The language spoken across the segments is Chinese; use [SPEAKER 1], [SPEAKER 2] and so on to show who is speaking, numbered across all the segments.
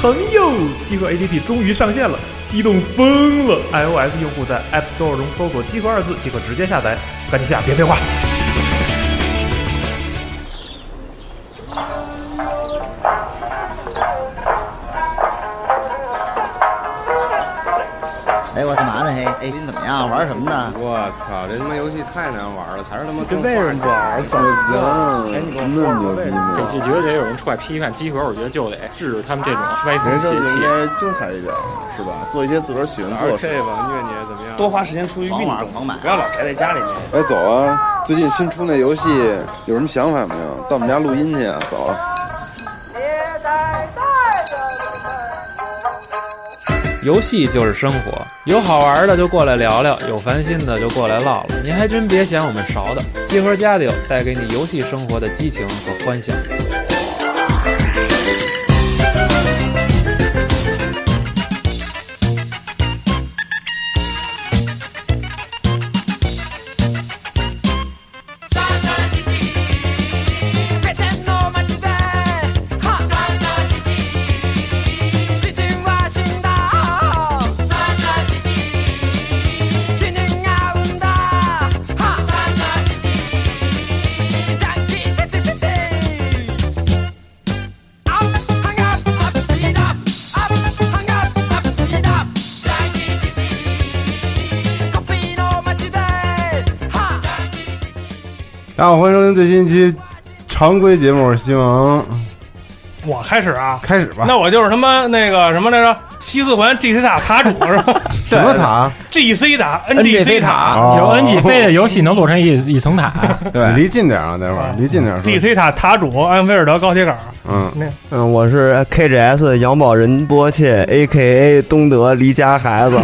[SPEAKER 1] 朋友，集合 APP 终于上线了，激动疯了！iOS 用户在 App Store 中搜索“集合”二字即可直接下载，赶紧下，别废话。
[SPEAKER 2] 哎，我干嘛呢？嘿，哎，你怎么样？玩什么呢？
[SPEAKER 3] 我操，这他妈游戏太难玩了，还是他妈跟
[SPEAKER 4] 为什么玩？怎么着？哎，你跟
[SPEAKER 3] 那么牛逼吗？
[SPEAKER 5] 这就觉得得有人出来批判集合，我觉得就得制止他们这种
[SPEAKER 1] 啊
[SPEAKER 5] 歪风
[SPEAKER 4] 人
[SPEAKER 5] 邪
[SPEAKER 4] 生就应
[SPEAKER 5] 气。
[SPEAKER 4] 该精彩一点，是吧？做一些自个儿喜欢做的
[SPEAKER 3] R
[SPEAKER 4] 事
[SPEAKER 3] K 吧，虐你怎么样？
[SPEAKER 6] 多花时间出去运
[SPEAKER 2] 狂玩
[SPEAKER 6] 动，
[SPEAKER 2] 狂买
[SPEAKER 6] 不要老宅在家里面。
[SPEAKER 4] 哎，走啊！最近新出那游戏有什么想法没有？到我们家录音去啊！走啊！
[SPEAKER 7] 游戏就是生活，有好玩的就过来聊聊，有烦心的就过来唠唠。您还真别嫌我们勺的，集合家里有带给你游戏生活的激情和欢笑。
[SPEAKER 8] 大家好，欢迎收听最新一期常规节目，我是西蒙。
[SPEAKER 1] 我开始啊，
[SPEAKER 8] 开始吧。
[SPEAKER 1] 那我就是他妈那个什么来着，西四环 GC 塔塔主是吧
[SPEAKER 8] 什么塔？
[SPEAKER 1] ？GC 塔
[SPEAKER 5] NGC 塔，
[SPEAKER 1] 啊
[SPEAKER 5] 请
[SPEAKER 8] 哦
[SPEAKER 5] NGC 的游戏能做成一一层塔，
[SPEAKER 8] 对，你离近点啊，待会儿离近点说。
[SPEAKER 1] GC 塔塔主安菲尔德高铁杆，那
[SPEAKER 8] 嗯，
[SPEAKER 9] 嗯，我是 KGS 杨宝仁波切，A K A 东德离家孩子。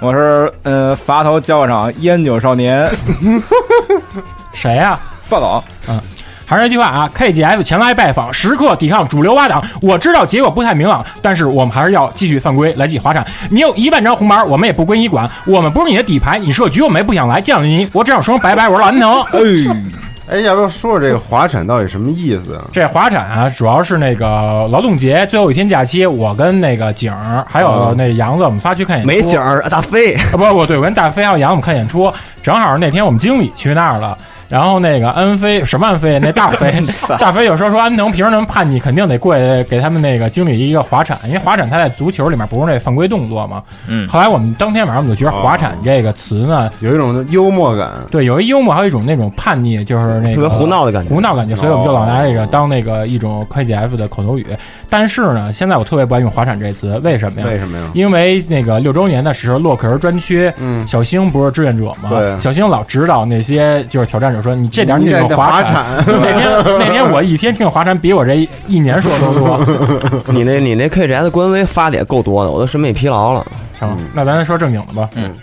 [SPEAKER 10] 我是呃，伐头教科场烟酒少 年
[SPEAKER 5] 谁呀、
[SPEAKER 10] 暴
[SPEAKER 4] 啊
[SPEAKER 10] 走，
[SPEAKER 5] 还是那句话啊，KGF 前来拜访，时刻抵抗主流挖党。我知道结果不太明朗，但是我们还是要继续犯规来记滑铲。你有一万张红牌，我们也不归你管，我们不是你的底牌，你设局我们也不想来，见了你我只想说声拜拜，我是老安藤。
[SPEAKER 8] 哎，要不要说说这个滑铲到底什么意思啊？
[SPEAKER 5] 这滑铲啊，主要是那个劳动节最后一天假期，我跟那个景儿还有那杨子，我们仨去看演出。
[SPEAKER 9] 美景儿大飞，
[SPEAKER 5] 啊，不是我对，我跟大飞还有杨我们看演出，正好那天我们经理去那儿了。然后那个安飞什么安飞那大飞大飞有时候说安藤平时那么叛逆，肯定得过去给他们那个经理一个滑铲，因为滑铲他在足球里面不是那犯规动作嘛。
[SPEAKER 10] 嗯
[SPEAKER 5] 后来我们当天晚上我们就觉得滑铲这个词呢，
[SPEAKER 8] 有一种幽默感。
[SPEAKER 5] 对，有一幽默，还有一种那种叛逆，就是那个
[SPEAKER 9] 特别胡闹的感觉
[SPEAKER 5] 胡闹感觉，所以我们就老拿这个当那个一种 KGF 的口头语。但是呢，现在我特别不爱用“滑铲”这词，为什么呀？
[SPEAKER 8] 为什么呀？
[SPEAKER 5] 因为那个六周年的时候，洛克人专区，
[SPEAKER 8] 嗯
[SPEAKER 5] 小星不是志愿者吗？
[SPEAKER 8] 对
[SPEAKER 5] 小星老指导那些就是挑战者说：“你这点儿
[SPEAKER 8] 你
[SPEAKER 5] 得
[SPEAKER 8] 得
[SPEAKER 5] 用滑
[SPEAKER 8] 滑
[SPEAKER 5] 铲。
[SPEAKER 8] 铲
[SPEAKER 5] 就那天 那天我一天听滑铲比我这一年说都多。
[SPEAKER 9] 你那你那 KGS 官微发的也够多的，我都审美疲劳了。
[SPEAKER 5] 成，那咱说正经的吧。
[SPEAKER 10] 嗯。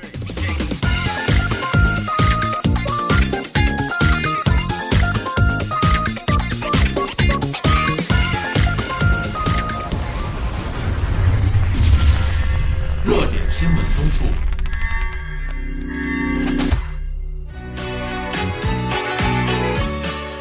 [SPEAKER 11] 热点新闻综述。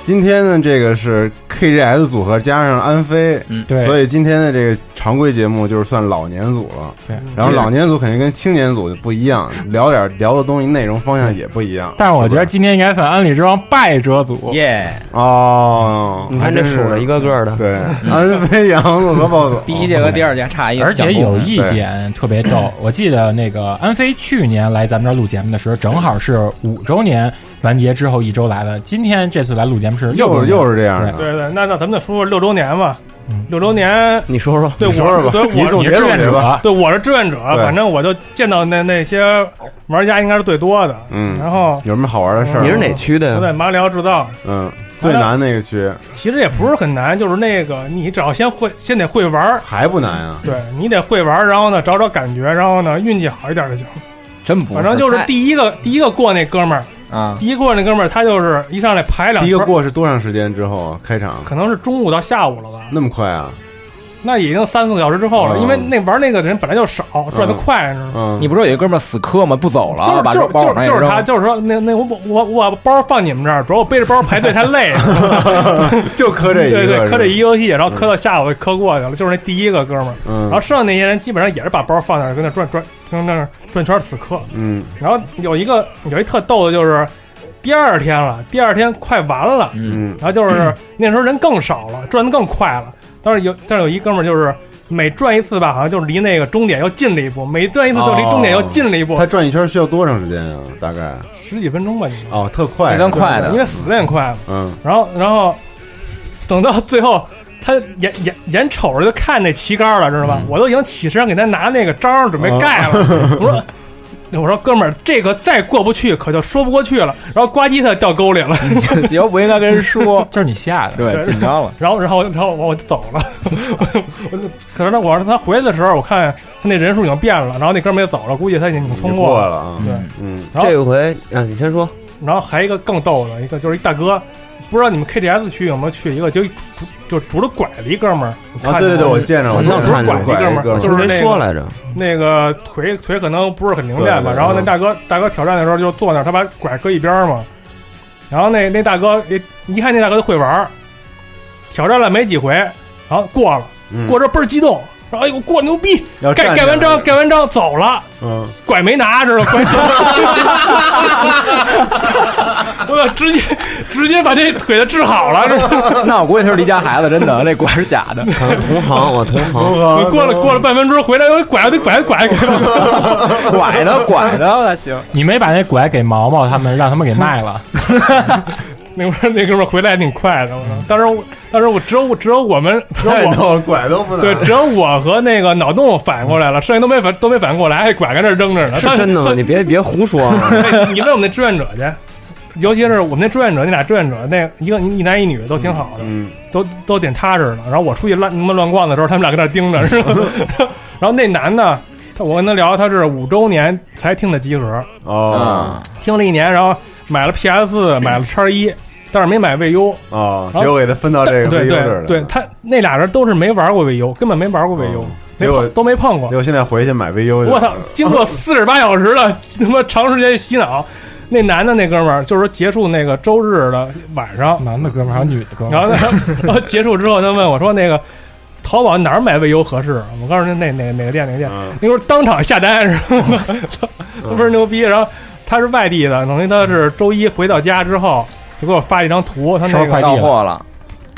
[SPEAKER 8] 今天呢，这个是 KGS 组合加上安飞，
[SPEAKER 10] 嗯
[SPEAKER 5] 对
[SPEAKER 8] 所以今天的这个常规节目就是算老年组了。
[SPEAKER 5] 对，
[SPEAKER 8] 然后老年组肯定跟青年组就不一样，聊点聊的东西内容方向也不一样。
[SPEAKER 5] 但是我觉得
[SPEAKER 8] 是
[SPEAKER 5] 今天应该算安利之王败者组。
[SPEAKER 10] 耶！
[SPEAKER 8] 不是哦，
[SPEAKER 9] 你看
[SPEAKER 8] 还
[SPEAKER 9] 这
[SPEAKER 8] 真是
[SPEAKER 9] 数着一个个的，
[SPEAKER 8] 对，安飞、杨子和暴走，
[SPEAKER 10] 第一届和第二届差一个，
[SPEAKER 5] 而且有一
[SPEAKER 8] 对
[SPEAKER 5] 点特别逗，我记得那个安飞去年来咱们这儿录节目的时候，正好是五周年完结之后一周来的。今天这次来录节目是六
[SPEAKER 8] 又
[SPEAKER 5] 周
[SPEAKER 8] 是又是
[SPEAKER 5] 年，
[SPEAKER 8] 这样的。
[SPEAKER 1] 对对，那那咱们就说说六周年吧
[SPEAKER 5] 嗯，
[SPEAKER 1] 六周年
[SPEAKER 9] 你说说，
[SPEAKER 1] 对
[SPEAKER 8] 你说
[SPEAKER 1] 我
[SPEAKER 8] 说吧
[SPEAKER 1] 对
[SPEAKER 8] 你
[SPEAKER 1] 我
[SPEAKER 8] 总
[SPEAKER 5] 你
[SPEAKER 8] 结
[SPEAKER 5] 是志
[SPEAKER 8] 总
[SPEAKER 5] 愿
[SPEAKER 8] 结吧。
[SPEAKER 5] 者，
[SPEAKER 1] 对，我是志愿者，
[SPEAKER 8] 对
[SPEAKER 1] 反正我就见到那那些玩家应该是最多的。
[SPEAKER 8] 嗯
[SPEAKER 1] 然后
[SPEAKER 8] 有什么好玩的事儿？
[SPEAKER 9] 你是哪区
[SPEAKER 1] 我
[SPEAKER 9] 的
[SPEAKER 1] 在
[SPEAKER 9] 呀？
[SPEAKER 1] 马里奥制造，
[SPEAKER 8] 嗯，最难那个区
[SPEAKER 1] 其实也不是很难，就是那个你只要先会，先得会玩儿，
[SPEAKER 8] 还不难啊？
[SPEAKER 1] 对你得会玩儿，然后呢找找感觉，然后呢运气好一点就行。
[SPEAKER 10] 真不，
[SPEAKER 1] 反正就是第一个第一个过那哥们儿，
[SPEAKER 10] 啊，
[SPEAKER 1] 第一个过那哥们儿他就是一上来排两
[SPEAKER 8] 第一
[SPEAKER 1] 圈
[SPEAKER 8] 个
[SPEAKER 1] 儿，
[SPEAKER 8] 过是多长时间之后啊开场？
[SPEAKER 1] 可能是中午到下午了吧。
[SPEAKER 8] 那么快啊？
[SPEAKER 12] 那已经三四个小时之
[SPEAKER 8] 啊
[SPEAKER 12] 后了，因为那玩那个的人本来就少，转的快着呢。
[SPEAKER 8] 嗯
[SPEAKER 4] 你不说有一哥们儿死磕吗？不走了，啊
[SPEAKER 12] 就是
[SPEAKER 4] 把
[SPEAKER 12] 就是
[SPEAKER 4] 包
[SPEAKER 12] 就
[SPEAKER 4] 往上
[SPEAKER 12] 是
[SPEAKER 4] 一
[SPEAKER 12] 就是
[SPEAKER 4] 扔
[SPEAKER 12] 他，就是说那那我我我把包放你们这儿，主要我背着包排队太累了，
[SPEAKER 8] 就磕这一个
[SPEAKER 12] 对
[SPEAKER 8] 是
[SPEAKER 12] 对，
[SPEAKER 8] 吧
[SPEAKER 12] 磕这一游戏，然后磕到下午就磕过去了，就是那第一个哥们儿，
[SPEAKER 8] 嗯
[SPEAKER 12] 然后剩下那些人基本上也是把包放那儿，跟那转转跟那儿转圈儿死磕，
[SPEAKER 8] 嗯，
[SPEAKER 12] 然后有一个有一特逗的就是。第二天了，第二天快完了，
[SPEAKER 8] 嗯
[SPEAKER 12] 然后就是那时候人更少了，转的更快了。但是有，但是有一哥们儿就是每转一次吧，好像就是离那个终点又近了一步，每转一次就离终点又近了一步。
[SPEAKER 8] 哦他转一圈需要多长时间啊？大概
[SPEAKER 12] 十几分钟吧，你
[SPEAKER 8] 哦，特快，
[SPEAKER 12] 非常快的因为死得也快嘛
[SPEAKER 8] 嗯，
[SPEAKER 12] 然后然后等到最后，他眼眼眼瞅着就看那旗杆了，知道
[SPEAKER 8] 嗯
[SPEAKER 12] 吧？我都已经起身给他拿那个章准备盖了，我说。我说哥们儿，这个再过不去可就说不过去了。然后呱唧他掉沟里了，
[SPEAKER 4] 你又不应该跟人说，
[SPEAKER 5] 就是你吓的，
[SPEAKER 4] 对，紧张了。
[SPEAKER 12] 然后，然后，然后我我就走了。 我就可是呢，我让他回来的时候，我看他那人数已经变了，然后那哥们儿也走了，估计他已经通
[SPEAKER 7] 过
[SPEAKER 12] 了。
[SPEAKER 7] 了啊
[SPEAKER 12] 对，
[SPEAKER 8] 嗯
[SPEAKER 12] 然后
[SPEAKER 7] 这回啊，你先说，
[SPEAKER 12] 然后还有一个更逗的，一个就是一大哥，不知道你们 KGS 区有没有去一个就拄就拄着拐的一哥们儿。你看
[SPEAKER 8] 啊对对对
[SPEAKER 12] 过吗
[SPEAKER 8] 我见着我
[SPEAKER 12] 拄
[SPEAKER 8] 见
[SPEAKER 12] 着
[SPEAKER 8] 着
[SPEAKER 12] 拄着拐的一
[SPEAKER 8] 拐的一哥
[SPEAKER 12] 们
[SPEAKER 8] 们
[SPEAKER 12] 儿，
[SPEAKER 8] 儿
[SPEAKER 12] 就是那个
[SPEAKER 8] 谁说来着，
[SPEAKER 12] 那个腿腿可能不是很灵便吧。
[SPEAKER 8] 对对
[SPEAKER 12] 然后那
[SPEAKER 8] 嗯
[SPEAKER 12] 大哥大哥挑战的时候就坐那儿，他把拐搁一边儿嘛。然后那那大哥一一看那大哥就会玩儿，挑战了没几回，然后过了，
[SPEAKER 8] 嗯
[SPEAKER 12] 过这倍儿激动，说哎呦过牛逼
[SPEAKER 8] 要，站
[SPEAKER 12] 盖
[SPEAKER 8] 起
[SPEAKER 12] 盖完
[SPEAKER 8] 来
[SPEAKER 12] 章盖完章走了。
[SPEAKER 8] 嗯，
[SPEAKER 12] 拐没拿知道拐走 了，我操，直接直接把这腿治好 了，
[SPEAKER 4] 那我估计他是离家孩子，真的，这拐是假的。
[SPEAKER 7] 同行，我同
[SPEAKER 8] 哦
[SPEAKER 12] 我过了过了半分钟回来，我拐了得拐拐拐，
[SPEAKER 4] 拐的拐的那行，
[SPEAKER 5] 你没把那拐给毛毛他们，让他们给 卖了。
[SPEAKER 12] 那哥们儿那哥们儿回来还挺快的，我操！当时我当时我只有我只有我们
[SPEAKER 7] 啊
[SPEAKER 12] 只有
[SPEAKER 8] 太 逗了，
[SPEAKER 12] 我
[SPEAKER 8] 哦拐都不能。
[SPEAKER 12] 对，只有我和那个脑洞反应过来了，剩下都没反都没反应过来，还拐在那儿扔着呢。
[SPEAKER 7] 是
[SPEAKER 12] 但
[SPEAKER 7] 真的吗？你别别胡说啊，
[SPEAKER 12] 哎你问我们那志愿者去，尤其是我们那志愿者，那俩志愿者，那一个一男一女都挺好的，
[SPEAKER 7] 嗯
[SPEAKER 12] 都都挺踏实的。然后我出去乱他妈乱逛的时候，他们俩跟那儿盯着， 是吧？然后那男的，他我跟他聊，他是五周年才听的集合，
[SPEAKER 8] 哦
[SPEAKER 12] 听了一年，然后买了 PS，买了叉一，但是没买 VU。
[SPEAKER 8] 哦，
[SPEAKER 12] 然
[SPEAKER 8] 结
[SPEAKER 12] 后
[SPEAKER 8] 果给他分到这个
[SPEAKER 12] 对
[SPEAKER 8] 非洲这儿
[SPEAKER 12] 对
[SPEAKER 8] 了。
[SPEAKER 12] 对，他那俩人都是没玩过 VU，根本没玩过 VU，没
[SPEAKER 8] 嗯结果
[SPEAKER 12] 碰都没碰过
[SPEAKER 8] 结。果现在回去买 VU 去。
[SPEAKER 12] 我操！经过四十八小时的他妈长时间洗脑，那男的那哥们儿就是说结束那个周日的晚上，
[SPEAKER 5] 男的哥们儿还有女的哥们
[SPEAKER 12] 然后
[SPEAKER 5] 儿，
[SPEAKER 12] 呢， 然后结束之后，他问我说：“那个淘宝哪儿买 VU 合适？”我告诉他那哪哪个店哪个店，
[SPEAKER 8] 嗯
[SPEAKER 12] 那时候当场下单是吧？他不是牛逼，然后他是外地的，等于他是周一回到家之后就给我发了一张图，他那
[SPEAKER 4] 收
[SPEAKER 12] 个
[SPEAKER 4] 快递货了，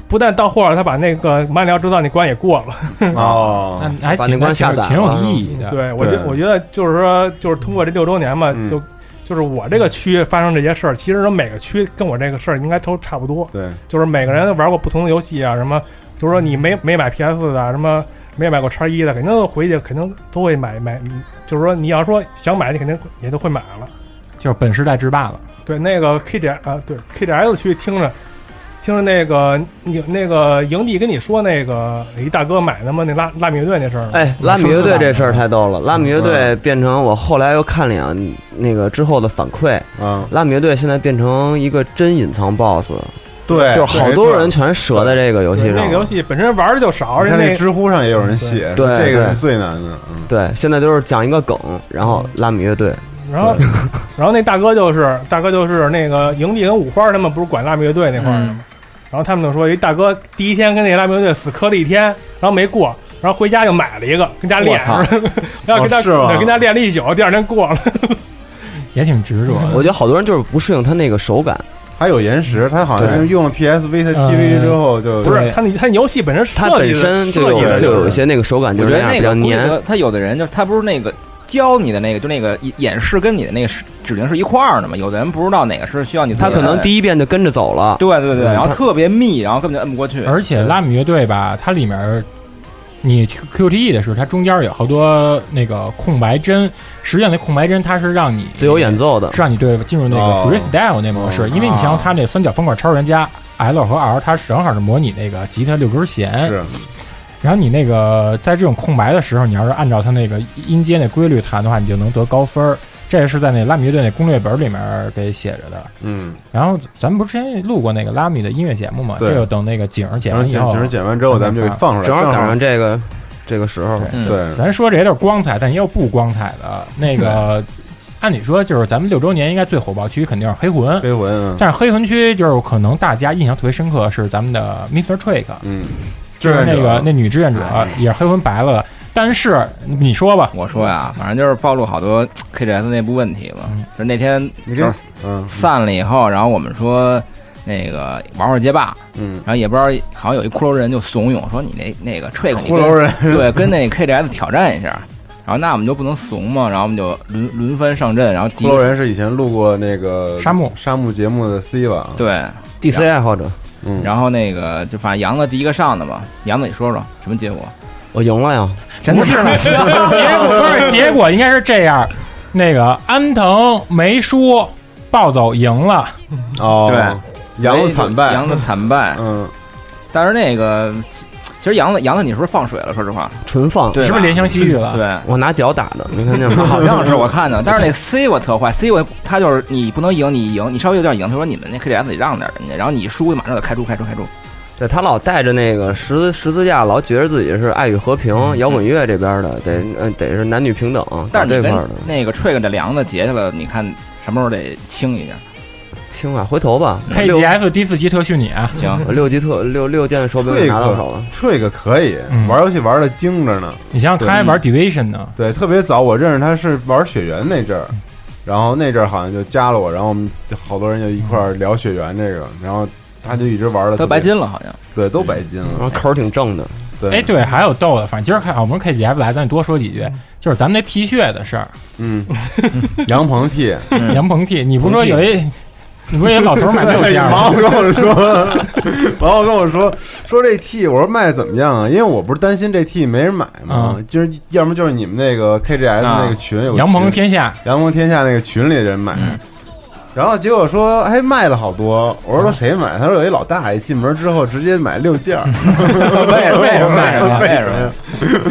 [SPEAKER 12] 不但到货了，他把那个马里奥制造那关也过了。
[SPEAKER 4] 哦
[SPEAKER 5] 那还
[SPEAKER 7] 把那
[SPEAKER 5] 挺
[SPEAKER 7] 关下载了
[SPEAKER 5] 挺有意义的。
[SPEAKER 12] 对，我觉我觉得就是说，就是通过这六周年嘛，就就是我这个区发生这些事儿，其实每个区跟我这个事儿应该都差不多。
[SPEAKER 8] 对，
[SPEAKER 12] 就是每个人都玩过不同的游戏啊，什么，就是说你没没买 PS 的，什么没买过叉一的，肯定回去肯定都会买买，就是说你要说想买，你肯定也都会买了。
[SPEAKER 5] 就是本世代制霸了。
[SPEAKER 12] 对，那个 K D 啊，对 K D S 去听着。听着那个你那个营地跟你说那个一大哥买他妈那拉拉米乐队那事儿吗，
[SPEAKER 7] 哎，拉米乐队这事儿太逗了，拉米乐
[SPEAKER 4] 嗯
[SPEAKER 7] 队变成我后来又看了眼那个之后的反馈，
[SPEAKER 8] 嗯，
[SPEAKER 7] 拉米乐队现在变成一个真隐藏 BOSS，
[SPEAKER 4] 哎
[SPEAKER 8] 对
[SPEAKER 7] 就是好多人全折在这个游戏
[SPEAKER 12] 那
[SPEAKER 7] 上
[SPEAKER 12] 个。游戏本身玩的就少，而
[SPEAKER 8] 你
[SPEAKER 12] 且
[SPEAKER 8] 看
[SPEAKER 12] 那
[SPEAKER 8] 那知乎上也有人写，
[SPEAKER 7] 对
[SPEAKER 8] 说这个
[SPEAKER 7] 对
[SPEAKER 8] 是最难的。嗯，
[SPEAKER 7] 对，现在都是讲一个梗，嗯然后拉米乐队，
[SPEAKER 12] 嗯然后， 然后那大哥就是大哥就是那个营地跟五花他们不是管蜡笔乐队那块儿
[SPEAKER 4] 嗯
[SPEAKER 12] 的吗？然后他们就说，一大哥第一天跟那蜡笔乐队死磕了一天，然后没过，然后回家就买了一个跟家练，
[SPEAKER 7] 我
[SPEAKER 12] 然后跟他
[SPEAKER 7] 哦是吗
[SPEAKER 12] 对跟他练了一宿，第二天过了。
[SPEAKER 5] 也挺执着
[SPEAKER 7] 我觉 得好多人就是不适应它那个手感。
[SPEAKER 8] 还有延时，它好像
[SPEAKER 7] 对
[SPEAKER 8] 是用了 PS Vita
[SPEAKER 5] 呃
[SPEAKER 8] TV 之后就
[SPEAKER 12] 不是他那他游戏本身
[SPEAKER 7] 它
[SPEAKER 12] 设计
[SPEAKER 7] 本
[SPEAKER 12] 的
[SPEAKER 7] 身就
[SPEAKER 12] 设计
[SPEAKER 7] 有
[SPEAKER 12] 的
[SPEAKER 7] 就有一
[SPEAKER 12] 是
[SPEAKER 7] 些那个手感，
[SPEAKER 4] 我
[SPEAKER 7] 就
[SPEAKER 4] 觉
[SPEAKER 7] 是
[SPEAKER 4] 得
[SPEAKER 7] 那样
[SPEAKER 4] 那
[SPEAKER 7] 比
[SPEAKER 4] 个
[SPEAKER 7] 较
[SPEAKER 4] 估计
[SPEAKER 7] 黏。
[SPEAKER 4] 他有的人就是他不是那个教你的那个，就那个演示跟你的那个指令是一块儿的嘛。有的人不知道哪个是需要你自己
[SPEAKER 7] 他
[SPEAKER 4] 来，
[SPEAKER 7] 可能第一遍就跟着走了。
[SPEAKER 4] 对对对，
[SPEAKER 7] 嗯
[SPEAKER 4] 然后
[SPEAKER 7] 他
[SPEAKER 4] 特别密，然后根本就摁不过去。
[SPEAKER 5] 而且拉米乐队吧，它里面你 QTE 的时候，它中间有好多那个空白帧，实际上那空白帧它是让你
[SPEAKER 7] 自由演奏的，
[SPEAKER 5] 是让你对进入那
[SPEAKER 7] 哦
[SPEAKER 5] 个 freestyle 那模式，因为你想想它那三角方块超人加 L 和 R，它正好是模拟那个吉他六根弦。
[SPEAKER 8] 是。
[SPEAKER 5] 然后你那个在这种空白的时候，你要是按照它那个音阶那规律弹的话，你就能得高分儿。这个是在那拉米乐队那攻略本里面给写着的。
[SPEAKER 8] 嗯，
[SPEAKER 5] 然后咱们不是之前录过那个拉米的音乐节目嘛？
[SPEAKER 8] 对
[SPEAKER 5] 这个等那个景儿剪完以后，
[SPEAKER 8] 景儿剪完之后咱们就给放出来正
[SPEAKER 5] 正好
[SPEAKER 8] 好赶上
[SPEAKER 5] 这个这个时候
[SPEAKER 8] 嗯对
[SPEAKER 5] 咱说这些都是光彩，但也有不光彩的。那个，按理说就是咱们六周年应该最火爆区肯定是黑魂，
[SPEAKER 8] 黑魂
[SPEAKER 5] 但是黑魂区就是可能大家印象特别深刻是咱们的 Mr. Trick，
[SPEAKER 8] 嗯，
[SPEAKER 5] 就是那个那女志愿者也是黑魂白了的。但是你说吧，
[SPEAKER 4] 我说呀，反正就是暴露好多 KGS 内部问题了。就是那天
[SPEAKER 8] 这
[SPEAKER 4] 就是
[SPEAKER 8] 嗯
[SPEAKER 4] 散了以后，然后我们说那个玩会儿街霸，
[SPEAKER 8] 嗯，
[SPEAKER 4] 然后也不知道好像有一骷髅人就怂恿说你那那个 trick 你
[SPEAKER 8] 骷髅人
[SPEAKER 4] 跟对跟那 KGS 挑战一下，然后那我们就不能怂嘛，然后我们就轮轮番上阵，然后第
[SPEAKER 8] 骷
[SPEAKER 4] 一
[SPEAKER 8] 髅人是以前录过那个
[SPEAKER 4] 沙
[SPEAKER 5] 漠
[SPEAKER 8] 沙漠节目的 C 吧？
[SPEAKER 4] 对
[SPEAKER 8] ，DC
[SPEAKER 4] 爱
[SPEAKER 8] 好者。嗯，
[SPEAKER 4] 然后那个就反正杨子第一个上的嘛，杨子你说说什么结果？
[SPEAKER 12] 我赢了呀，
[SPEAKER 4] 真的
[SPEAKER 5] 不是
[SPEAKER 4] 吗
[SPEAKER 5] 结 果不是结果应该是这样，那个安藤没输，暴走赢了。
[SPEAKER 8] 哦
[SPEAKER 4] 对，
[SPEAKER 8] 杨子惨败
[SPEAKER 4] 杨子惨败，
[SPEAKER 8] 嗯，
[SPEAKER 4] 但是那个其其实杨子杨子，你是不是放水了？说实话，
[SPEAKER 12] 纯放，
[SPEAKER 4] 对吧对，
[SPEAKER 12] 我拿脚打的，没看见吗？
[SPEAKER 4] 好像是我看的，但是那 C 我特坏，C 我他就是你不能赢，你赢你稍微有点赢，他说你们那 KDS 得让点人家，然后你输马上就开除开除开除，
[SPEAKER 12] 对他老带着那个十字十字架，老觉着自己是爱与和平、摇滚乐这边的，得呃得是男女平等
[SPEAKER 4] 但是
[SPEAKER 12] 搞
[SPEAKER 4] 你
[SPEAKER 12] 这块
[SPEAKER 4] 跟
[SPEAKER 12] 儿的。
[SPEAKER 4] 那个 Trick 这梁子结下了，你看什么时候得清一下？
[SPEAKER 12] 清啊吧，回头吧。六
[SPEAKER 5] KGF 第四集特训你啊，
[SPEAKER 12] 六级特六六件手柄
[SPEAKER 8] 这
[SPEAKER 12] 拿到手
[SPEAKER 8] 个
[SPEAKER 12] 了。
[SPEAKER 8] 这个可以
[SPEAKER 5] 嗯
[SPEAKER 8] 玩游戏玩的精着呢。
[SPEAKER 5] 你想想，他还
[SPEAKER 8] 嗯
[SPEAKER 5] 玩 Division 呢，
[SPEAKER 8] 对，特别早，我认识他是玩雪原那阵儿，然后那阵儿好像就加了我，然后我们就好多人就一块儿聊雪原这个，然后他就一直玩了。
[SPEAKER 4] 都白金了，好像
[SPEAKER 8] 对，都白金了，
[SPEAKER 12] 口挺正的。
[SPEAKER 8] 对，
[SPEAKER 5] 哎，对，还有逗的，反正今儿看我们 KGF 来，咱多说几句，就是咱们那 T 恤的事儿。
[SPEAKER 8] 嗯，杨鹏 T，
[SPEAKER 5] 杨鹏 T，你不是说有一，你不是有一老头买六 件
[SPEAKER 8] 王
[SPEAKER 5] 吗？
[SPEAKER 8] 后跟我说，王后跟我说说这 T，我说卖怎么样啊？因为我不是担心这 T 没人买嘛，
[SPEAKER 4] 啊
[SPEAKER 8] 就是要么就是你们那个 KGS 那个群有
[SPEAKER 5] 啊杨鹏
[SPEAKER 8] 群
[SPEAKER 5] 天下，
[SPEAKER 8] 杨鹏天下那个群里人买。
[SPEAKER 4] 嗯
[SPEAKER 8] 然后结果说，哎，卖了好多。我说谁
[SPEAKER 4] 嗯
[SPEAKER 8] 买？他说有一老大爷进门之后直接买六件儿。
[SPEAKER 4] 为 什么为什么为什么为什么啊
[SPEAKER 8] 呀？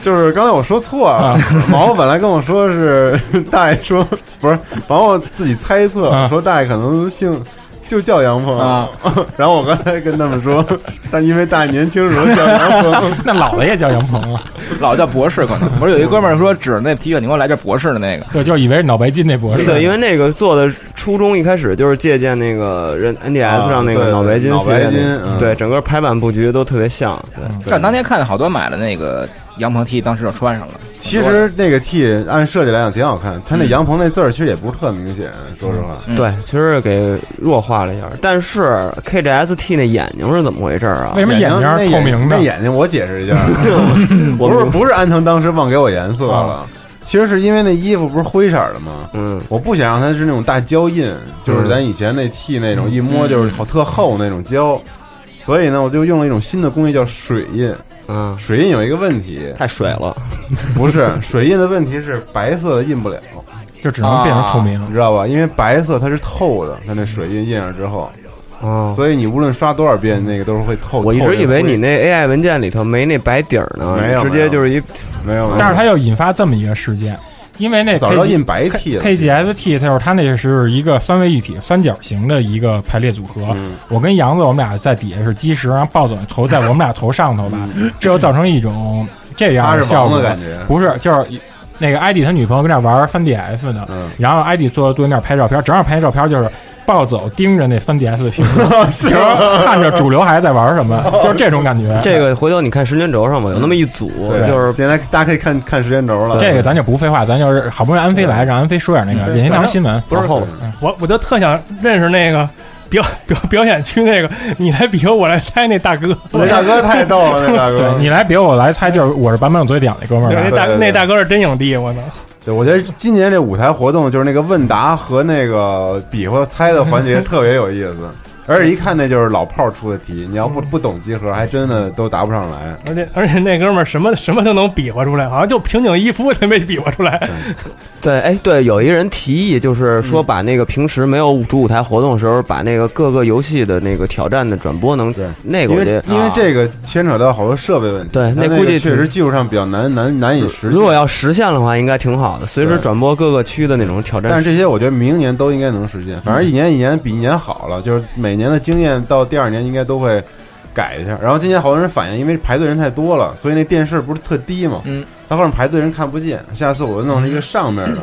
[SPEAKER 8] 就是刚才我说错了，毛毛本来跟我说是大爷说不是，毛毛自己猜测
[SPEAKER 5] 啊
[SPEAKER 8] 说大爷可能姓就叫杨鹏
[SPEAKER 4] 啊。
[SPEAKER 8] 然后我刚才跟他们说，但因为大爷年轻时候叫杨鹏，
[SPEAKER 5] 那老的也叫杨鹏啊，
[SPEAKER 4] 老叫博士可能不是有一哥们儿说指着那 T 恤，你给我来件博士的那个，
[SPEAKER 5] 对，就以为是脑白金那博士。
[SPEAKER 12] 对，因为那个做的初衷一开始就是借鉴那个人 NDS 上那
[SPEAKER 8] 啊对
[SPEAKER 12] 个脑白金系列
[SPEAKER 8] 脑白金
[SPEAKER 12] 那个
[SPEAKER 8] 嗯
[SPEAKER 12] 对，整个排版布局都特别像。对，
[SPEAKER 4] 但当天看见好多买的那个杨鹏 T，当时就穿上了。
[SPEAKER 8] 其实那个 T 按设计来讲挺好看，他那
[SPEAKER 12] 嗯
[SPEAKER 8] 杨鹏那字儿其实也不是特明显，说实话。
[SPEAKER 12] 对，其实是给弱化了一下，但是 KGST 那眼睛是怎么回事啊？
[SPEAKER 8] 那眼那眼睛我解释一下，
[SPEAKER 12] 我啊
[SPEAKER 8] 不是不是安藤当时忘给我颜色了，其实是因为那衣服不是灰色的吗？
[SPEAKER 12] 嗯，
[SPEAKER 8] 我不想让它是那种大胶印，就是咱以前那 T 那种一摸就是好特厚那种胶，所以呢，我就用了一种新的工艺叫水印。
[SPEAKER 12] 嗯，
[SPEAKER 8] 水印有一个问题，
[SPEAKER 12] 太水了，
[SPEAKER 8] 不是水印的问题是白色的印不了。
[SPEAKER 5] 就只能变成透明
[SPEAKER 8] 你知道吧？因为白色它是透的，它那水印印上之后，
[SPEAKER 12] 哦
[SPEAKER 8] 所以你无论刷多少遍，那个都是会透。
[SPEAKER 12] 我一
[SPEAKER 8] 透
[SPEAKER 12] 直
[SPEAKER 8] 这
[SPEAKER 12] 以
[SPEAKER 8] 个
[SPEAKER 12] 为
[SPEAKER 8] 灰
[SPEAKER 12] 你那 AI 文件里头没那白底儿呢，
[SPEAKER 8] 没有
[SPEAKER 12] 直接就是一
[SPEAKER 8] 没有
[SPEAKER 5] 但是它又引发这么一个事件，因为那
[SPEAKER 8] 早
[SPEAKER 5] K
[SPEAKER 8] 知道印白 T 了
[SPEAKER 5] KGFT 它就是它那是一个三位一体三角形的一个排列组合。
[SPEAKER 8] 嗯
[SPEAKER 5] 我跟杨子我们俩在底下是基石，然后暴走头在我们俩头上头吧，这就造成一种这样
[SPEAKER 8] 嗯
[SPEAKER 5] 的效
[SPEAKER 8] 他是
[SPEAKER 5] 果
[SPEAKER 8] 王的感觉
[SPEAKER 5] 不是就是。那个 ID 他女朋友跟那玩 3DS 呢，
[SPEAKER 8] 嗯
[SPEAKER 5] 然后 ID 坐在对面拍照片，正好拍照片就是暴走盯着那 3DS 的屏幕，
[SPEAKER 8] 是
[SPEAKER 5] 然后看着主流还在玩什么， 就是这种感觉。
[SPEAKER 12] 这个回头你看时间轴上吧，有那么一组，
[SPEAKER 5] 对
[SPEAKER 12] 就是
[SPEAKER 8] 现在大家可以看看时间轴了
[SPEAKER 5] 这个咱就不废话，咱就是好不容易安飞来，让安飞说点那个任天堂新闻。
[SPEAKER 1] 不是
[SPEAKER 12] 哦
[SPEAKER 1] 我，我就特想认识那个表表表演区那个，你来比划，我来猜那大哥。
[SPEAKER 8] 那大哥太逗了，那大哥。
[SPEAKER 5] 对你来别我来猜，就是我是版本有嘴点那哥们
[SPEAKER 1] 对，
[SPEAKER 5] 儿
[SPEAKER 1] 那
[SPEAKER 5] 吧。
[SPEAKER 1] 大那大哥是真影帝，我操！
[SPEAKER 8] 对，我觉得今年 这舞台活动就是那个问答和那个比划猜的环节特别有意思。而且一看那就是老炮儿出的题，你要不不懂集合，还真的都答不上来。
[SPEAKER 1] 而且而且那哥们儿什么什么都能比划出来，好像就平井一夫他没比划出来。
[SPEAKER 5] 嗯
[SPEAKER 12] 对，哎，对，有一人提议，就是说把那个平时没有主舞台活动的时候，把那个各个游戏的那个挑战的转播能那个，
[SPEAKER 8] 因
[SPEAKER 12] 啊我觉得
[SPEAKER 8] 为因为这个牵扯到好多设备问题，对，
[SPEAKER 12] 那
[SPEAKER 8] 那
[SPEAKER 12] 估计
[SPEAKER 8] 个确实技术上比较难难难以实现。
[SPEAKER 12] 如果要实现的话，应该挺好的，随时
[SPEAKER 8] 对
[SPEAKER 12] 转播各个区的那种挑战。
[SPEAKER 8] 但是这些我觉得明年都应该能实现，反正一年一年比一年好了，就是每年的经验到第二年应该都会改一下。然后今年好多人反映，因为排队人太多了，所以那电视不是特低嘛，
[SPEAKER 4] 嗯，
[SPEAKER 8] 到后面排队人看不见。下次我就弄一个上面的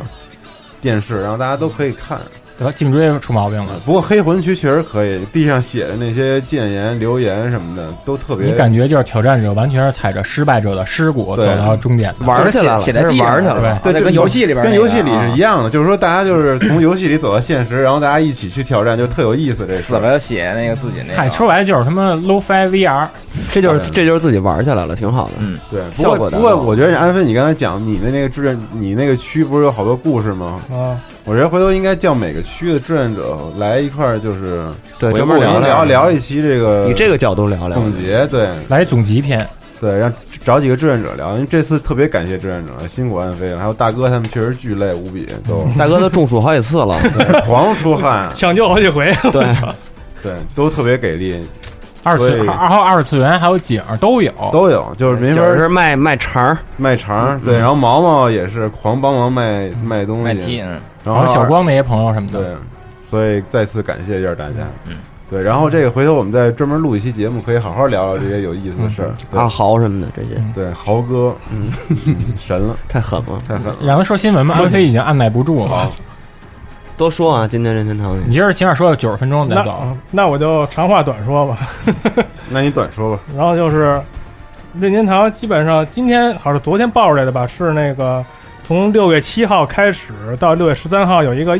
[SPEAKER 8] 电视，然后大家都可以看。
[SPEAKER 5] 得颈椎出毛病了。
[SPEAKER 8] 不过黑魂区确实可以，地上写的那些谏言、留言什么的都特别。
[SPEAKER 5] 你感觉就是挑战者完全是踩着失败者的尸骨走
[SPEAKER 8] 对啊
[SPEAKER 5] 到终点的，
[SPEAKER 8] 对，
[SPEAKER 5] 对，
[SPEAKER 8] 就跟游戏里是一样的，就是说大家就是从游戏里走到现实，然后大家一起去挑战，就特有意思。这死
[SPEAKER 4] 了写那个自己那
[SPEAKER 5] 嗨，说白了就是他妈 low five VR，
[SPEAKER 12] 这就是这就是自己玩起来了，挺好的。
[SPEAKER 4] 嗯，
[SPEAKER 8] 对，
[SPEAKER 12] 效
[SPEAKER 8] 不
[SPEAKER 12] 果
[SPEAKER 8] 过
[SPEAKER 12] 达
[SPEAKER 8] 不
[SPEAKER 12] 到
[SPEAKER 8] 过，我觉得安飞，你刚才讲你的那个志愿，你那个区不是有好多故事吗？
[SPEAKER 1] 啊，
[SPEAKER 8] 我觉得回头应该叫每个区的志愿者来一块儿，就是
[SPEAKER 12] 对
[SPEAKER 8] 我
[SPEAKER 12] 专门
[SPEAKER 8] 我
[SPEAKER 12] 聊
[SPEAKER 8] 们聊
[SPEAKER 12] 聊
[SPEAKER 8] 聊一期这个，
[SPEAKER 12] 以这个角度聊聊
[SPEAKER 8] 总结，对，
[SPEAKER 5] 来总集篇，
[SPEAKER 8] 对，让找几个志愿者聊。因为这次特别感谢志愿者，辛苦安飞了，还有大哥他们确实巨累无比， 都
[SPEAKER 12] 大哥都中暑好几次了，
[SPEAKER 8] 对狂出汗，
[SPEAKER 1] 抢救好几回。
[SPEAKER 12] 对，
[SPEAKER 8] 对，都特别给力。
[SPEAKER 5] 二
[SPEAKER 8] 所以
[SPEAKER 5] 次二号二次元还有景儿都有
[SPEAKER 8] 都有，就是没法
[SPEAKER 5] 就是
[SPEAKER 12] 卖卖肠，
[SPEAKER 8] 卖肠。对，
[SPEAKER 5] 嗯
[SPEAKER 8] 然后毛毛也是狂帮忙卖卖东西，
[SPEAKER 5] 卖屉嗯
[SPEAKER 8] 然
[SPEAKER 5] 然
[SPEAKER 8] 后
[SPEAKER 5] 后小光那些朋友什么的
[SPEAKER 8] 对，所以再次感谢一下大家。嗯，对，然后这个回头我们再专门录一期节目，可以好好聊聊这些有意思的事儿。对
[SPEAKER 12] 啊，，豪什么的这些，
[SPEAKER 8] 对，豪哥，嗯， 神了，
[SPEAKER 12] 太狠了，
[SPEAKER 8] 太狠了。
[SPEAKER 5] 然后说新闻嘛，安飞已经按耐不住了。
[SPEAKER 12] 多说啊，今天任天堂，
[SPEAKER 5] 你今儿起码说到九十分钟再走，
[SPEAKER 1] 那那我就长话短说吧。
[SPEAKER 8] 那你短说吧。
[SPEAKER 1] 然后就是任天堂基本上今天好像是昨天爆出来的吧，是那个从六月七号开始到六月十三号有一个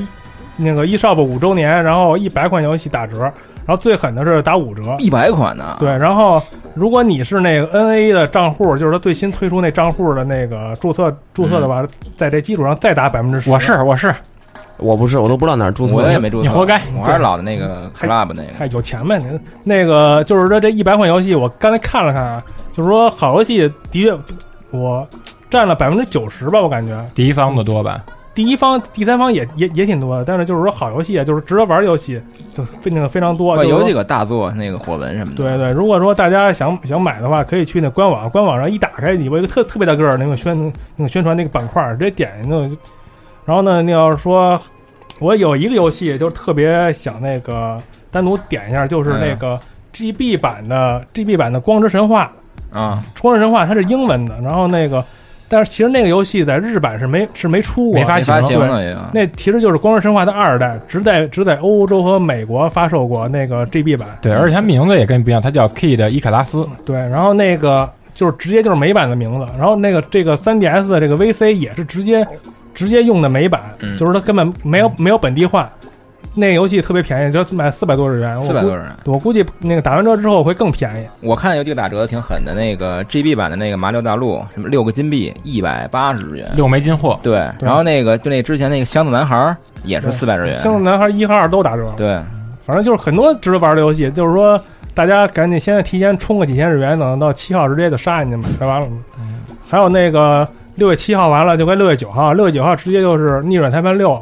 [SPEAKER 1] 那个 eShop 五周年，然后一百款游戏打折，然后最狠的是打五折，
[SPEAKER 4] 100款呢
[SPEAKER 1] 对，然后如果你是那个 NA 的账户，就是他最新推出那账户的那个注册注册的话，在这基础上再打百分之十。
[SPEAKER 5] 嗯我是我是
[SPEAKER 12] 我不是，我都不知道哪儿注册，
[SPEAKER 4] 我也没注册，
[SPEAKER 1] 你活该
[SPEAKER 4] 我还是老的那个 club 那个。
[SPEAKER 1] 哎，有钱呗，您那个就是说这一百款游戏，我刚才看了看啊，就是说好游戏的确我占了百分之九十吧，我感觉
[SPEAKER 5] 第一方的多吧？
[SPEAKER 1] 第一方、第三方也也也挺多的，但是就是说好游戏啊，就是值得玩的游戏，就非那个非常多。
[SPEAKER 4] 哇
[SPEAKER 1] 就是说
[SPEAKER 4] 有几个大作，那个火纹什么的，
[SPEAKER 1] 对对，如果说大家想想买的话，可以去那官网，官网上一打开，里边有一个特特别大个儿那个宣那个宣传那个板块儿，直接点那个。然后呢，你要是说，我有一个游戏就是特别想那个单独点一下，就是
[SPEAKER 4] 嗯
[SPEAKER 1] 那个 GB 版的、GB 版的《光之神话》。
[SPEAKER 4] 啊，
[SPEAKER 1] 《光之神话》它是英文的，然后那个，但是其实那个游戏在日版是没是没出过，
[SPEAKER 4] 没发行没发行了
[SPEAKER 1] 对
[SPEAKER 4] 也
[SPEAKER 1] 那其实就是《光之神话》的二代，只在只在欧洲和美国发售过那个 GB 版。
[SPEAKER 5] 对，而且它名字也跟你不一样，它叫 Kid 伊卡拉斯。
[SPEAKER 1] 对，然后那个就是直接就是美版的名字，然后那个这个 3DS 的这个 VC 也是直接直接用的美版，
[SPEAKER 4] 嗯
[SPEAKER 1] 就是它根本没有没有本地化。那个游戏特别便宜，就买四百多日元，我估
[SPEAKER 4] 400多日元
[SPEAKER 1] 我估计那个打完折之后会更便宜。
[SPEAKER 4] 我看有几个打折的挺狠的，那个 GB 版的那个《麻六大陆》，什么六个金币一百八十日元，
[SPEAKER 5] 六枚金货。
[SPEAKER 4] 对，然后那个就那之前那个《箱子男孩》也是四百日元，
[SPEAKER 1] 像男孩一和二都打折。
[SPEAKER 4] 对，
[SPEAKER 1] 反正就是很多值得玩的游戏，就是说大家赶紧现在提前充个几千日元，等到七号直接就杀进去买就完了。
[SPEAKER 5] 嗯
[SPEAKER 1] 还有那个六月七号完了，就该六月九号，六月九号直接就是《逆转裁判六》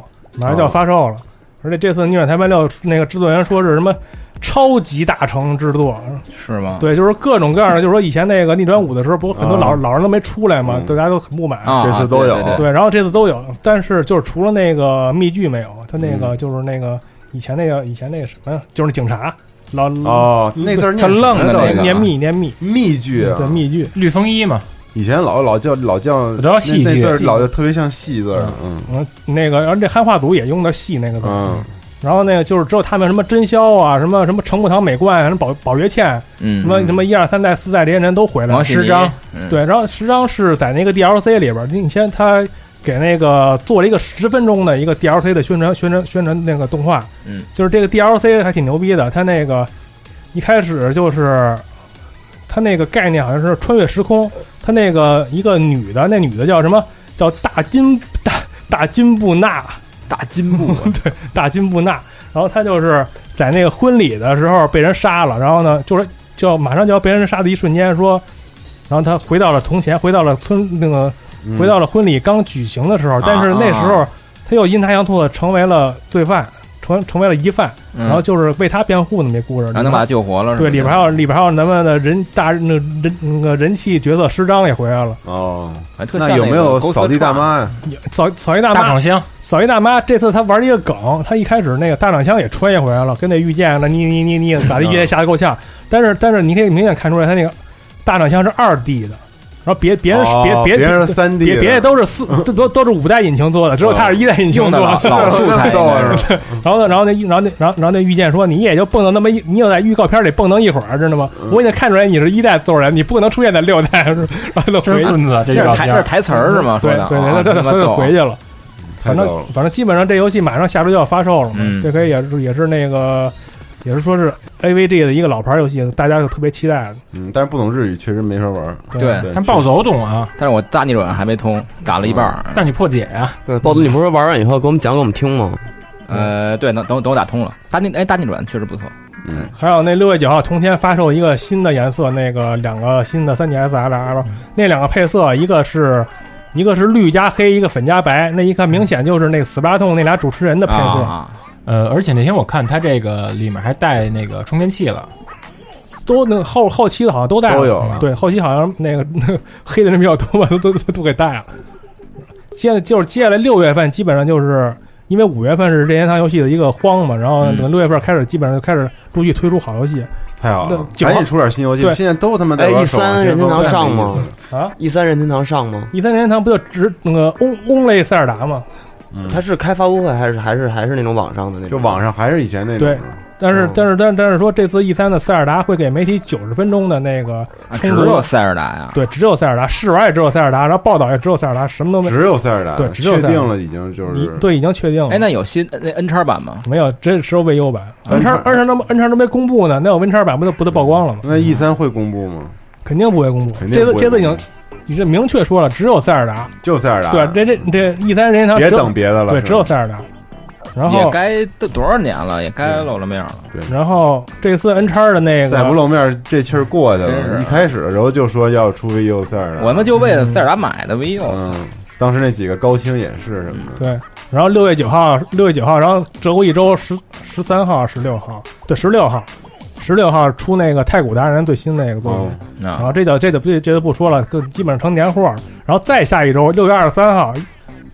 [SPEAKER 1] 马上就要发售了，而且这次《逆转裁判六》那个制作人说是什么超级大成制作，
[SPEAKER 4] 是吗？
[SPEAKER 1] 对，就是各种各样的，就是说以前那个逆转五的时候，不很多老、
[SPEAKER 8] 哦
[SPEAKER 1] 老人都没出来嘛，对大家都很不满。
[SPEAKER 4] 啊这次都有对对对
[SPEAKER 1] 对，然后这次都有，但是就是除了那个密剧没有，他那
[SPEAKER 5] 嗯
[SPEAKER 1] 个就是那个以前那个以前那个什
[SPEAKER 5] 啊
[SPEAKER 1] 么呀，就是那警察老
[SPEAKER 8] 哦那字儿念
[SPEAKER 1] 他
[SPEAKER 8] 什么
[SPEAKER 1] 愣的
[SPEAKER 8] 到底
[SPEAKER 1] 个
[SPEAKER 8] 啊
[SPEAKER 1] 念密念密
[SPEAKER 8] 密剧啊
[SPEAKER 1] 对密剧
[SPEAKER 5] 绿风衣嘛，
[SPEAKER 8] 以前老老叫老叫
[SPEAKER 1] 我知道戏
[SPEAKER 8] 那那
[SPEAKER 1] 剧
[SPEAKER 8] 字儿
[SPEAKER 1] 戏
[SPEAKER 8] 老就特别像戏字儿，嗯
[SPEAKER 1] 嗯，那个，然后这汉化组也用的戏那个字，
[SPEAKER 8] 嗯，
[SPEAKER 1] 然后那个就是只有他们什么真宵啊，什么什么程步堂美冠，什么宝宝月倩，
[SPEAKER 4] 嗯
[SPEAKER 1] 什么什么一二三代四代这些人都回来了。
[SPEAKER 4] 王心怡
[SPEAKER 1] 十章
[SPEAKER 4] 嗯，
[SPEAKER 1] 对，然后十章是在那个 DLC 里边儿，你先他给那个做了一个十分钟的一个 DLC 的宣传宣传宣传那个动画，
[SPEAKER 4] 嗯
[SPEAKER 1] 就是这个 DLC 还挺牛逼的，它那个一开始就是它那个概念好像是穿越时空，它那个一个女的，那女的叫什么？叫大金大大金布纳，
[SPEAKER 4] 大金布，
[SPEAKER 1] 对，大金布纳。然后她就是在那个婚礼的时候被人杀了，然后呢，就是就要马上就要被人杀的一瞬间说，然后他回到了从前，回到了村那个，
[SPEAKER 13] 嗯
[SPEAKER 1] 回到了婚礼刚举行的时候，但是那时候
[SPEAKER 13] 啊
[SPEAKER 1] 他又阴差阳错的成为了罪犯，成成为了疑犯，
[SPEAKER 4] 嗯啊
[SPEAKER 1] 然后就是为他辩护那么一故事，
[SPEAKER 4] 然后能把他救活了是吧
[SPEAKER 1] 对，里边还有里边还有咱们的人大那人那个人气角色师张也回来了。
[SPEAKER 8] 哦，
[SPEAKER 1] 特
[SPEAKER 8] 那
[SPEAKER 1] 像
[SPEAKER 8] 有
[SPEAKER 1] 那
[SPEAKER 8] 没
[SPEAKER 1] 个
[SPEAKER 8] 有
[SPEAKER 1] 公司
[SPEAKER 8] 扫地大
[SPEAKER 1] 串
[SPEAKER 8] 妈啊呀？
[SPEAKER 1] 扫扫一大妈，
[SPEAKER 8] 大掌
[SPEAKER 5] 箱，
[SPEAKER 1] 扫一大妈。这次她玩了一个梗，她一开始那个大掌箱也穿越回来了，跟那御剑那你你你你咋的，
[SPEAKER 13] 嗯
[SPEAKER 1] 御剑吓得够呛。但是但是你可以明显看出来，她那个大掌箱是二 D 的，然后别别人是
[SPEAKER 8] 哦
[SPEAKER 1] 别
[SPEAKER 8] 别人是
[SPEAKER 1] 别
[SPEAKER 8] 3D
[SPEAKER 1] 别
[SPEAKER 8] 的
[SPEAKER 1] 别的都是四都都都是五代引擎做的，只有它是一代引擎
[SPEAKER 8] 用的
[SPEAKER 1] 做
[SPEAKER 8] 老老素材
[SPEAKER 1] 然
[SPEAKER 8] 应
[SPEAKER 1] 后
[SPEAKER 8] 该
[SPEAKER 1] 呢，然后那然后那然后然后那御剑说，你也就蹦跶那么一，你也在预告片里蹦跶一会儿，知道吗？
[SPEAKER 5] 嗯
[SPEAKER 1] 我已经看出来你是一代做人，你不可能出现在六代，然后都回
[SPEAKER 5] 真孙子这预告片那是台那是台词儿是吗
[SPEAKER 1] 对
[SPEAKER 5] 说的
[SPEAKER 1] 对
[SPEAKER 5] 啊
[SPEAKER 1] 对，那
[SPEAKER 5] 他妈
[SPEAKER 1] 他就
[SPEAKER 5] 逗
[SPEAKER 1] 回去了。
[SPEAKER 5] 太
[SPEAKER 1] 反
[SPEAKER 5] 逗
[SPEAKER 1] 正
[SPEAKER 5] 了
[SPEAKER 1] 反正基本上这游戏马上下周就要发售了嘛，
[SPEAKER 5] 嗯
[SPEAKER 1] 这可以也是也是那个也是说是 AVG 的一个老牌游戏，大家就特别期待的。
[SPEAKER 8] 嗯，但是不懂日语，确实没法玩儿。
[SPEAKER 4] 对
[SPEAKER 8] 对，
[SPEAKER 4] 但
[SPEAKER 5] 暴走懂啊，
[SPEAKER 4] 但是我大逆转还没通，打了一半儿。
[SPEAKER 5] 但你破解啊呀、
[SPEAKER 12] 对，豹子，你不是说玩完以后给我们讲给我们听吗？
[SPEAKER 4] 呃，对，能等我等我打通了。大逆哎，大逆转确实不错。
[SPEAKER 12] 嗯，
[SPEAKER 1] 还有那六月九号同天发售一个新的颜色，那个两个新的三 DS LR，那两个配色，一个是一个是绿加黑，一个粉加白，那一看明显就是那个 s p a t o n 那俩主持人的配色。
[SPEAKER 4] 啊
[SPEAKER 5] 呃，而且那天我看它这个里面还带那个充电器了，
[SPEAKER 1] 都那后后期的好像都带
[SPEAKER 5] 都有了
[SPEAKER 1] 对，后期好像那个 黑的人比较多吧，都都都给带了。现在就是接下来六月份，基本上就是因为五月份是任天堂游戏的一个荒嘛，然后
[SPEAKER 8] 嗯
[SPEAKER 1] 等六月份开始，基本上就开始陆续推出好游戏。
[SPEAKER 8] 太好了
[SPEAKER 1] 那，九号
[SPEAKER 8] 赶紧出点新游戏
[SPEAKER 1] 对！
[SPEAKER 8] 现在都他妈在
[SPEAKER 12] 哎
[SPEAKER 8] 玩
[SPEAKER 12] ，E
[SPEAKER 8] 守望
[SPEAKER 12] 三
[SPEAKER 8] 先
[SPEAKER 12] 任天
[SPEAKER 8] 锋
[SPEAKER 12] 堂
[SPEAKER 8] 太没
[SPEAKER 12] 上
[SPEAKER 8] 意思
[SPEAKER 12] 吗
[SPEAKER 8] 了？
[SPEAKER 1] 啊
[SPEAKER 12] ，E 三任天堂上吗？
[SPEAKER 1] E 一三年堂不就只那个 on only 塞尔达吗？
[SPEAKER 12] 它是开发布会还是还是还是那种网上的那种？
[SPEAKER 8] 就网上还是以前那种
[SPEAKER 1] 对，但
[SPEAKER 5] 嗯
[SPEAKER 1] 是但是但是但是说这次 E 三的塞尔达会给媒体九十分钟的那个
[SPEAKER 4] 只
[SPEAKER 1] 冲突
[SPEAKER 4] 有啊塞尔达呀。
[SPEAKER 1] 对，只有塞尔达，试玩也只有塞尔达，然后报道也只有塞尔达，什么都没，
[SPEAKER 8] 只有塞尔达
[SPEAKER 1] 对，只有塞尔达
[SPEAKER 8] 确定了已经就是
[SPEAKER 1] 已对，已经确定了。
[SPEAKER 5] 嗯
[SPEAKER 4] 哎，那有新那 N 叉版吗？
[SPEAKER 1] 没有，这只有 VU 版，N
[SPEAKER 8] 啊
[SPEAKER 1] 叉
[SPEAKER 4] N-Charm
[SPEAKER 1] N 叉都 N 叉都没公布呢，那有 N 叉版不就不都曝光了吗？
[SPEAKER 8] 那 E 三会公布吗？
[SPEAKER 1] 肯定不会公布
[SPEAKER 8] 肯，定
[SPEAKER 1] 这次
[SPEAKER 8] 不会
[SPEAKER 1] 这次已
[SPEAKER 8] 公
[SPEAKER 1] 经已经明确说了，只有塞尔达，
[SPEAKER 8] 就塞尔达，
[SPEAKER 1] 对，这这这 E 三任天堂
[SPEAKER 8] 别
[SPEAKER 1] 只有
[SPEAKER 8] 等别的了
[SPEAKER 1] 对，
[SPEAKER 8] 是
[SPEAKER 1] 只有塞尔达。然
[SPEAKER 4] 也
[SPEAKER 1] 后
[SPEAKER 4] 该都多少年了，也该露了面了。
[SPEAKER 8] 对，
[SPEAKER 1] 然后这次 N 叉的那个
[SPEAKER 8] 再不露面，这气儿过去
[SPEAKER 4] 真
[SPEAKER 8] 了。
[SPEAKER 4] 是
[SPEAKER 8] 一开始的时候就说要出 VU 塞尔达，
[SPEAKER 4] 我们就为了塞尔达买的 VU。
[SPEAKER 8] 嗯，当时那几个高清演示什么的，
[SPEAKER 1] 对，然后六月九号，六月九号，然后折过一周，十十三号、十六号，对，十六号，十六号出那个《太古达人》最新那个作品，
[SPEAKER 4] 哦啊
[SPEAKER 5] 嗯
[SPEAKER 1] 然后这就这就这这就不说了，就基本上成年货了。然后再下一周，六月二十三号，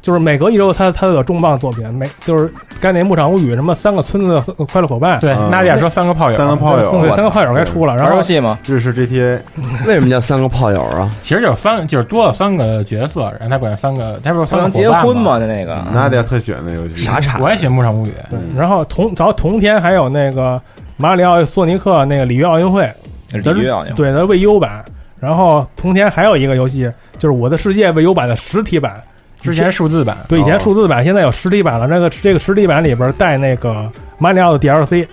[SPEAKER 1] 就是每隔一周它它都有重磅作品，每就是该那牧场物语什么三个村子的快乐伙伴，
[SPEAKER 5] 对
[SPEAKER 1] 嗯
[SPEAKER 5] 娜姐说三个炮友
[SPEAKER 8] 三个炮友，
[SPEAKER 1] 对对三个炮友该出了。然后
[SPEAKER 4] 吗？
[SPEAKER 8] 日式 GTA
[SPEAKER 12] 为什么叫三个炮友啊？
[SPEAKER 5] 其实就是三就是多了三个角色，然后它管三个，它不是三个伙伴吗？
[SPEAKER 4] 那个嗯
[SPEAKER 8] 娜迪亚特喜嗯欢那游戏，
[SPEAKER 12] 傻叉
[SPEAKER 5] 我也喜欢牧场物语，
[SPEAKER 1] 对，然后同然后同天还有那个马里奥与索尼克那个里约奥运会，
[SPEAKER 4] 里约
[SPEAKER 1] 咱是
[SPEAKER 4] 奥运会
[SPEAKER 1] 对，它是 VU 版。然后同天还有一个游戏，就是《我的世界》VU 版的实体版，
[SPEAKER 5] 之前数字版
[SPEAKER 1] 对，以前
[SPEAKER 5] 哦
[SPEAKER 1] 数字版，现在有实体版了。那个这个实体版里边带那个马里奥的 DLC，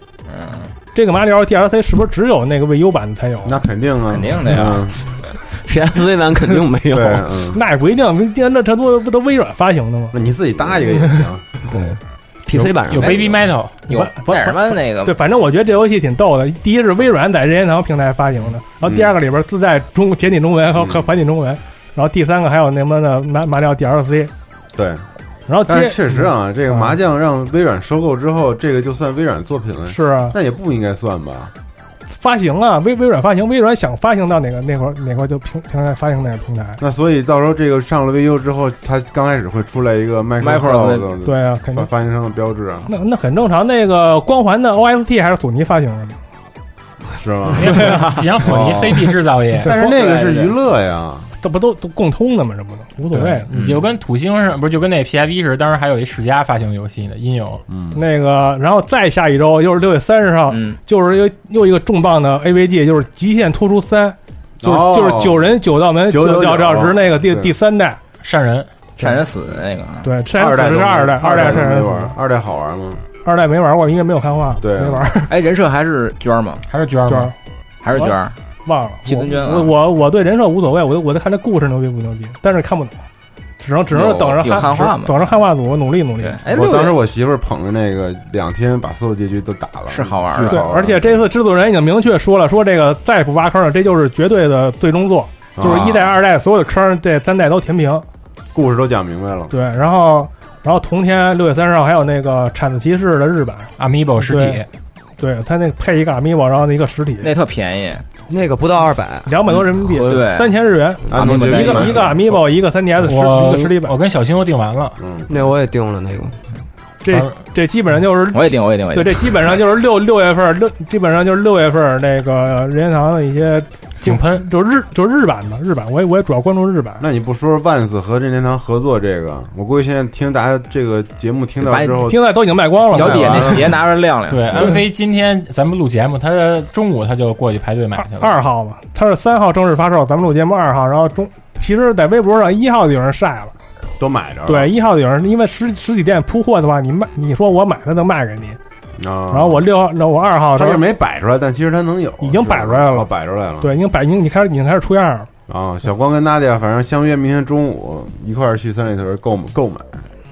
[SPEAKER 1] 这个
[SPEAKER 5] 嗯
[SPEAKER 1] 马里奥 DLC 是不是只有那个 VU 版的才有？
[SPEAKER 8] 那肯定啊，肯
[SPEAKER 4] 定的呀
[SPEAKER 12] ，PSV 版肯定没有。
[SPEAKER 8] 对嗯
[SPEAKER 1] 那也不一定，那这不不都微软发行的吗？
[SPEAKER 8] 那你自己搭一个也行。
[SPEAKER 1] 对。
[SPEAKER 12] PC 版上啊
[SPEAKER 5] 有 Baby Metal，
[SPEAKER 4] 有
[SPEAKER 1] 不
[SPEAKER 4] 那什么那个
[SPEAKER 1] 对，反正我觉得这游戏挺逗的。第一是微软在任天堂平台发行的，然后第二个里边自带中简体中文
[SPEAKER 5] 嗯
[SPEAKER 1] 和和繁体中文，然后第三个还有那么的马马里奥 DLC，
[SPEAKER 8] 对，
[SPEAKER 1] 然后
[SPEAKER 8] 但
[SPEAKER 1] 接嗯
[SPEAKER 8] 是确实啊，这个麻将让微软收购之后，这个就算微软作品了，
[SPEAKER 1] 是啊
[SPEAKER 8] 那也不应该算吧？
[SPEAKER 1] 发行啊，微微软发行，微软想发行到哪个那块儿哪块儿就平平台发行哪个平台。
[SPEAKER 8] 那所以到时候这个上了 VU 之后，它刚开始会出来一个 Microsoft 的
[SPEAKER 1] 对啊肯定
[SPEAKER 8] 发发行商的标志啊，
[SPEAKER 1] 那那很正常，那个光环的 OST 还是索尼发行的嘛？，
[SPEAKER 8] 是吗？
[SPEAKER 5] 你像索尼 CD 制造业
[SPEAKER 1] 但是
[SPEAKER 8] 但是
[SPEAKER 1] 那
[SPEAKER 8] 那
[SPEAKER 1] 个
[SPEAKER 8] 个
[SPEAKER 1] 是
[SPEAKER 8] 是
[SPEAKER 1] 娱
[SPEAKER 8] 娱乐呀，
[SPEAKER 1] 这不都都共通的吗？这不都无所谓。嗯
[SPEAKER 5] 你就跟土星似的，不是就跟那 PIV 似的，当时还有一世嘉发行游戏呢，音游，
[SPEAKER 8] 嗯，
[SPEAKER 1] 那个，然后再下一周又是六月三十号，
[SPEAKER 4] 嗯
[SPEAKER 1] 就是又又一个重磅的 AVG，就是《极限突出三》，就是、
[SPEAKER 4] 哦
[SPEAKER 1] 就是九人九道门
[SPEAKER 4] 九九九
[SPEAKER 1] 角照之那个第
[SPEAKER 4] 对
[SPEAKER 1] 第三代
[SPEAKER 5] 善人，
[SPEAKER 4] 善人死的那个。
[SPEAKER 1] 对，善人死是二代，二代善人死，
[SPEAKER 8] 二代好玩吗？
[SPEAKER 1] 二代没玩过，应该没有看画，没玩。。
[SPEAKER 4] 哎，人设还是娟儿吗？
[SPEAKER 5] 还是娟儿
[SPEAKER 1] 娟儿
[SPEAKER 4] 吗？还是娟儿？
[SPEAKER 1] 忘了，
[SPEAKER 4] 七尊娟啊
[SPEAKER 1] 我我我对人设无所谓，我我在看这故事牛逼不牛逼，但是看不懂。只能只能等着
[SPEAKER 8] 有有汉化吗
[SPEAKER 1] 等着汉化组努力努力。
[SPEAKER 8] 我当时我媳妇儿捧着那个，两天把所有结局都打了，是好玩
[SPEAKER 1] 对，
[SPEAKER 4] 哦
[SPEAKER 1] 而且这次制作人已经明确说了，说这个再不挖坑了，这就是绝对的最终作，
[SPEAKER 4] 哦
[SPEAKER 1] 就是一代、
[SPEAKER 8] 啊
[SPEAKER 1] 二代所有的坑，这三代都填平。
[SPEAKER 8] 故事都讲明白了。
[SPEAKER 1] 对，然后然后同天六月三十号还有那个《铲子骑士》的日版
[SPEAKER 5] Amiibo 实体，
[SPEAKER 1] 对对他那配一个 Amiibo，然后一个实体，
[SPEAKER 4] 那特便宜，
[SPEAKER 12] 那个不到二百，
[SPEAKER 1] 两百多啊人民币，
[SPEAKER 4] 对
[SPEAKER 1] 三千日元，
[SPEAKER 12] 安东尼
[SPEAKER 1] 啊一
[SPEAKER 12] 安东
[SPEAKER 1] 个
[SPEAKER 12] 尼
[SPEAKER 1] 一个 Amiibo，一个 3DS 实
[SPEAKER 5] 我
[SPEAKER 1] 一个实体版。
[SPEAKER 5] 我跟小新都订完了，
[SPEAKER 12] 那我也订了那个。
[SPEAKER 1] 这这基本上就是
[SPEAKER 4] 我也订，我也订，我也
[SPEAKER 1] 对，
[SPEAKER 4] 订。
[SPEAKER 1] 这基本上就是六六月份儿，六基本上就是六月份儿那个任天堂的一些
[SPEAKER 5] 井喷，
[SPEAKER 1] 就日就日版的日版，我也我也主要关注日版。
[SPEAKER 8] 那你不说说万斯和任天堂合作这个，我估计现在听大家这个节目听到之后，
[SPEAKER 1] 听在都已经卖光了，
[SPEAKER 8] 脚底下那
[SPEAKER 4] 鞋拿着晾晾
[SPEAKER 5] 对，安飞今天咱们录节目，他中午他就过去排队买去了。
[SPEAKER 1] 二号嘛，它是三号正式发售，咱们录节目二号，然后中其实，在微博上一号就有人晒了，
[SPEAKER 8] 都买着了。啊
[SPEAKER 1] 对，一号有人因为实实体店铺货的话，你卖你说我买它能卖给你，
[SPEAKER 8] 啊，
[SPEAKER 1] 然后我六号，那我二号
[SPEAKER 8] 他是没摆出来，但其实他能有，已经摆
[SPEAKER 1] 出来了，
[SPEAKER 8] 摆出来了。
[SPEAKER 1] 对，已经摆已经你开始已经开始出样了，
[SPEAKER 8] 啊，小光跟娜姐反正相约明天中午一块儿去三里屯购买购买。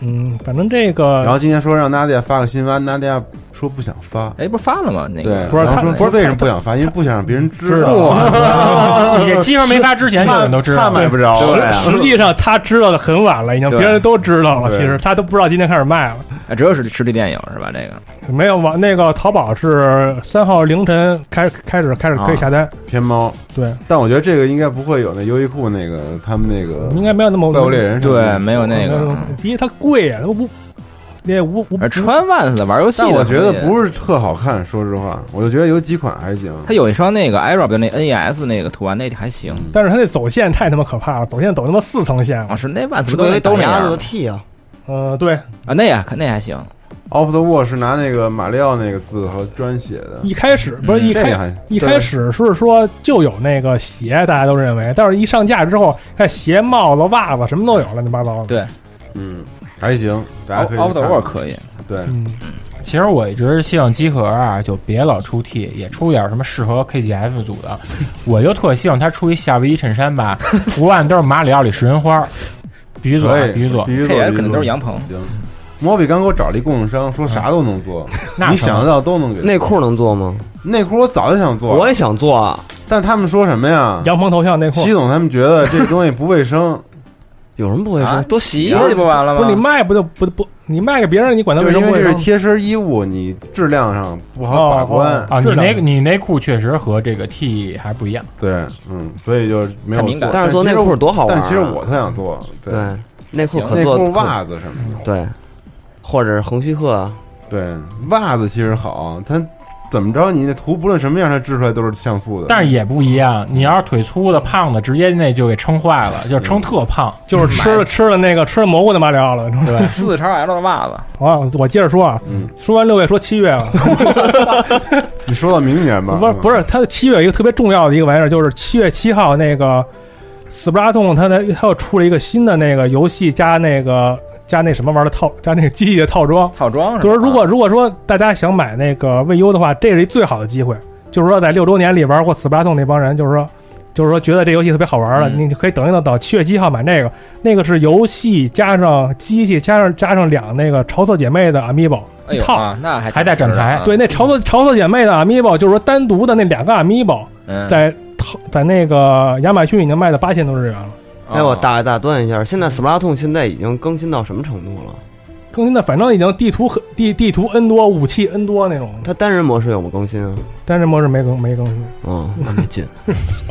[SPEAKER 1] 嗯，反正这个
[SPEAKER 8] 然后今天说让娜姐发个新闻，娜姐说不想发。
[SPEAKER 4] 哎，不是发了吗？那
[SPEAKER 8] 对
[SPEAKER 4] 个，
[SPEAKER 8] 然后说说为什么不想发？因为不想让别人知
[SPEAKER 1] 哇
[SPEAKER 8] 道。
[SPEAKER 1] 你这鸡巴没发之前就有人都知道
[SPEAKER 8] 怕怕买不着。
[SPEAKER 1] 实实际上他知道的很晚了，已经
[SPEAKER 4] 啊对
[SPEAKER 1] 别人都知道了，
[SPEAKER 4] 对
[SPEAKER 1] 其实他都不知道今天开始卖了。
[SPEAKER 4] 啊只有实实体电影是吧？这个
[SPEAKER 1] 没有网那个淘宝是三号凌晨开开始开始可以下单，
[SPEAKER 8] 天猫
[SPEAKER 1] 对，
[SPEAKER 8] 但我觉得这个应该不会有那优衣库那个他们那个
[SPEAKER 1] 应该没有那么
[SPEAKER 8] 怪物猎人什么的
[SPEAKER 4] 嗯
[SPEAKER 1] 第一它贵呀，它不那五五
[SPEAKER 4] 穿万斯的玩游戏的
[SPEAKER 8] 但我觉得
[SPEAKER 4] 东西
[SPEAKER 8] 不是特好看，说实话，我就觉得有几款还行。
[SPEAKER 4] 它有一双那个 i r o b 的那 NES 那个图案，那还行。
[SPEAKER 1] 但是它那走线太他妈可怕了，走线走他妈四层线了，
[SPEAKER 4] 啊是那万斯不都那都那样吗
[SPEAKER 12] T 啊，
[SPEAKER 1] 呃，对，
[SPEAKER 4] 啊，那也那还行。
[SPEAKER 8] Off the Wall 是拿那个马里奥那个字和砖写的，
[SPEAKER 1] 一开始不是一
[SPEAKER 8] 这也
[SPEAKER 1] 开
[SPEAKER 8] 还
[SPEAKER 1] 一开始是说就有那个鞋，大家都认为，但是一上架之后，看鞋、帽子、袜子什么都有，乱七八糟的。
[SPEAKER 4] 对，
[SPEAKER 8] 嗯，还行，大家可以
[SPEAKER 5] Off the
[SPEAKER 8] 看
[SPEAKER 5] Wall
[SPEAKER 8] 看
[SPEAKER 4] 可以，
[SPEAKER 8] 对，
[SPEAKER 5] 其实我一直希望集合啊，就别老出 T，也出点什么适合 KGF 组的。我就特希望他出一夏威夷衬衫 吧，图案都是马里奥里食人花，必须做啊
[SPEAKER 1] 哎
[SPEAKER 8] 可，以
[SPEAKER 5] 必须做。
[SPEAKER 8] 必须做，必须做。行摩比刚给我找了一供应商，说啥都能做，
[SPEAKER 12] 那
[SPEAKER 5] 啊
[SPEAKER 8] 你
[SPEAKER 12] 什么
[SPEAKER 8] 想得到都能 给。
[SPEAKER 12] 内裤能做吗？
[SPEAKER 8] 内裤我早就想做，
[SPEAKER 12] 我也想做啊。
[SPEAKER 8] 但他们说什么呀？
[SPEAKER 1] 阳光头像内裤
[SPEAKER 8] 习总他们觉得这东西不卫生，
[SPEAKER 12] 有什么不卫
[SPEAKER 1] 啊
[SPEAKER 12] 多
[SPEAKER 1] 洗一洗不完了吗不是你卖不就不不，你卖给别人，你管他
[SPEAKER 8] 就
[SPEAKER 1] 为
[SPEAKER 8] 是
[SPEAKER 1] 什
[SPEAKER 8] 因
[SPEAKER 1] 么
[SPEAKER 8] 为
[SPEAKER 1] 卫
[SPEAKER 8] 这是
[SPEAKER 1] 生？
[SPEAKER 8] 贴身衣物，你质量上不好把关
[SPEAKER 5] 啊！你
[SPEAKER 8] 质量
[SPEAKER 5] 内你内裤确实和这个 T 还不一样。
[SPEAKER 8] 对，嗯，所以就是没有
[SPEAKER 5] 太敏感
[SPEAKER 8] 做
[SPEAKER 5] 但是做
[SPEAKER 8] 其实
[SPEAKER 5] 内裤
[SPEAKER 8] 我
[SPEAKER 5] 多好玩啊
[SPEAKER 8] 但其实我特想做，对，
[SPEAKER 12] 内裤可
[SPEAKER 8] 内
[SPEAKER 12] 做
[SPEAKER 8] 裤、袜子什么的，
[SPEAKER 12] 对，或者是横须贺啊。
[SPEAKER 8] 对，袜子其实好，它怎么着，你那图不论什么样，它织出来都是像素的。
[SPEAKER 5] 但是也不一样，你要是腿粗的、胖的，直接那就给撑坏了，就
[SPEAKER 1] 嗯
[SPEAKER 5] 撑特胖，
[SPEAKER 1] 就是吃了吃了那个吃了蘑菇的马里奥了，对
[SPEAKER 5] 对
[SPEAKER 4] 四叉 L 的袜子，
[SPEAKER 1] 啊，我接着说啊，说完六月说七月了，
[SPEAKER 8] 你说到明年吧，嗯
[SPEAKER 1] 不是不是，它的七月有一个特别重要的一个玩意儿，就是七月七号那个 Splatoon，它的它又出了一个新的那个游戏加那个加那什么玩意儿的套加那个机器的套装，
[SPEAKER 4] 套装啊
[SPEAKER 1] 就是如果如果说大家想买那个未优的话，这是一最好的机会，就是说在六周年里玩过 Splatoon 那帮人，就是说。就是说，觉得这游戏特别好玩了，
[SPEAKER 4] 嗯
[SPEAKER 1] 你就可以等一等，到七月七号买那个，那个是游戏加上机器加上加上两那个潮色姐妹的 Amiibo
[SPEAKER 4] 哎
[SPEAKER 1] 一
[SPEAKER 4] 呦
[SPEAKER 1] 套，
[SPEAKER 4] 啊，那还
[SPEAKER 5] 还带展嗯台
[SPEAKER 4] 啊
[SPEAKER 1] 对，那潮色潮色姐妹的 Amiibo 就是说单独的那两个 Amiibo，、
[SPEAKER 12] 嗯
[SPEAKER 1] 在淘在那个亚马逊已经卖到八千多日元了，
[SPEAKER 4] 哦
[SPEAKER 12] 哎，我打打断一下，现在 Splatoon 现在已经更新到什么程度了？
[SPEAKER 1] 更新的反正已经地图很地地图 N 多，武器 N 多那种，
[SPEAKER 12] 它单人模式有没有更新啊？
[SPEAKER 1] 单人模式没更没更新，
[SPEAKER 12] 嗯，那没劲。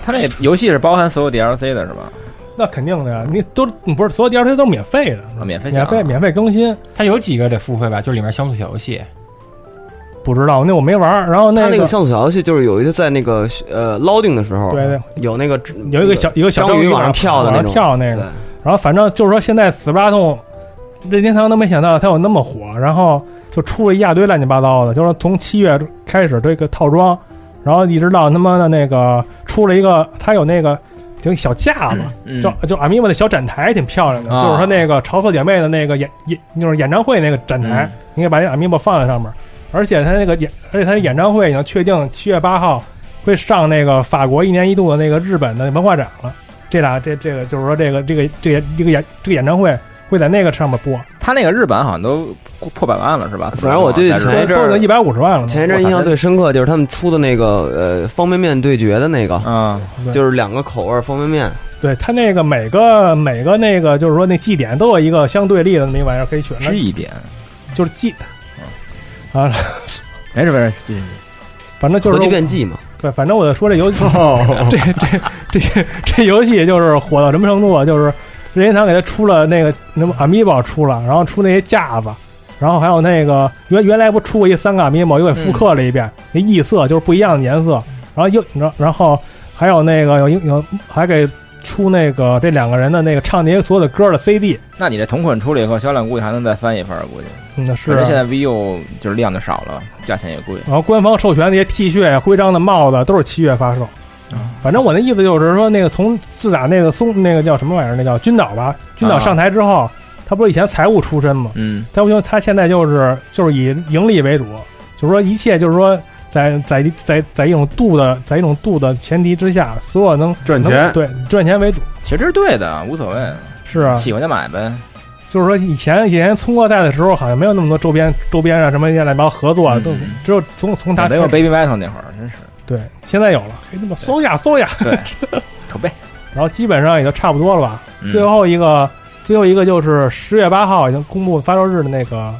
[SPEAKER 4] 它那游戏是包含所有 DLC 的是吧？
[SPEAKER 1] 那肯定的呀，你都你不是所有 DLC 都是免费的，
[SPEAKER 4] 啊，免费
[SPEAKER 1] 免
[SPEAKER 4] 享
[SPEAKER 1] 费免费更新，
[SPEAKER 5] 它有几个得付费吧？就里面相互小游戏，
[SPEAKER 1] 不知道那我没玩儿，然后
[SPEAKER 12] 它
[SPEAKER 1] 那
[SPEAKER 12] 那个像素小游戏就是有一个在那个呃 loading 的时候，
[SPEAKER 1] 对对，
[SPEAKER 12] 有那个
[SPEAKER 1] 有一个小一个小
[SPEAKER 12] 章
[SPEAKER 1] 鱼啊
[SPEAKER 12] 鱼往上跳的
[SPEAKER 1] 往
[SPEAKER 12] 那
[SPEAKER 1] 上
[SPEAKER 12] 种，
[SPEAKER 1] 跳那个。然后反正就是说，现在 Splatoon 任天堂都没想到它有那么火，然后就出了一大堆乱七八糟的，就是说从七月开始这个套装，然后一直到他妈的那个出了一个，它有那个。就一小架子，
[SPEAKER 4] 嗯
[SPEAKER 1] 叫就阿米巴的小展台挺漂亮的，
[SPEAKER 4] 啊
[SPEAKER 1] 就是说那个潮色姐妹的那个演演就是演唱会那个展台，你可以把那阿米巴放在上面，而且它那个演而且它演唱会已经确定七月八号会上那个法国一年一度的那个日本的文化展了，
[SPEAKER 5] 这俩这这个就是说这个这个这个这个演这个演唱会会在那个上面播。
[SPEAKER 4] 他那个日版好像都过破百万了是吧？
[SPEAKER 12] 反正我记得前一阵儿
[SPEAKER 5] 一百五
[SPEAKER 1] 嗯
[SPEAKER 5] 十万了。
[SPEAKER 12] 前一阵印象最深刻就是他们出的那个呃方便面对决的那个，
[SPEAKER 4] 嗯，
[SPEAKER 12] 就是两个口味儿方便面，
[SPEAKER 5] 对他那个每个每个那个就是说那祭点都有一个相对立的那么一玩意儿可以选。
[SPEAKER 4] 是一点，
[SPEAKER 5] 就是祭啊，
[SPEAKER 4] 没事没事，继续。
[SPEAKER 5] 反正就是
[SPEAKER 12] 合集变祭嘛。
[SPEAKER 5] 对，反正我就说这游戏， 这这这这游戏就是火到什么程度啊？就是任天堂给他出了那个什么 Amiibo 出了，然后出那些架子，然后还有那个原原来不出过一三个 Amiibo，又给复刻了一遍，那异色就是不一样的颜色，然后又然然后还有那个有有还给出那个这两个人的那个唱那些所有的歌的 CD，
[SPEAKER 4] 那你这同款出了以后，销量估计还能再翻一番儿，估计。
[SPEAKER 5] 嗯是
[SPEAKER 4] 反正现在 VU 就是量就少了，价钱也贵。
[SPEAKER 5] 然后官方授权那些 T 恤、徽章的帽子都是七月发售。
[SPEAKER 4] 嗯
[SPEAKER 5] 反正我那意思就是说，那个从自打那个松那个叫什么玩意儿，那叫君岛吧，君
[SPEAKER 4] 啊
[SPEAKER 5] 岛上台之后，他不是以前财务出身嘛，
[SPEAKER 4] 嗯，
[SPEAKER 5] 他不行，他现在就是就是以盈利为主，就是说一切就是说在在在在一种度的在一种度的前提之下，所有能
[SPEAKER 4] 赚钱
[SPEAKER 5] 能对赚钱为主，
[SPEAKER 4] 其实这是对的，无所谓。
[SPEAKER 5] 是啊
[SPEAKER 4] 喜欢就买呗。
[SPEAKER 5] 就是说以前以前葱哥在的时候，好像没有那么多周边周边啊什么乱七八糟合作啊，都只有从从
[SPEAKER 4] 嗯
[SPEAKER 5] 他
[SPEAKER 4] 啊没有 Baby Metal 那会儿，真是
[SPEAKER 5] 对，现在有了，可以那么搜呀搜呀，
[SPEAKER 4] 对， 口碑。
[SPEAKER 5] 然后基本上也就差不多了吧。
[SPEAKER 4] 嗯
[SPEAKER 5] 最后一个，最后一个就是十月八号已经公布发售日的那个《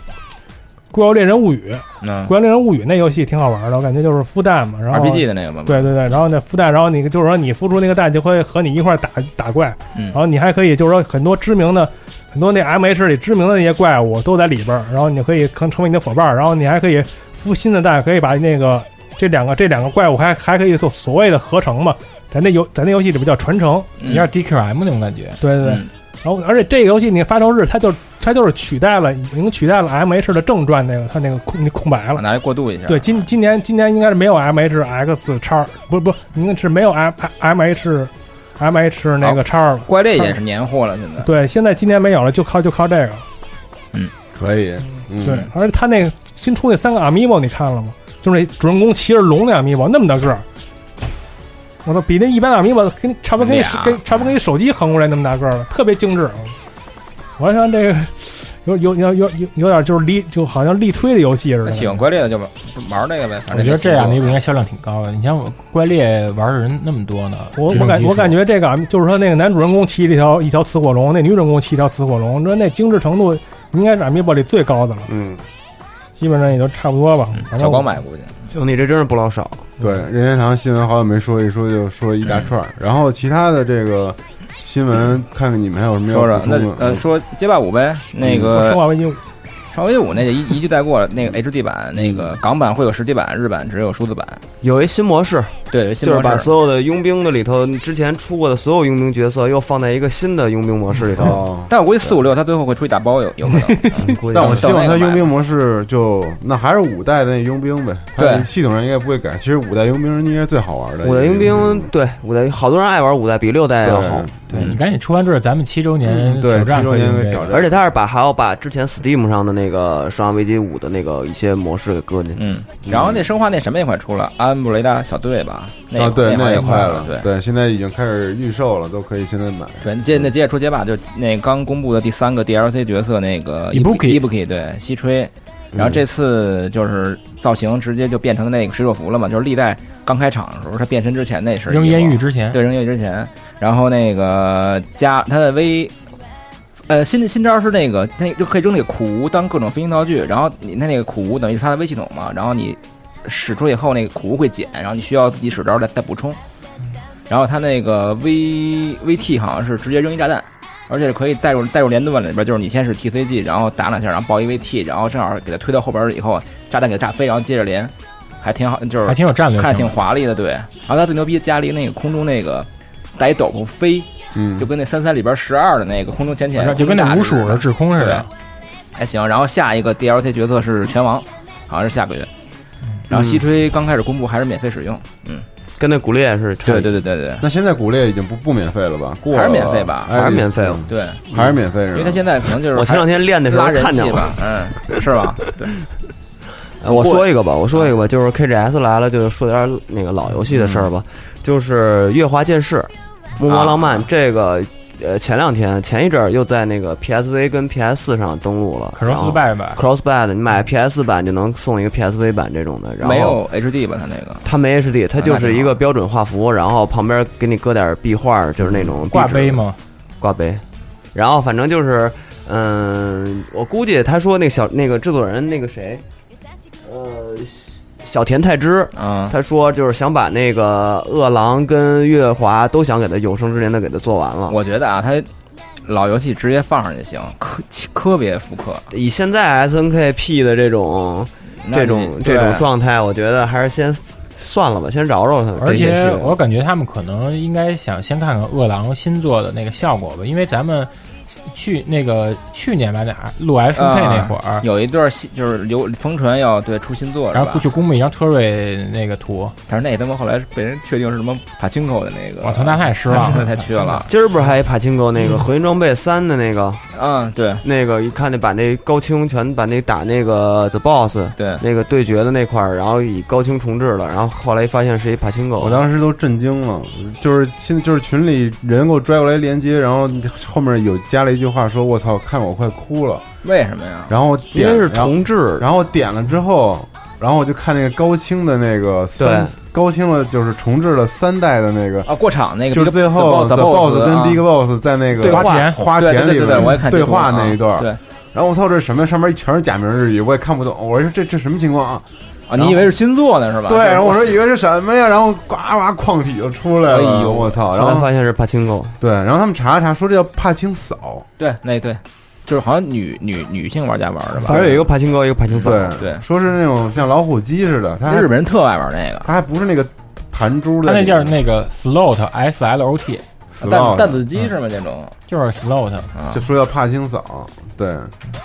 [SPEAKER 5] 孤妖猎人物语》。
[SPEAKER 4] 嗯
[SPEAKER 5] 《孤妖猎人物语》那游戏挺好玩的，我感觉就是孵蛋嘛，然后
[SPEAKER 4] RPG 的那个吗
[SPEAKER 5] 对对对，然后那孵蛋，然后你就是说你孵出那个蛋就会和你一块儿打打怪，
[SPEAKER 4] 嗯
[SPEAKER 5] 然后你还可以就是说很多知名的。很多那 M H 里知名的那些怪物都在里边儿，然后你可以可能成为你的伙伴儿，然后你还可以孵新的蛋，可以把那个这两个这两个怪物还还可以做所谓的合成嘛，咱那游咱那游戏里边叫传承，
[SPEAKER 14] 有点 DQM 那种感觉。
[SPEAKER 5] 对对对。
[SPEAKER 4] 嗯
[SPEAKER 5] 然后，而且这个游戏你发售日，它就它就是取代了，已经取代了 M H 的正传那个它那个空那空白了。
[SPEAKER 4] 拿来过渡一下。
[SPEAKER 5] 对，，今今年今年应该是没有 M H X 叉，不不，应该是没有 M M H M H 那个叉了。
[SPEAKER 4] 怪猎也是年货了，现在。
[SPEAKER 5] 对，现在今年没有了，就靠就靠这个。
[SPEAKER 8] 可以，
[SPEAKER 5] 对，而且他那个新出那三个 Amiibo 你看了吗？就是那主人公骑着龙那 Amiibo 那么大个儿，我操，比那一般的 Amiibo 跟差不多跟一
[SPEAKER 4] 俩
[SPEAKER 5] 跟差不多跟一手机横过来那么大个儿了，特别精致。我还想这个有有有有有有点就是力就好像力推的游戏似
[SPEAKER 4] 那
[SPEAKER 5] 的。
[SPEAKER 4] 喜欢怪猎的就玩玩这个呗，反
[SPEAKER 14] 我
[SPEAKER 4] 正
[SPEAKER 14] 觉得这
[SPEAKER 4] 也
[SPEAKER 14] 样
[SPEAKER 4] 行
[SPEAKER 14] 的应该销量挺高的。你像我怪猎玩的人那么多呢，
[SPEAKER 5] 我我感我感觉这个啊就是说那个男主人公骑一条一条雌火龙，那女主人公骑一条雌火龙，那那精致程度应该是 Amiibo 里最高的了。
[SPEAKER 8] 嗯，
[SPEAKER 5] 基本上也就差不多吧。
[SPEAKER 4] 嗯
[SPEAKER 5] 反正我
[SPEAKER 4] 估计。
[SPEAKER 12] 就你这真是不老少。
[SPEAKER 8] 对，任天堂新闻好久没说一说，就说一大串儿。然后其他的这个新闻，看看你们还有什么要
[SPEAKER 4] 说说
[SPEAKER 8] 补充
[SPEAKER 4] 那
[SPEAKER 8] 的嗯
[SPEAKER 4] 呃说街霸五呗，那个
[SPEAKER 5] 生化危机五
[SPEAKER 4] 生化危机五那就一一句带过了。那个 HD 版，那个港版会有实体版，日版只有数字版。
[SPEAKER 12] 有一新模式，
[SPEAKER 4] 对，有一新
[SPEAKER 12] 就是
[SPEAKER 4] 模式
[SPEAKER 12] 把所有的佣兵的里头之前出过的所有佣兵角色，又放在一个新的佣兵模式里 头。
[SPEAKER 4] 但我估计四五六它最后会出一打包，有有可能。
[SPEAKER 12] 估计
[SPEAKER 8] 哦但我希望它佣兵模式就那还是五代的那佣兵呗，它
[SPEAKER 12] 对
[SPEAKER 8] 系统上应该不会改。其实五代佣兵应该是最好玩的。
[SPEAKER 12] 五代
[SPEAKER 4] 嗯
[SPEAKER 12] 佣兵，对五代好多人爱玩五代，比六代要好。
[SPEAKER 14] 对你赶紧出完这，咱们七周
[SPEAKER 4] 嗯
[SPEAKER 8] 嗯
[SPEAKER 14] 年挑战可以用这个
[SPEAKER 12] 而且他是把还要把之前 Steam 上的那个《生化危机五》的那个一些模式给搁进去。
[SPEAKER 4] 嗯，然后那生化那什么也快出了，安布雷达小队吧？那
[SPEAKER 8] 啊，对，
[SPEAKER 4] 那
[SPEAKER 8] 那
[SPEAKER 4] 也
[SPEAKER 8] 也快
[SPEAKER 4] 了
[SPEAKER 8] 了，，
[SPEAKER 4] 对。
[SPEAKER 8] 对，现在已经开始预售了，都可以现在买。
[SPEAKER 4] 对，接那接着说街霸，就那刚公布的第三个 DLC 角色那个
[SPEAKER 8] Ibuki
[SPEAKER 4] Ibuki，对，西吹。然后这次就是造型直接就变成那个水手服了嘛，就是历代刚开场的时候，他变身之前那身衣服啊
[SPEAKER 14] 扔烟狱之前
[SPEAKER 4] 对，扔烟狱之前。然后那个加他的微，呃，新新招是那个，他就可以扔那个苦无当各种飞行道具，然后你他那个苦无等于是他的微系统嘛，然后你使出以后那个苦无会减，然后你需要自己使招再再补充。然后他那个 V V T 好像是直接扔一炸弹，而且是可以带入带入联动里边，就是你先是 T C G，然后打两下，然后爆一 V T，然后正好给它推到后边儿以后，炸弹给它炸飞，然后接着连，还挺好，就是
[SPEAKER 14] 还挺有战略性
[SPEAKER 4] 看着
[SPEAKER 14] 的
[SPEAKER 4] 挺华丽的，对。然后他最牛逼加了一那个空中那个带一斗篷飞，
[SPEAKER 8] 嗯
[SPEAKER 4] 就跟那三三里边十二的那个空中潜
[SPEAKER 14] 我知道
[SPEAKER 4] 潜，
[SPEAKER 14] 就跟那
[SPEAKER 4] 无
[SPEAKER 14] 五鼠的制空似的。
[SPEAKER 4] 还行。然后下一个 DLC 角色是拳王，好像是下个月。
[SPEAKER 14] 嗯
[SPEAKER 4] 然后西吹刚开始公布还是免费使用，嗯，
[SPEAKER 12] 跟那骨裂是
[SPEAKER 4] 对对对对对，
[SPEAKER 8] 那现在骨裂已经不不免费了吧？过了
[SPEAKER 4] 还是免费吧，
[SPEAKER 8] 哎
[SPEAKER 4] 嗯对，
[SPEAKER 8] 还是免费是吧？
[SPEAKER 4] 因为他现在可能就是
[SPEAKER 12] 我前两天练的时候
[SPEAKER 4] 拉人
[SPEAKER 12] 看见
[SPEAKER 4] 气
[SPEAKER 12] 了
[SPEAKER 4] 吧，嗯，是吧？对，
[SPEAKER 12] 呃，我说一个吧，我说一个
[SPEAKER 4] 啊
[SPEAKER 12] 吧，
[SPEAKER 4] 嗯
[SPEAKER 12] 就是 KGS 来了，就说点儿那个老游戏的事儿吧，就是《月华剑士》， 《
[SPEAKER 4] 啊
[SPEAKER 12] 默默浪漫》这个，呃，前两天前一阵儿又在那个 PSV 跟 PS 四上登录了
[SPEAKER 5] Crossbuy 版
[SPEAKER 12] ，Crossbuy 的，你买 PS 版就能送一个 PSV 版这种的， 然后
[SPEAKER 4] 没有 HD 吧？它那个
[SPEAKER 12] 它没 HD，它就
[SPEAKER 4] 那挺
[SPEAKER 12] 是
[SPEAKER 4] 好
[SPEAKER 12] 一个标准画幅，然后旁边给你搁点壁画，就是
[SPEAKER 4] 嗯
[SPEAKER 12] 那种
[SPEAKER 5] 挂
[SPEAKER 12] 壁纸
[SPEAKER 5] 杯吗？
[SPEAKER 12] 挂杯，然后反正就是，嗯，我估计他说那个小那个制作人那个谁，呃，小小田太之，
[SPEAKER 4] 嗯，
[SPEAKER 12] 他说就是想把那个饿狼跟月华都想给他有生之年的给他做完了。
[SPEAKER 4] 我觉得啊，它老游戏直接放上就行，科科别复刻。
[SPEAKER 12] 以现在 S N K P 的这种
[SPEAKER 4] 那
[SPEAKER 12] 这
[SPEAKER 4] 你
[SPEAKER 12] 种
[SPEAKER 4] 对
[SPEAKER 12] 这种状态，我觉得还是先算了吧，先饶饶他们。
[SPEAKER 5] 而
[SPEAKER 12] 这些
[SPEAKER 5] 且
[SPEAKER 12] 事
[SPEAKER 5] 我感觉他们可能应该想先看看饿狼新做的那个效果吧，因为咱们去那个去年吧，哪录 F K 那会儿，
[SPEAKER 4] 啊 有一段戏就是刘冯传要对出新作，
[SPEAKER 5] 然
[SPEAKER 4] 是吧
[SPEAKER 5] 后就公布一张特瑞那个图，
[SPEAKER 4] 但是那他妈后来被人确定是什么帕青口的 那个，
[SPEAKER 5] 我操，那太失望了，
[SPEAKER 4] 太缺了。
[SPEAKER 12] 今儿不是还帕青哥那
[SPEAKER 5] 嗯
[SPEAKER 12] 个合金装备三的那个，
[SPEAKER 4] 嗯，对，
[SPEAKER 12] 那个一看那把那高清全把那打那个 The Boss，
[SPEAKER 4] 对，
[SPEAKER 12] 那个对决的那块儿，然后以高清重置了，然后后来发现是一帕青狗。
[SPEAKER 8] 我当时都震惊了，就是现在就是群里人给我拽过来链接，然后后面有加了一句话说：“我操，看我快哭了。”
[SPEAKER 4] 为什么呀？
[SPEAKER 8] 然后我点
[SPEAKER 12] 因为是重置，
[SPEAKER 8] 然后我点了之后，然后我就看那个高清的那个三高清了，就是重置了三代的那个
[SPEAKER 4] 啊，过场那个
[SPEAKER 8] 就是最后
[SPEAKER 4] The
[SPEAKER 8] The
[SPEAKER 4] Boss
[SPEAKER 8] Boss 跟
[SPEAKER 4] 啊
[SPEAKER 8] Big Boss 在那个
[SPEAKER 4] 对话
[SPEAKER 8] 田花田里
[SPEAKER 4] 对对对对
[SPEAKER 8] 边
[SPEAKER 4] 我也看
[SPEAKER 8] 对
[SPEAKER 4] 这段
[SPEAKER 8] 话
[SPEAKER 4] 啊
[SPEAKER 8] 那一段，
[SPEAKER 4] 对。
[SPEAKER 8] 然后我操，这什么？上面全是假名日语，我也看不懂。我说这这什么情况啊？
[SPEAKER 4] 啊，你以为是新作呢是吧？
[SPEAKER 8] 对，然后 我说以为是什么呀？然后呱呱矿体就出来了，
[SPEAKER 4] 哎呦
[SPEAKER 8] 我操！然
[SPEAKER 12] 后来
[SPEAKER 8] 后
[SPEAKER 12] 发现是帕青狗，
[SPEAKER 8] 对，然后他们查了查，说这叫帕青嫂，
[SPEAKER 4] 对，那对，就是好像女女女性玩家玩的吧？
[SPEAKER 12] 反正有一个帕青狗，一个帕青嫂。
[SPEAKER 8] 对
[SPEAKER 4] 对
[SPEAKER 8] 说是那种像老虎机似的，它还
[SPEAKER 4] 日本人特爱玩那个，
[SPEAKER 8] 它还不是那个弹珠的，
[SPEAKER 5] 他那啊叫那个 Float S L O T，
[SPEAKER 4] 弹
[SPEAKER 8] slot
[SPEAKER 4] 弹子机是吗？那种
[SPEAKER 5] 就是 Float，
[SPEAKER 4] 啊
[SPEAKER 8] 就，说叫帕青嫂，对，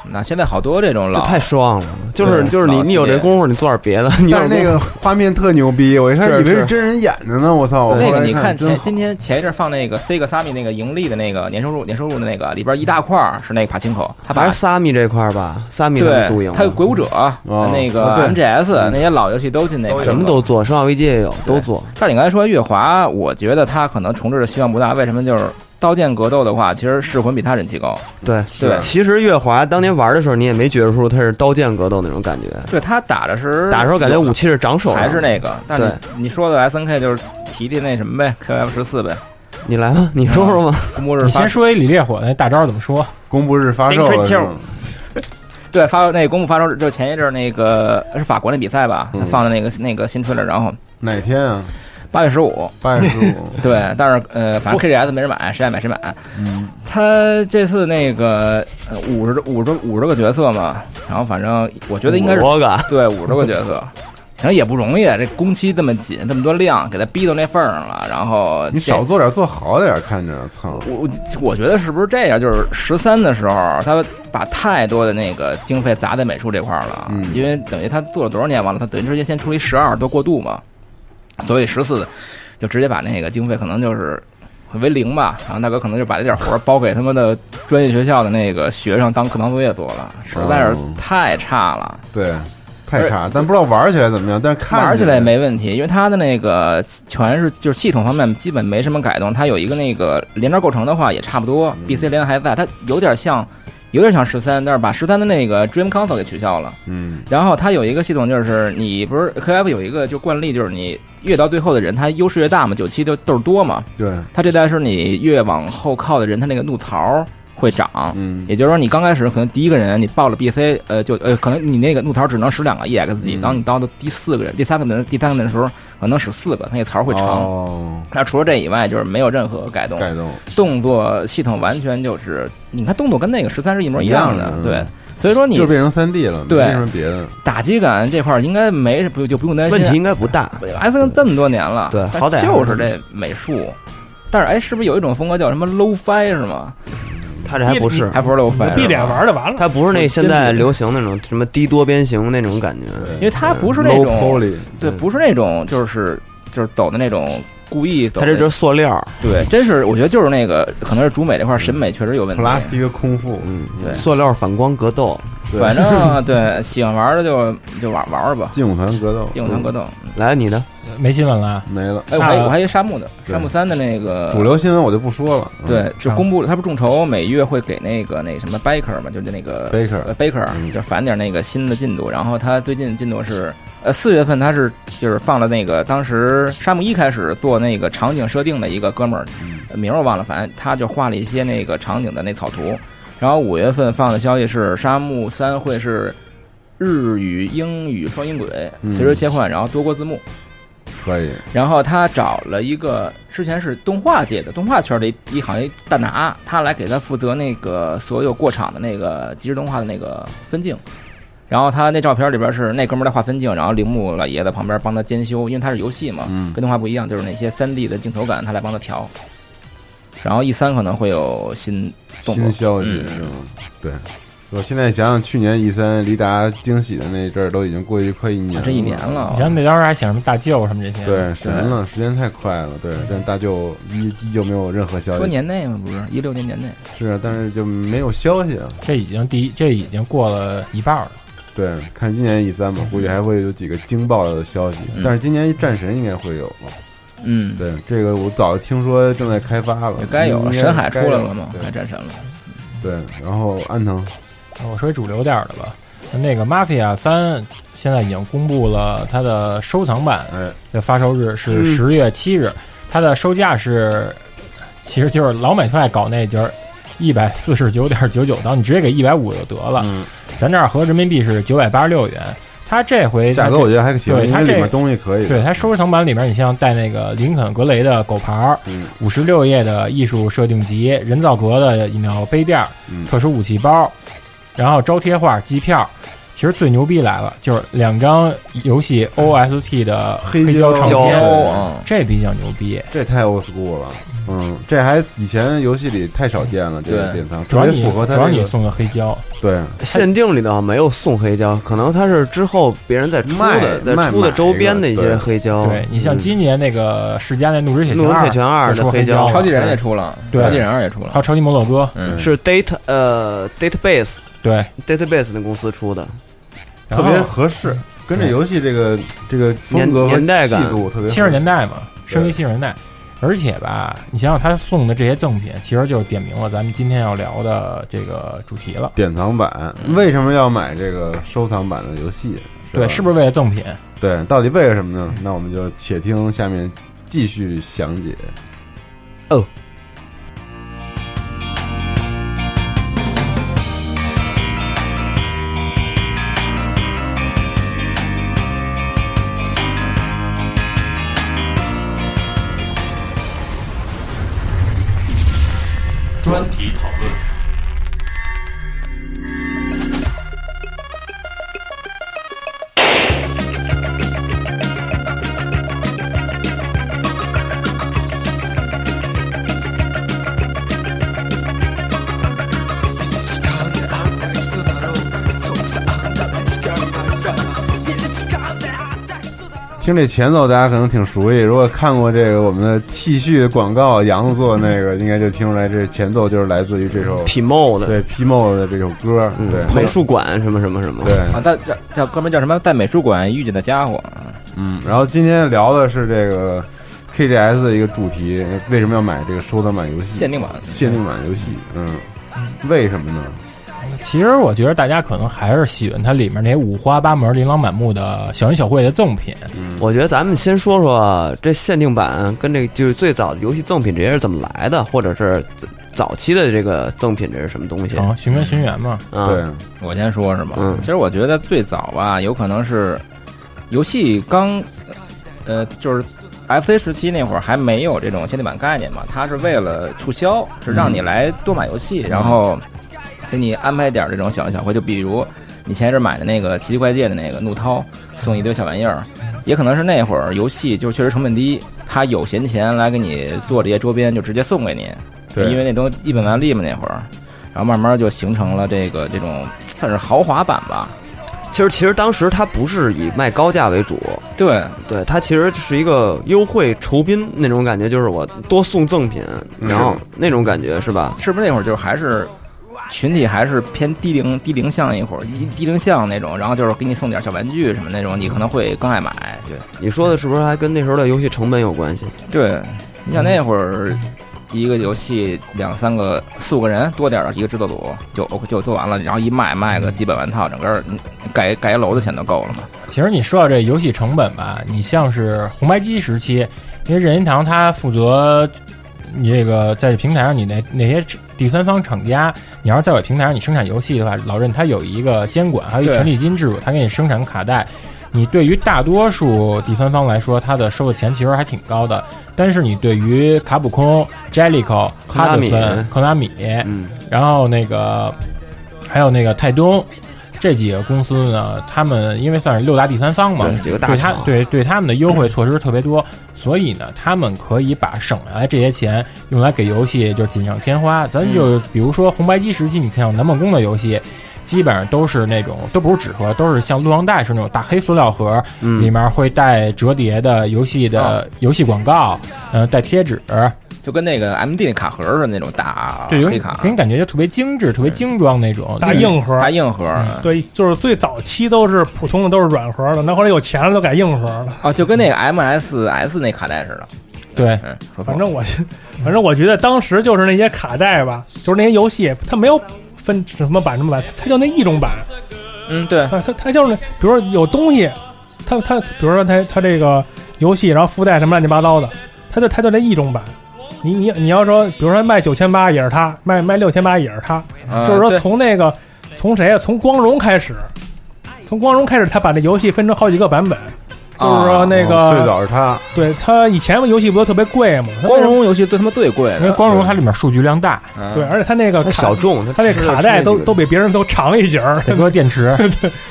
[SPEAKER 4] 那现在好多这种
[SPEAKER 12] 这
[SPEAKER 4] 老
[SPEAKER 12] 太失望了，就是
[SPEAKER 4] 对
[SPEAKER 12] 就是你
[SPEAKER 4] 老
[SPEAKER 12] 你有
[SPEAKER 4] 系列
[SPEAKER 12] 这功夫，你做点别的。你有
[SPEAKER 8] 但是那
[SPEAKER 12] 功
[SPEAKER 8] 个画面特牛逼，我一开始
[SPEAKER 12] 是
[SPEAKER 8] 以为
[SPEAKER 12] 是
[SPEAKER 8] 是真人演的呢，我操！我
[SPEAKER 4] 那
[SPEAKER 8] 哦后
[SPEAKER 4] 个
[SPEAKER 8] 来
[SPEAKER 4] 你看
[SPEAKER 8] 真
[SPEAKER 4] 前
[SPEAKER 8] 好
[SPEAKER 4] 今天前一阵放那个 Sega Sammy 那个盈利的那个年收入年收入的那个里边一大块儿是那个帕青口，他
[SPEAKER 12] 夫
[SPEAKER 4] 把
[SPEAKER 12] 还是萨米这块儿吧，萨米他们输
[SPEAKER 4] 对
[SPEAKER 12] 赢，
[SPEAKER 4] 他有鬼武者、
[SPEAKER 12] 哦
[SPEAKER 4] 那个
[SPEAKER 8] 啊对
[SPEAKER 4] MGS 那些老游戏都进那个
[SPEAKER 12] 什么都。做，生化危机也有，都做。
[SPEAKER 4] 但是你刚才说月华，我觉得他可能重置的希望不大。为什么？就是刀剑格斗的话，其实噬魂比他人气高。
[SPEAKER 12] 对
[SPEAKER 4] 对
[SPEAKER 12] 其实月华当年玩的时候，你也没觉得说它是刀剑格斗那种感觉，
[SPEAKER 4] 对他打的是
[SPEAKER 12] 打的时候感觉武器是长手上的，
[SPEAKER 4] 还是那个。但你你说的 S N K 就是提提那什么呗，QF 十四呗，
[SPEAKER 12] 你来吧，你说说吧。
[SPEAKER 4] 公布日
[SPEAKER 5] 你
[SPEAKER 4] 发
[SPEAKER 5] 先说一李烈火的那大招怎么说？
[SPEAKER 8] 公布日发售了是吗，
[SPEAKER 4] 对，发那个公布发售日就前一阵儿那个是法国那比赛吧，他放的那个那个新春了，然后
[SPEAKER 8] 哪天啊？
[SPEAKER 4] 八月十五，
[SPEAKER 8] 八月十 五，
[SPEAKER 4] 对，但是呃，反正 KGS 没人买，谁爱买谁买。他这次那个五十五十五十个角色嘛，然后反正我觉得应该是
[SPEAKER 12] 我感
[SPEAKER 4] 对五十个角色，反正也不容易，啊这工期这么紧，这么多量，给他逼到那份儿上了。然后
[SPEAKER 8] 你
[SPEAKER 4] 这
[SPEAKER 8] 少做点，做好点，看着，操！
[SPEAKER 4] 我我我觉得是不是这样？就是十三的时候，他把太多的那个经费砸在美术这块儿了，
[SPEAKER 8] 嗯
[SPEAKER 4] 因为等于他做了多少年完了，他等于直接先出一十二多过渡嘛，所以十四就直接把那个经费可能就是为零吧，然后大哥可能就把这点活儿包给他们的专业学校的那个学生当课堂作业做了，实在是太差了。
[SPEAKER 8] 对，太差，但不知道玩起来怎么样，但是看
[SPEAKER 4] 玩起来没问题，因为它的那个全是就是系统方面基本没什么改动，它有一个那个连招构成的话也差不多，BC 连还在，它有点像，有点像十三，但是把十三的那个 Dream Console 给取消了。
[SPEAKER 8] 嗯，
[SPEAKER 4] 然后它有一个系统就是你不是 KF 有一个就惯例就是你越到最后的人，他优势越大嘛，九七就豆儿多嘛，
[SPEAKER 8] 对，
[SPEAKER 4] 它这代是你越往后靠的人，他那个怒槽会涨。
[SPEAKER 8] 嗯，
[SPEAKER 4] 也就是说，你刚开始可能第一个人你报了 BC，呃，就呃，可能你那个怒槽只能使两个 EXG，、
[SPEAKER 8] 嗯
[SPEAKER 4] 当你到了第四个人、第三个人、第三个人的时候，可能使四个，那个槽会长。
[SPEAKER 8] 哦，
[SPEAKER 4] 那除了这以外，就是没有任何改动，
[SPEAKER 8] 改动，
[SPEAKER 4] 动作系统完全就是，你看动作跟那个十三是一模样
[SPEAKER 8] 一样的
[SPEAKER 4] 对。所以说你
[SPEAKER 8] 就变成三 D 了，
[SPEAKER 4] 对
[SPEAKER 8] 没什么别的，
[SPEAKER 4] 打击感这块儿应该没不就不用担心。
[SPEAKER 12] 问题应该不大，
[SPEAKER 4] S N 这么多年了，
[SPEAKER 12] 对
[SPEAKER 4] 但
[SPEAKER 12] 好歹
[SPEAKER 4] 就是这美术。但是哎，是不是有一种风格叫什么 low fi 是吗？
[SPEAKER 12] 他这还不是，
[SPEAKER 4] 还不是 low fi，
[SPEAKER 1] 闭脸玩就完了。
[SPEAKER 12] 他不是那现在流行那种什么低多边形那种感觉，
[SPEAKER 4] 因为它不是那
[SPEAKER 8] low
[SPEAKER 4] 种
[SPEAKER 8] poly，
[SPEAKER 4] 对，不是那种就是就是走的那种故意走
[SPEAKER 12] 他
[SPEAKER 4] 的，
[SPEAKER 12] 这就是塑料，
[SPEAKER 4] 对，真是我觉得就是那个可能是主美这块审美确实有问题。
[SPEAKER 8] plastic 空腹，
[SPEAKER 12] 嗯，
[SPEAKER 4] 对
[SPEAKER 12] 塑料反光格斗，
[SPEAKER 4] 反正对喜欢玩的就就玩玩玩吧，
[SPEAKER 8] 劲舞团格斗，
[SPEAKER 4] 劲舞团格斗。嗯
[SPEAKER 12] 来你的
[SPEAKER 5] 没新闻了，
[SPEAKER 8] 没了。
[SPEAKER 4] 哎，我还我还有一沙漠的
[SPEAKER 8] 对
[SPEAKER 4] 沙漠三的那个
[SPEAKER 8] 主流新闻我就不说了。嗯
[SPEAKER 4] 对，就公布了，他不众筹每月会给那个那什么 Baker 嘛，就是那个
[SPEAKER 8] Baker 嗯
[SPEAKER 4] 呃 Baker，就返点那个新的进度。然后他最近进度是，呃，四月份他是就是放了那个当时沙漠一开始做那个场景设定的一个哥们儿，
[SPEAKER 8] 嗯
[SPEAKER 4] 呃名儿我忘了，反正他就画了一些那个场景的那草图。然后五月份放的消息是沙漠三会是日语英语双音轨
[SPEAKER 8] 嗯
[SPEAKER 4] 随时切换，然后多国字幕。
[SPEAKER 8] 可以，
[SPEAKER 4] 然后他找了一个之前是动画界的动画圈的一一行一大拿，他来给他负责那个所有过场的那个即时动画的那个分镜。然后他那照片里边是那哥们儿在画分镜，然后铃木老爷在旁边帮他监修，因为他是游戏嘛，
[SPEAKER 8] 嗯
[SPEAKER 4] 跟动画不一样，就是那些三 D 的镜头感他来帮他调。然后 E 三可能会有新动嗯作
[SPEAKER 8] 新，消息是吗？对，我现在想想去年 E 三离大家惊喜的那阵儿，都已经过去快一年
[SPEAKER 4] 啊
[SPEAKER 8] 了，
[SPEAKER 4] 这一年了
[SPEAKER 8] 嗯
[SPEAKER 5] 以，前那当时还想什么大舅什么这些，
[SPEAKER 8] 对，
[SPEAKER 4] 啊
[SPEAKER 8] 神了，时间太快了，对，但大舅依依旧没有任何消
[SPEAKER 4] 嗯说
[SPEAKER 8] 息，
[SPEAKER 4] 年内嘛，不是一六年年内，
[SPEAKER 8] 是啊，但是就没有消息啊。
[SPEAKER 5] 这已经第一，这已经过了一半了。
[SPEAKER 8] 对，看今年 E 三吧，估计还会有几个惊爆的消息，
[SPEAKER 4] 嗯
[SPEAKER 8] 但是今年战神应该会有吧？
[SPEAKER 4] 嗯，
[SPEAKER 8] 对，这个我早就听说正在开发了
[SPEAKER 4] 也，该有了，啊
[SPEAKER 8] 应该
[SPEAKER 4] 神海出
[SPEAKER 8] 该
[SPEAKER 4] 来
[SPEAKER 8] 有
[SPEAKER 4] 了嘛，该
[SPEAKER 8] 对
[SPEAKER 4] 战神了，
[SPEAKER 8] 对，然后安藤，
[SPEAKER 5] 我说一主流点儿的吧，那个 Mafia 三现在已经公布了它的收藏版
[SPEAKER 8] 哎，
[SPEAKER 5] 的发售日是十月七日，它的售价是，其实就是老美特爱搞那就是一百四十九点九九刀，你直接给一百五就得了。
[SPEAKER 8] 嗯
[SPEAKER 5] 咱这儿合人民币是九百八十六元。它这回它
[SPEAKER 8] 价格我觉得还行，
[SPEAKER 5] 对
[SPEAKER 8] 因
[SPEAKER 5] 它
[SPEAKER 8] 为里
[SPEAKER 5] 这
[SPEAKER 8] 面东西可以，
[SPEAKER 5] 对它收藏版里面，你像带那个林肯格雷的狗牌儿
[SPEAKER 8] 嗯，
[SPEAKER 5] 五十六页的艺术设定集，人造革的饮料杯垫儿
[SPEAKER 8] 嗯，
[SPEAKER 5] 特殊武器包，然后招贴画、机票。其实最牛逼来了，就是两张游戏 OST 的黑胶唱
[SPEAKER 8] 胶
[SPEAKER 5] 片，
[SPEAKER 8] 对
[SPEAKER 4] 啊，
[SPEAKER 5] 这比较牛逼。
[SPEAKER 8] 这太 old school 了，嗯，这还以前游戏里太少见了，这个
[SPEAKER 4] 对
[SPEAKER 8] 典藏
[SPEAKER 5] 主
[SPEAKER 8] 特
[SPEAKER 5] 要
[SPEAKER 8] 别
[SPEAKER 5] 你
[SPEAKER 8] 符合
[SPEAKER 5] 主
[SPEAKER 8] 它
[SPEAKER 5] 要
[SPEAKER 8] 这
[SPEAKER 5] 你
[SPEAKER 8] 个
[SPEAKER 5] 送个黑胶，
[SPEAKER 8] 对
[SPEAKER 12] 限定里头没有送黑胶，可能它是之后别人再出
[SPEAKER 8] 卖
[SPEAKER 12] 的，再
[SPEAKER 8] 卖
[SPEAKER 12] 出的周边的一
[SPEAKER 8] 买一
[SPEAKER 12] 些
[SPEAKER 8] 个
[SPEAKER 12] 黑胶。
[SPEAKER 5] 对你像
[SPEAKER 12] 嗯
[SPEAKER 5] 今年那个世嘉那《怒之铁
[SPEAKER 12] 《怒
[SPEAKER 5] 拳
[SPEAKER 12] 龙
[SPEAKER 5] 二
[SPEAKER 12] 铁》，拳二》
[SPEAKER 5] 就
[SPEAKER 12] 的
[SPEAKER 5] 说
[SPEAKER 12] 黑胶
[SPEAKER 8] 哦
[SPEAKER 5] 黑胶，
[SPEAKER 4] 超级人也出了，
[SPEAKER 5] 对
[SPEAKER 4] 超级人二也出
[SPEAKER 5] 还有
[SPEAKER 4] 了，
[SPEAKER 5] 超级摩洛哥，
[SPEAKER 4] 嗯，
[SPEAKER 12] 是 Data 呃 Database
[SPEAKER 5] 对，
[SPEAKER 12] Database 那公司出的，
[SPEAKER 5] 然
[SPEAKER 8] 特
[SPEAKER 5] 后
[SPEAKER 8] 别合适，跟这游戏这个这个风
[SPEAKER 12] 年
[SPEAKER 8] 格和
[SPEAKER 12] 嗯年代
[SPEAKER 8] 气
[SPEAKER 12] 感
[SPEAKER 8] 度特别合适。
[SPEAKER 5] 七十年代嘛，生于
[SPEAKER 8] 对
[SPEAKER 5] 七十年代。而且吧，你想想他送的这些赠品，其实就点明了咱们今天要聊的这个主题了。
[SPEAKER 8] 典藏版
[SPEAKER 12] 嗯
[SPEAKER 8] 为什么要买这个收藏版的游戏？
[SPEAKER 5] 对，是
[SPEAKER 8] 是
[SPEAKER 5] 不
[SPEAKER 8] 吧？
[SPEAKER 5] 是为了赠品？
[SPEAKER 8] 对，到底为什么呢？那我们就且听下面继续详解。
[SPEAKER 11] 专题讨论。
[SPEAKER 8] 听这前奏，大家可能挺熟悉。如果看过这个我们的 T 恤广告，杨子做的那个，应该就听出来，这前奏就是来自于这首
[SPEAKER 12] Pmo 的，
[SPEAKER 8] 对 Pmo 的这首歌。
[SPEAKER 12] 嗯
[SPEAKER 8] 对，
[SPEAKER 12] 美术馆什么什么什么，
[SPEAKER 8] 对，
[SPEAKER 4] 啊，在叫叫哥们儿叫什么？在美术馆遇见的家伙，
[SPEAKER 8] 嗯，然后今天聊的是这个 KGS 的一个主题，为什么要买这个收藏版游戏？
[SPEAKER 4] 限定版
[SPEAKER 8] 限定版游戏，嗯，为什么呢？
[SPEAKER 5] 其实我觉得大家可能还是喜欢它里面那些五花八门、琳琅满目的小恩小惠的赠品。
[SPEAKER 8] 嗯
[SPEAKER 12] 我觉得咱们先说说这限定版跟这就是最早的游戏赠品这些是怎么来的，或者是早早期的这个赠品这是什么东西
[SPEAKER 5] 行，寻
[SPEAKER 8] 嗯
[SPEAKER 5] 根寻源嘛。
[SPEAKER 12] 啊？
[SPEAKER 8] 对，
[SPEAKER 4] 我先说是吗？
[SPEAKER 12] 嗯
[SPEAKER 4] 其实我觉得最早吧，有可能是游戏刚，呃，就是 FC 时期那会儿还没有这种限定版概念嘛，它是为了促销，是让
[SPEAKER 8] 嗯
[SPEAKER 4] 你来多买游戏，然后给你安排点儿这种小恩小惠，就比如你前一阵买的那个《奇奇怪界》的那个怒涛，送一堆小玩意儿。也可能是那会儿游戏就确实成本低，他有闲钱来给你做这些周边，就直接送给你。
[SPEAKER 8] 对
[SPEAKER 4] 因为那东西一本万利嘛，那会儿，然后慢慢就形成了这个这种算是豪华版吧。
[SPEAKER 12] 其实其实当时它不是以卖高价为主，
[SPEAKER 4] 对，
[SPEAKER 12] 对，它其实是一个优惠酬宾那种嗯感觉，就是我多送赠品，然后那种感觉是吧？
[SPEAKER 4] 是不是那会儿就还是群体还是偏低龄低龄向一会儿低低龄向那种，然后就是给你送点小玩具什么那种，你可能会更爱买。对，
[SPEAKER 12] 你说的是不是还跟那时候的游戏成本有关系？
[SPEAKER 4] 对，你想那会儿一个游戏两三个、四五个人多点儿，一个制作组就就做完了，然后一卖卖个几百万套，整个儿你改改一楼的钱就够了嘛。
[SPEAKER 5] 其实你说到这游戏成本吧，你像是红白机时期，因为任天堂它负责你这个在平台上你那那些第三方厂家，你要是在我平台上你生产游戏的话，老任他有一个监管，还有一
[SPEAKER 4] 对
[SPEAKER 5] 权利金制度，他给你生产卡带。你对于大多数第三方来说，他的收的钱其实还挺高的，但是你对于卡普空、Jellico、哈德
[SPEAKER 12] Konami
[SPEAKER 5] 森、科纳米，
[SPEAKER 12] 嗯，
[SPEAKER 5] 然后那个还有那个泰东这几个公司呢，他们因为算是六大第三方嘛
[SPEAKER 12] 对，几个大
[SPEAKER 5] 对他
[SPEAKER 12] 厂
[SPEAKER 5] 对对他们的优惠措施特别多，所以呢，他们可以把省下来这些钱用来给游戏就是锦上添花。咱
[SPEAKER 12] 嗯
[SPEAKER 5] 就比如说红白机时期，你看南梦宫的游戏。基本上都是那种，都不是纸盒，都是像录像带是那种大黑塑料盒，
[SPEAKER 12] 嗯
[SPEAKER 5] 里面会带折叠的游戏
[SPEAKER 12] 哦
[SPEAKER 5] 的游戏广告，嗯、带贴纸，
[SPEAKER 12] 啊
[SPEAKER 4] 就跟那个 MD 那卡盒似的那种大
[SPEAKER 5] 对，有
[SPEAKER 4] 黑
[SPEAKER 5] 点
[SPEAKER 4] 卡
[SPEAKER 5] 给，人感觉就特别精致、特别精装那种嗯
[SPEAKER 1] 大硬盒
[SPEAKER 4] 大硬盒的
[SPEAKER 1] 对，就是最早期都是普通的，都是软盒的，那后来有钱了都改硬盒了。
[SPEAKER 4] 啊，就跟那个 MSS 那卡带似的。
[SPEAKER 5] 对，
[SPEAKER 1] 啊
[SPEAKER 4] 嗯，说错
[SPEAKER 1] 反
[SPEAKER 4] 了
[SPEAKER 1] 正我，反正我觉得当时就是那些卡带吧，就是那些游戏，它没有分什么版什么版，它就那一种版，
[SPEAKER 4] 嗯对，
[SPEAKER 1] 它它它就是那，比如说有东西，它它比如说它它这个游戏，然后附带什么乱七八糟的，它就它就那一种版。你你你要说，比如说卖九千八也是它，卖卖六千八也是它，
[SPEAKER 4] 嗯
[SPEAKER 1] 就是说
[SPEAKER 4] 对
[SPEAKER 1] 从那个从谁啊，从光荣开始，从光荣开始，他把那游戏分成好几个版本，就是说那个、
[SPEAKER 8] 嗯最早是他，
[SPEAKER 1] 对他以前游戏不都特别贵吗？它
[SPEAKER 4] 光荣游戏对他们最贵了，
[SPEAKER 5] 因为光荣它里面数据量大，
[SPEAKER 4] 嗯
[SPEAKER 1] 对，而且他那个
[SPEAKER 12] 那
[SPEAKER 1] 卡
[SPEAKER 12] 小众，
[SPEAKER 1] 他那
[SPEAKER 12] 吃
[SPEAKER 1] 卡带都
[SPEAKER 12] 吃
[SPEAKER 1] 都比别人都长一截儿，
[SPEAKER 5] 得搁 电池。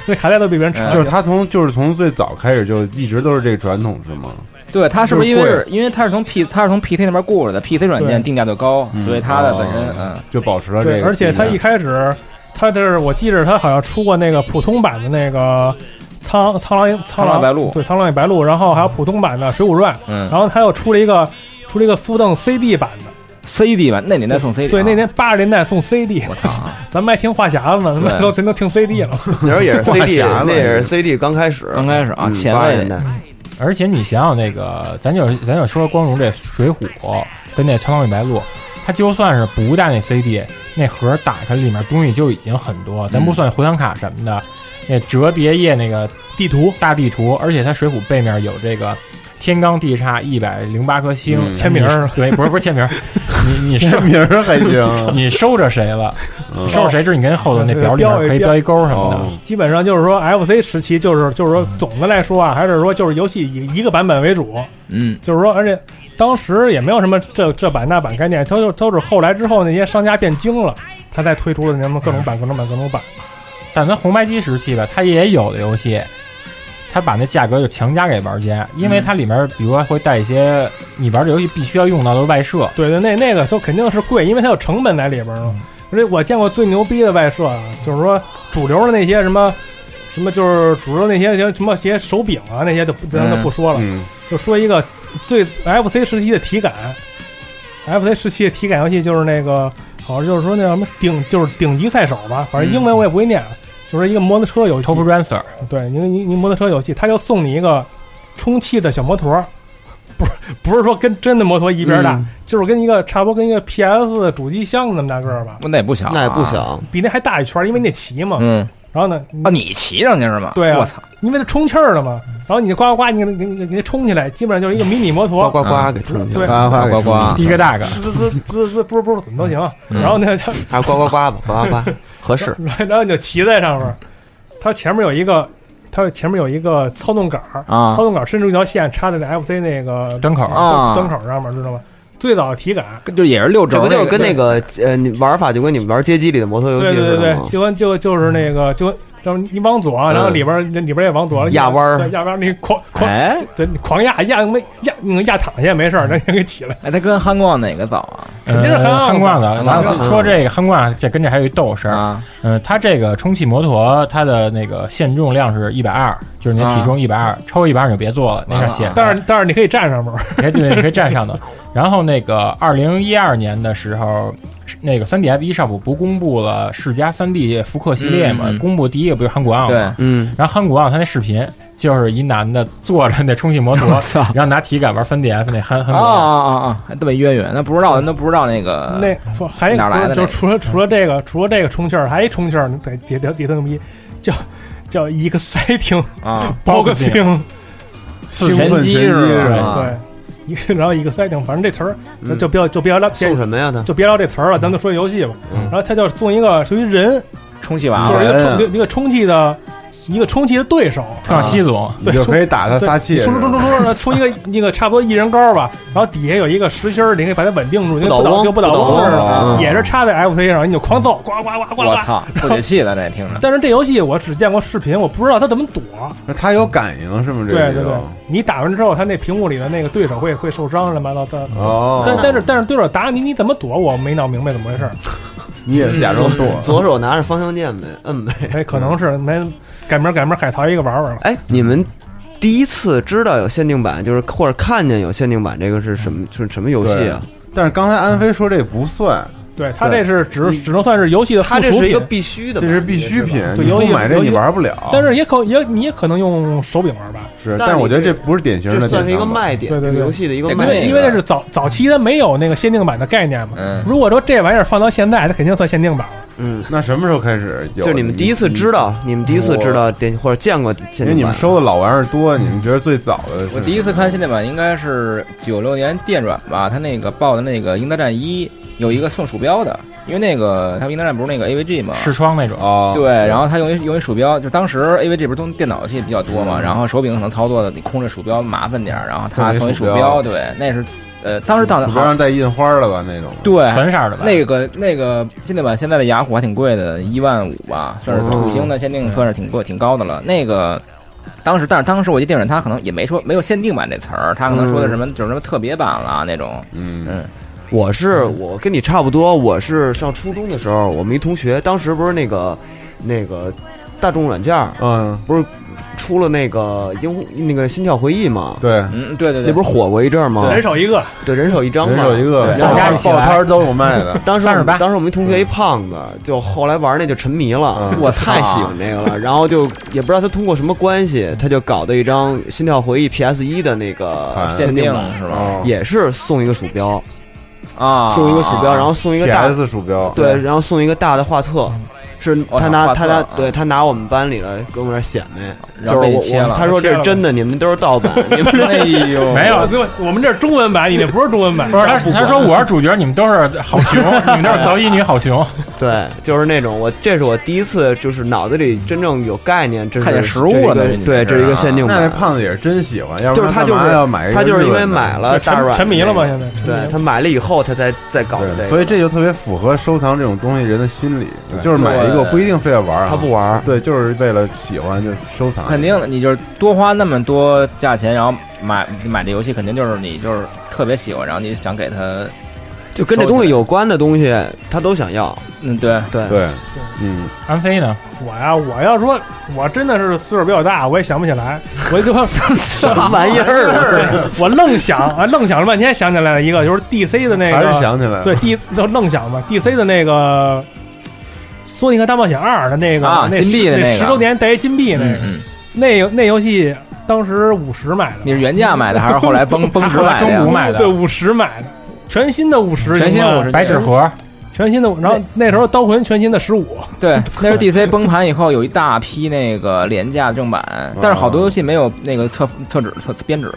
[SPEAKER 1] 那卡带都比别人长一截
[SPEAKER 4] 嗯
[SPEAKER 8] 就
[SPEAKER 1] 儿。
[SPEAKER 8] 是他从就是从最早开始就一直都是这个传统是吗？
[SPEAKER 4] 对他是不是因为
[SPEAKER 8] 就是
[SPEAKER 4] 是因为他是从 P 他是从 PT 那边过来的，PT 软件
[SPEAKER 1] 对
[SPEAKER 4] 定价就高，所以他的本身嗯
[SPEAKER 8] 哦就保持了这
[SPEAKER 1] 对，
[SPEAKER 8] 个。
[SPEAKER 1] 而且他一开始，他这是我记着他好像出过那个普通版的那个苍苍狼苍
[SPEAKER 4] 苍狼白鹿
[SPEAKER 1] 对苍狼与白鹿，然后还有普通版的水浒传，
[SPEAKER 4] 嗯
[SPEAKER 1] 然后他又出了一个出了一个附赠 CD 版的，
[SPEAKER 4] ，CD 吧，那年代送 CD，
[SPEAKER 1] 对，
[SPEAKER 4] 啊
[SPEAKER 1] 那年八十年代送 CD，
[SPEAKER 4] 我操啊，
[SPEAKER 1] 咱们爱听话匣子嘛，
[SPEAKER 4] 对
[SPEAKER 1] 那都全都听 CD 了。
[SPEAKER 12] 那时候也是 CD，
[SPEAKER 8] 匣子
[SPEAKER 12] 那也是 CD 刚开始，
[SPEAKER 4] 刚开始啊，
[SPEAKER 12] 嗯
[SPEAKER 4] 前
[SPEAKER 12] 80
[SPEAKER 4] 卫
[SPEAKER 12] 年代
[SPEAKER 5] 而且你想想那个，咱就咱就说光荣这《水浒》跟那《长岛与白鹿》，它就算是不带那 CD，那盒打开里面东西就已经很多，咱不算回响卡什么的，那折叠页那个地图大地图，而且它《水浒》背面有这个。天罡地煞一百零八颗星，
[SPEAKER 8] 嗯
[SPEAKER 1] 签名儿
[SPEAKER 5] 对，不是不是签名儿，你你收
[SPEAKER 8] 名儿还行，
[SPEAKER 5] 你收着谁了？你收着谁知你跟后头那表里面可以标一勾什么的。
[SPEAKER 8] 哦
[SPEAKER 1] 基本上就是说 FC 时期，就是就是说总的来说啊，还是说就是游戏以一个版本为主，
[SPEAKER 4] 嗯，
[SPEAKER 1] 就是说，而且当时也没有什么这这版那版概念，它就都是后来之后那些商家变精了，他才推出了什么各种版、各种版、各种版。
[SPEAKER 5] 嗯但咱红白机时期吧，它也有的游戏，它把那价格就强加给玩家，因为它里面比如说会带一些你玩这游戏必须要用到的外设，嗯
[SPEAKER 1] 对对，那那个就肯定是贵，因为它有成本在里边儿嘛。而且我见过最牛逼的外设啊，就是说主流的那些什么什么，就是主流那些什么些手柄啊那些就不咱就不说了，
[SPEAKER 8] 嗯，
[SPEAKER 1] 就说一个最 FC 时期的体感，FC 时期的体感游戏就是那个，好像就是说那叫什么顶，就是顶级赛手吧，反正英文我也不会念，啊就是一个摩托车游戏。
[SPEAKER 5] Top 嗯 Racer，
[SPEAKER 1] 对，因为你你摩托车游戏，它就送你一个充气的小摩托， 不是不是说跟真的摩托一边大，就是跟一个差不多跟一个 PS 主机箱那么大个儿吧，
[SPEAKER 4] 那也不小，啊
[SPEAKER 12] 那也不，小，
[SPEAKER 1] 比那还大一圈儿，因为那骑嘛。
[SPEAKER 4] 嗯，
[SPEAKER 1] 然后呢，
[SPEAKER 4] 啊，你骑上去是吗？
[SPEAKER 1] 对啊
[SPEAKER 4] 我操，
[SPEAKER 1] 因为它充气儿的嘛，然后你就呱呱呱，你给你给你充起来，基本上就是一个迷你摩托
[SPEAKER 12] 呱，呱呱给冲进去
[SPEAKER 1] 对
[SPEAKER 12] 了，
[SPEAKER 8] 呱呱
[SPEAKER 4] 呱
[SPEAKER 8] 呱呱，
[SPEAKER 4] 呱，
[SPEAKER 5] 第一个大个，
[SPEAKER 1] 滋滋滋滋，不是不是怎么都行。然后呢，它
[SPEAKER 12] 还是呱呱呱吧，呱呱呱 合适。
[SPEAKER 1] 然后你就骑在上面儿，它前面有一个，它前面有一个操纵杆儿，
[SPEAKER 4] 啊
[SPEAKER 1] 操纵杆儿伸出一条线插在那 FC 那个
[SPEAKER 5] 端口
[SPEAKER 4] 啊
[SPEAKER 1] 灯口上面，知道吗？最早的体感，
[SPEAKER 4] 就也是六
[SPEAKER 12] 这
[SPEAKER 4] 轴
[SPEAKER 12] 不
[SPEAKER 4] 那个，
[SPEAKER 12] 就跟那个呃，你玩法就跟你玩街机里的摩托游戏
[SPEAKER 1] 对对
[SPEAKER 12] 似
[SPEAKER 1] 对
[SPEAKER 12] 的吗
[SPEAKER 1] 对，？就跟就就是那个就跟。然后你往左，啊然后里边儿里边儿也往左
[SPEAKER 12] 压弯儿
[SPEAKER 1] 对压弯儿，你狂狂
[SPEAKER 4] 哎
[SPEAKER 1] 对你狂压压没压那个压躺下也没事儿，那先给起来。
[SPEAKER 4] 哎，他跟憨逛哪个早啊？
[SPEAKER 5] 肯
[SPEAKER 1] 定是憨
[SPEAKER 5] 憨
[SPEAKER 1] 罐
[SPEAKER 5] 罐
[SPEAKER 1] 子
[SPEAKER 5] 子。咱说这个憨罐，这跟这还有一逗事儿，
[SPEAKER 4] 啊，
[SPEAKER 5] 嗯，它这个充气摩托它的那个限重量是一百二，就是你的体重一百二，超过一百二你就别做了，那上写着。
[SPEAKER 1] 但是但是你可以站上面儿，
[SPEAKER 5] 你可以对，你可以站上头。然后那个二零一二年的时候，
[SPEAKER 1] 那个三 D F 一上午不公布了世嘉三 D 复刻系列嘛？
[SPEAKER 4] 嗯嗯
[SPEAKER 1] 公布第一个不是韩国奥
[SPEAKER 4] 对
[SPEAKER 1] 吗？
[SPEAKER 12] 嗯，
[SPEAKER 1] 然后韩国奥啊他那视频就是一男的坐着那充气摩托，然后拿体感玩三 D F 那韩韩
[SPEAKER 4] 啊
[SPEAKER 1] 国奥。
[SPEAKER 4] 啊啊啊！还这么渊源，那不知道，那不知道那个
[SPEAKER 5] 那还有一
[SPEAKER 4] 哪来的
[SPEAKER 5] 个，就
[SPEAKER 4] 那
[SPEAKER 5] 是除了除了这个，除了这个充气儿，还一充气儿，你得别别别特逼，叫叫 exciting
[SPEAKER 4] 啊，
[SPEAKER 5] boxing，
[SPEAKER 8] 兴奋拳击是吧？
[SPEAKER 5] 对，一个然后 exciting，反正这词儿就就不要就不要聊，别
[SPEAKER 12] 送什么呀？他
[SPEAKER 5] 就别聊这词儿了，咱们就说这游戏吧。然后他就送一个属于人，
[SPEAKER 4] 充气娃
[SPEAKER 5] 就是
[SPEAKER 4] 娃
[SPEAKER 5] 一
[SPEAKER 8] 人
[SPEAKER 5] 个
[SPEAKER 8] 啊
[SPEAKER 5] 充一个一个充气的一个充气的对手，
[SPEAKER 1] 特像西总，
[SPEAKER 8] 你就可以打他
[SPEAKER 5] 对
[SPEAKER 8] 撒气，
[SPEAKER 5] 出
[SPEAKER 8] 是
[SPEAKER 5] 出出
[SPEAKER 8] 吧
[SPEAKER 5] 出出出一个那个差不多一人高吧，然后底下有一个实心儿，你可以把它稳定住，就
[SPEAKER 12] 不倒
[SPEAKER 5] 不倒
[SPEAKER 12] 翁
[SPEAKER 5] 就不倒
[SPEAKER 12] 不倒
[SPEAKER 5] 翁似
[SPEAKER 8] 翁
[SPEAKER 5] 的
[SPEAKER 8] 嗯，
[SPEAKER 5] 也是插在 FC 上，你就狂揍，呱呱呱呱
[SPEAKER 4] 我
[SPEAKER 5] 呱。
[SPEAKER 4] 操，不解气了，这听 着。
[SPEAKER 5] 但是这游戏我只见过视频，我不知道它怎么躲。
[SPEAKER 8] 他有感应是吗？这
[SPEAKER 5] 对
[SPEAKER 8] 个
[SPEAKER 5] 对对，你打完之后，它那屏幕里的那个对手会会受伤，乱七八糟的。
[SPEAKER 8] 哦，
[SPEAKER 5] 但但是但是对手打你，你怎么躲？我没闹明白怎么回事儿。
[SPEAKER 8] 你也假装躲，
[SPEAKER 12] 左手拿着方向键呗，摁呗。
[SPEAKER 5] 哎，可能是没改名改名海淘一个玩玩吧。
[SPEAKER 12] 哎，你们第一次知道有限定版，就是或者看见有限定版，这个是什么？是什么游戏啊？
[SPEAKER 8] 但是刚才安飞说这不算，
[SPEAKER 5] 对，它这是只只能算是游戏的附
[SPEAKER 12] 它这
[SPEAKER 5] 属
[SPEAKER 12] 是一个
[SPEAKER 5] 品，
[SPEAKER 12] 必须的
[SPEAKER 8] 这
[SPEAKER 12] 吧，
[SPEAKER 8] 是必需品，
[SPEAKER 5] 对
[SPEAKER 8] 你
[SPEAKER 5] 有
[SPEAKER 8] 不
[SPEAKER 5] 一
[SPEAKER 8] 买这
[SPEAKER 5] 有一
[SPEAKER 8] 你玩不了。
[SPEAKER 5] 但是也可也你也可能用手柄玩吧。
[SPEAKER 8] 是，但
[SPEAKER 12] 但是
[SPEAKER 8] 是
[SPEAKER 12] 你
[SPEAKER 8] 我觉得这不是典型
[SPEAKER 12] 这
[SPEAKER 8] 的，
[SPEAKER 12] 算是一个。卖点，
[SPEAKER 5] 对哎对对
[SPEAKER 12] 这个游戏的一个
[SPEAKER 4] 这
[SPEAKER 12] 卖
[SPEAKER 5] 因
[SPEAKER 4] 跟
[SPEAKER 5] 为
[SPEAKER 12] 点。
[SPEAKER 5] 因为这是早早期它没有那个限定版的概念嘛。
[SPEAKER 4] 嗯
[SPEAKER 5] 如果说这玩意儿放到现在，它肯定算限定版了。
[SPEAKER 12] 嗯，
[SPEAKER 8] 那什么时候开始有？
[SPEAKER 12] 就是你们第一次知，道，你们第一次知道电或者见过
[SPEAKER 8] 因
[SPEAKER 12] 限
[SPEAKER 8] 为
[SPEAKER 12] 定
[SPEAKER 8] 你们
[SPEAKER 12] 版。
[SPEAKER 8] 收的老玩意儿多，你们觉得最早的是
[SPEAKER 4] 我第一次看限定版应该是九六年电软吧，他那个报的那个《英德战一》有一个送鼠标的，因为那个他《英德战》不是那个 AVG 嘛，
[SPEAKER 1] 视窗那种。
[SPEAKER 8] 哦，
[SPEAKER 4] 对，然后他用一用一鼠标，就当时 AVG 不是都电脑游戏比较多嘛，然后手柄可能操作的你控制鼠标麻烦点儿，然后他
[SPEAKER 8] 送
[SPEAKER 4] 送
[SPEAKER 8] 一
[SPEAKER 4] 一鼠
[SPEAKER 8] 鼠标
[SPEAKER 4] 标，对，那是呃当时到
[SPEAKER 8] 鼠标上带印花了吧那种，
[SPEAKER 4] 对
[SPEAKER 1] 粉色的吧，
[SPEAKER 4] 那个那个限定版现在的雅虎还挺贵的，一万五吧，算是土星的限定，算是挺贵、挺高的了。那个当时，但是当时我记得电软它可能也没说没有限定版这词儿，它可能说的什
[SPEAKER 12] 嗯
[SPEAKER 4] 么、就是什么特别版啦那种。
[SPEAKER 8] 嗯
[SPEAKER 4] 嗯
[SPEAKER 12] 我是我跟你差不多，我是上初中的时候，我们一同学当时不是那个那个大众软件儿
[SPEAKER 8] 嗯，
[SPEAKER 12] 出了那个《英那个心跳回忆》嘛，
[SPEAKER 8] 对，
[SPEAKER 4] 嗯，对对
[SPEAKER 12] 那
[SPEAKER 4] 对，
[SPEAKER 12] 不是火过一阵儿吗？
[SPEAKER 5] 人手一个，
[SPEAKER 12] 对，人手一张
[SPEAKER 8] 人
[SPEAKER 12] 嘛，
[SPEAKER 8] 手一个，
[SPEAKER 12] 对，
[SPEAKER 8] 报
[SPEAKER 1] 大家
[SPEAKER 8] 摊
[SPEAKER 1] 一起
[SPEAKER 8] 报
[SPEAKER 1] 来
[SPEAKER 8] 摊儿都有卖的
[SPEAKER 12] 当时我们
[SPEAKER 1] 38
[SPEAKER 12] 当时我们一同学一胖子，就后来玩那就沉迷了
[SPEAKER 8] 嗯，
[SPEAKER 12] 我太喜欢那个 了。然后就也不知道他通过什么关系，他就搞的一张《心跳回忆》PS 一的那个
[SPEAKER 8] 哎
[SPEAKER 4] 限
[SPEAKER 12] 限
[SPEAKER 4] 定
[SPEAKER 12] 定版，
[SPEAKER 4] 是吧？
[SPEAKER 8] 哦
[SPEAKER 12] 也是送一个鼠标，
[SPEAKER 4] 啊，
[SPEAKER 12] 送一个鼠标，然后送一个大
[SPEAKER 8] ，PS 鼠标，
[SPEAKER 12] 对，然后送一个大的画册。是
[SPEAKER 4] 哦
[SPEAKER 12] 他拿
[SPEAKER 4] 画
[SPEAKER 12] 他
[SPEAKER 4] 册
[SPEAKER 12] 拿
[SPEAKER 4] 啊
[SPEAKER 12] 对他拿我们班里的跟我们那儿显摆，
[SPEAKER 4] 然
[SPEAKER 12] 就是
[SPEAKER 4] 后被你
[SPEAKER 12] 我
[SPEAKER 4] 切
[SPEAKER 12] 我
[SPEAKER 4] 了
[SPEAKER 12] 他说这是真的，你们都 是盗版，你们
[SPEAKER 4] 哎呦，
[SPEAKER 5] 没有，对我们这是中文版，你那不是中文版。
[SPEAKER 1] 不是他，他说我是主角，你们都是好熊，你们都是早乙女好熊。
[SPEAKER 12] 对，就是那种我，这是我第一次，就是脑子里真正有概念，这是
[SPEAKER 4] 看见实物了
[SPEAKER 12] 这
[SPEAKER 4] 等
[SPEAKER 12] 是
[SPEAKER 4] 于
[SPEAKER 12] 一
[SPEAKER 4] 你
[SPEAKER 12] 个对，
[SPEAKER 4] 是啊
[SPEAKER 12] 这是一个限定
[SPEAKER 8] 那这
[SPEAKER 12] 版。
[SPEAKER 8] 胖子也是真喜欢，要不
[SPEAKER 12] 就是
[SPEAKER 8] 然
[SPEAKER 12] 他
[SPEAKER 8] 干
[SPEAKER 12] 就是
[SPEAKER 8] 嘛要买一个
[SPEAKER 12] 他
[SPEAKER 8] 日本的，
[SPEAKER 12] 就是因为买了大
[SPEAKER 5] 沉
[SPEAKER 12] 软，
[SPEAKER 5] 沉迷了嘛，？现在沉迷
[SPEAKER 12] 对
[SPEAKER 5] 了
[SPEAKER 12] 他买了以后，他才再搞这
[SPEAKER 8] 对，
[SPEAKER 12] 个，
[SPEAKER 8] 所以这就特别符合收藏这种东西人的心理，
[SPEAKER 15] 对
[SPEAKER 8] 就是买一个
[SPEAKER 4] 对
[SPEAKER 8] 不一定非要玩啊，
[SPEAKER 12] 他不玩儿。
[SPEAKER 8] 对，就是为了喜欢就收藏，
[SPEAKER 4] 肯定的，你就是多花那么多价钱，然后买买这游戏，肯定就是你就是特别喜欢，然后你想给它，
[SPEAKER 12] 就跟这东西有关的东西，他都想要。
[SPEAKER 4] 嗯，对，
[SPEAKER 12] 对，
[SPEAKER 8] 对，嗯，
[SPEAKER 1] 安飞呢？
[SPEAKER 5] 我呀，我要说，我真的是岁数比较大，我也想不起来，我就
[SPEAKER 12] 什么玩意儿？啊
[SPEAKER 5] 我愣想啊，愣想了半天，想起来了一个，就是 DC 的那
[SPEAKER 8] 还是
[SPEAKER 5] 个，
[SPEAKER 8] 想起来了，
[SPEAKER 5] 对 D 就愣想嘛，DC 的那个《索尼克大冒险二》的那个
[SPEAKER 4] 啊
[SPEAKER 5] 那
[SPEAKER 4] 金币
[SPEAKER 5] 十
[SPEAKER 4] 的那
[SPEAKER 5] 那
[SPEAKER 4] 个
[SPEAKER 5] 十周年带一金币那
[SPEAKER 4] 嗯
[SPEAKER 5] 个，
[SPEAKER 4] 嗯，
[SPEAKER 5] 那游那游戏当时五十买的，
[SPEAKER 4] 你是原价买的还是后来崩崩值
[SPEAKER 1] 后来
[SPEAKER 4] 买的呀？
[SPEAKER 1] 中古买的
[SPEAKER 5] 对五十买的，全新的五十，
[SPEAKER 4] 全新的50
[SPEAKER 1] 白纸盒，
[SPEAKER 5] 全新的，然后那时候刀魂全新的十五，
[SPEAKER 4] 对，那是 DC 崩盘以后有一大批那个廉价正
[SPEAKER 5] 哦
[SPEAKER 4] 版，但是好多游戏没有那个册册纸、册编纸，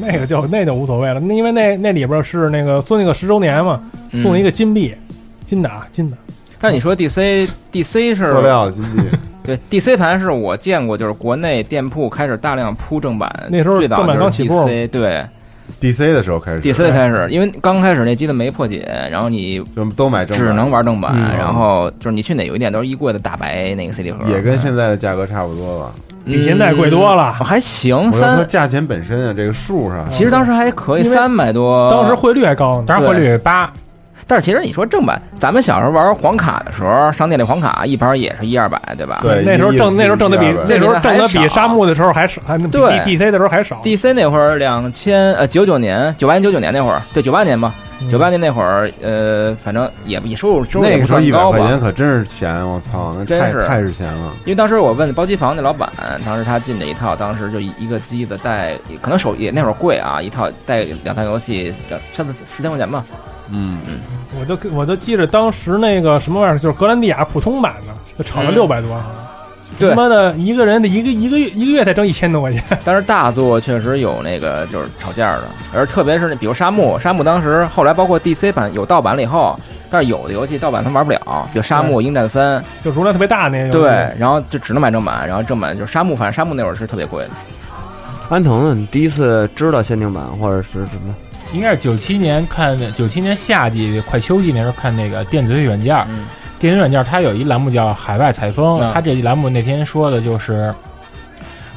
[SPEAKER 5] 那个就那就无所谓了，那因为那那里边是那个做那个十周年嘛，
[SPEAKER 4] 嗯
[SPEAKER 5] 送了一个金币，金的啊，金的，
[SPEAKER 4] 但是你说 DC DC
[SPEAKER 8] 塑
[SPEAKER 4] 是
[SPEAKER 8] 料金币，
[SPEAKER 4] 对 DC 盘是我见过，就是国内店铺开始大量铺正版，
[SPEAKER 5] 那时候
[SPEAKER 4] 最早
[SPEAKER 5] 正版
[SPEAKER 4] 就是
[SPEAKER 5] 刚起步
[SPEAKER 4] DC 对
[SPEAKER 8] DC 的时候开始
[SPEAKER 4] DC 开始，因为刚开始那机子没破解，然后你
[SPEAKER 8] 就都买正版，
[SPEAKER 4] 只能玩正版，
[SPEAKER 8] 嗯
[SPEAKER 4] 然后就是你去哪游戏店都是衣柜的大白那个 CD 盒，嗯
[SPEAKER 8] 也跟现在的价格差不多吧。
[SPEAKER 5] 比现在贵多了
[SPEAKER 4] 嗯，还行
[SPEAKER 8] 我要说
[SPEAKER 4] 三，
[SPEAKER 8] 价钱本身啊，这个数上，
[SPEAKER 4] 其实当时还可以
[SPEAKER 5] 因为
[SPEAKER 4] 三百多，
[SPEAKER 5] 当时汇率还高呢，
[SPEAKER 1] 当然汇率八，
[SPEAKER 4] 但是其实你说正版，咱们小时候玩黄卡的时候，商店里黄卡一盘也是一二百，对吧？
[SPEAKER 8] 对
[SPEAKER 5] 那时候
[SPEAKER 8] 一
[SPEAKER 5] 挣
[SPEAKER 8] 一
[SPEAKER 5] 那时候挣的比
[SPEAKER 8] 一二百
[SPEAKER 5] 那时候挣的
[SPEAKER 4] 那
[SPEAKER 5] 比
[SPEAKER 4] 时候还少
[SPEAKER 5] 沙漠的时候还少，还比
[SPEAKER 4] 对
[SPEAKER 5] D C 的时候还少。
[SPEAKER 4] DC 那会儿两千呃九九年九八年九九年那会儿，对九八年嘛，
[SPEAKER 8] 嗯
[SPEAKER 4] 九八年那会儿，呃，反正也也收入收入也
[SPEAKER 8] 那
[SPEAKER 4] 不
[SPEAKER 8] 个时候
[SPEAKER 4] 算
[SPEAKER 8] 一百
[SPEAKER 4] 高
[SPEAKER 8] 块
[SPEAKER 4] 吧
[SPEAKER 8] 钱可真是钱，我操，那
[SPEAKER 4] 真
[SPEAKER 8] 太
[SPEAKER 4] 是
[SPEAKER 8] 太是钱了。
[SPEAKER 4] 因为当时我问包机房那老板，当时他进这一套，当时就一一个机子带，可能手也那会儿贵啊，一套带两套游戏，两三四四千块钱吧。
[SPEAKER 8] 嗯
[SPEAKER 4] 嗯，
[SPEAKER 1] 我都我都记着当时那个什么玩意儿，就是格兰蒂亚普通版的，就炒了
[SPEAKER 4] 嗯
[SPEAKER 1] 六百多，
[SPEAKER 4] 对
[SPEAKER 1] 他妈的一个人的一个一个月一个月才挣一千多块钱，
[SPEAKER 4] 当时大作确实有那个就是吵架的，而特别是那比如沙漠，沙漠当时后来包括 DC 版有盗版了以后，但是有的游戏盗版它玩不了，比如沙漠、鹰战三，
[SPEAKER 1] 就容量特别大那个游
[SPEAKER 5] 嗯
[SPEAKER 1] 戏。
[SPEAKER 4] 对，然后就只能买正版，然后正版就是沙漠，反正沙漠那会儿是特别贵的。
[SPEAKER 12] 安藤呢？你第一次知道限定版或者是什么？
[SPEAKER 5] 应该是九七年看，九七年夏季快秋季那时候看那个电子软件儿，电子软件儿它有一栏目叫海外采风，
[SPEAKER 4] 嗯
[SPEAKER 5] 它这一栏目那天说的就是。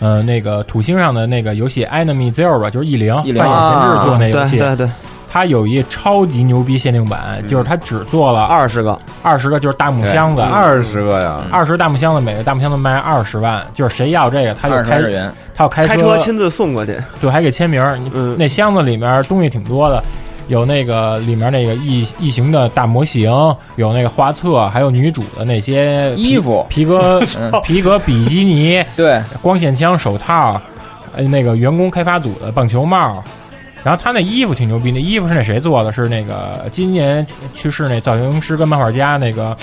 [SPEAKER 5] 呃，那个土星上的那个游戏《Enemy Zero》吧，就是异零
[SPEAKER 4] 异
[SPEAKER 5] 范野
[SPEAKER 4] 零
[SPEAKER 5] 贤
[SPEAKER 12] 啊
[SPEAKER 5] 治做那游戏，
[SPEAKER 12] 对对对，
[SPEAKER 5] 它有一超级牛逼限定版，就是它只做了
[SPEAKER 12] 二十个，
[SPEAKER 5] 二十个，就是大木箱子，
[SPEAKER 8] 二十个
[SPEAKER 4] 嗯
[SPEAKER 8] 呀，
[SPEAKER 5] 二十大木箱子，每个大木箱子卖二十万，就是谁要这个，他就
[SPEAKER 4] 二十
[SPEAKER 5] 开
[SPEAKER 4] 日，元，
[SPEAKER 5] 他要开
[SPEAKER 12] 开车亲自送过去。
[SPEAKER 5] 对，还给签名儿。你
[SPEAKER 12] 嗯
[SPEAKER 5] 那箱子里面东西挺多的，有那个里面那个异异形的大模型，有那个画册，还有女主的那些皮
[SPEAKER 4] 衣服
[SPEAKER 5] 皮革、
[SPEAKER 4] 嗯
[SPEAKER 5] 皮革比基尼、
[SPEAKER 4] 对，
[SPEAKER 5] 光线枪、手套，呃，那个员工开发组的棒球帽。然后他那衣服挺牛逼，那衣服是那谁做的？是那个今年去世那造型师跟漫画家那个，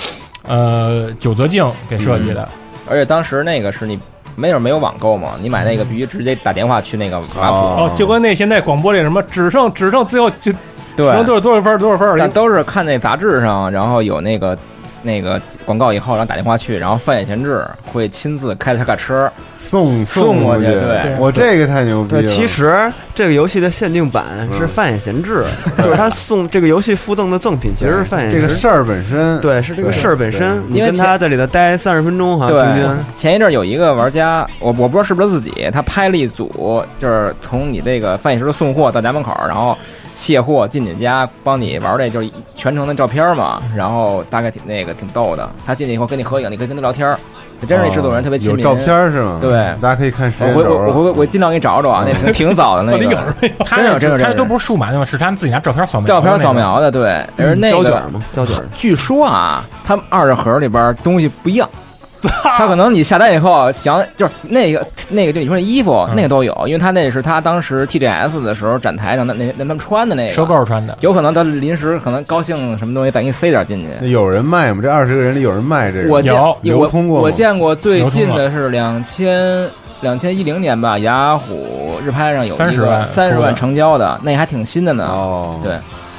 [SPEAKER 5] 呃，九泽静给设计
[SPEAKER 4] 嗯
[SPEAKER 5] 的。
[SPEAKER 4] 而且当时那个是你没有没有网购嘛，你买那个必须直接打电话去那个瓦普，
[SPEAKER 1] 哦，就跟那现在广播里什么只剩只剩最后就只剩
[SPEAKER 4] 对，
[SPEAKER 1] 多少多少分儿多少分儿，
[SPEAKER 4] 但都是看那杂志上，然后有那个。那个广告以后，然后打电话去，然后范野贤治会亲自开着他卡车，
[SPEAKER 8] 送
[SPEAKER 4] 送过
[SPEAKER 8] 过
[SPEAKER 4] 去对
[SPEAKER 8] 我这个太牛逼了。
[SPEAKER 12] 对，其实这个游戏的限定版
[SPEAKER 8] 嗯
[SPEAKER 12] 是范野贤 治，就是他送这个游戏附赠的赠品，其实是范野
[SPEAKER 8] 这个
[SPEAKER 12] 贤治。
[SPEAKER 8] 事儿本身，
[SPEAKER 12] 对，是这个事儿本身，你
[SPEAKER 4] 因为
[SPEAKER 12] 跟他在里头待三十分钟好像平
[SPEAKER 4] 对
[SPEAKER 12] 均。，
[SPEAKER 4] 前一阵儿有一个玩家，我我不知道是不是他自己，他拍了一组，就是从你这个范野师送货到家门口，然后卸货进你家，帮你玩这就是全程的照片嘛，然后大概挺那个挺逗的。他进去以后跟你合影，你可以跟他聊天儿，真是那制作人特别亲
[SPEAKER 8] 啊有
[SPEAKER 4] 民。
[SPEAKER 8] 照片儿是吗？
[SPEAKER 4] 对
[SPEAKER 8] 大家可以看时
[SPEAKER 4] 我
[SPEAKER 8] 间
[SPEAKER 4] 回
[SPEAKER 8] 轴啊
[SPEAKER 4] 我我
[SPEAKER 8] 了。
[SPEAKER 4] 我我尽量给你找找啊，那挺早的那个，
[SPEAKER 5] 他
[SPEAKER 4] 真有
[SPEAKER 5] 那
[SPEAKER 4] 真有
[SPEAKER 5] 他
[SPEAKER 4] 真有
[SPEAKER 5] 都不是数码那种，是他们自己拿照片扫描的
[SPEAKER 4] 照
[SPEAKER 5] 那种。
[SPEAKER 4] 片扫描的，对，而 那
[SPEAKER 12] 胶
[SPEAKER 4] 个
[SPEAKER 12] 卷嘛，胶卷。
[SPEAKER 4] 据说啊，他们二手盒里边东西不一样。他可能你下单以后想就是那个那个就你说那衣服
[SPEAKER 5] 嗯
[SPEAKER 4] 那个都有，因为他那是他当时 TGS 的时候展台上的那那那他们穿的那个
[SPEAKER 5] 收购穿的。
[SPEAKER 4] 有可能他临时可能高兴什么东西再给你塞点进去。
[SPEAKER 8] 那有人卖吗？这二十个人里有人卖这个？
[SPEAKER 4] 我见
[SPEAKER 5] 有
[SPEAKER 8] 流
[SPEAKER 4] 我
[SPEAKER 8] 通过吗
[SPEAKER 4] 我见过最近
[SPEAKER 5] 流通
[SPEAKER 4] 的是两千两千一零年吧，雅虎日拍上有一
[SPEAKER 5] 30
[SPEAKER 4] 个
[SPEAKER 5] 万
[SPEAKER 4] 三十万成交的，那还挺新的呢。
[SPEAKER 8] 哦，
[SPEAKER 4] 啊对，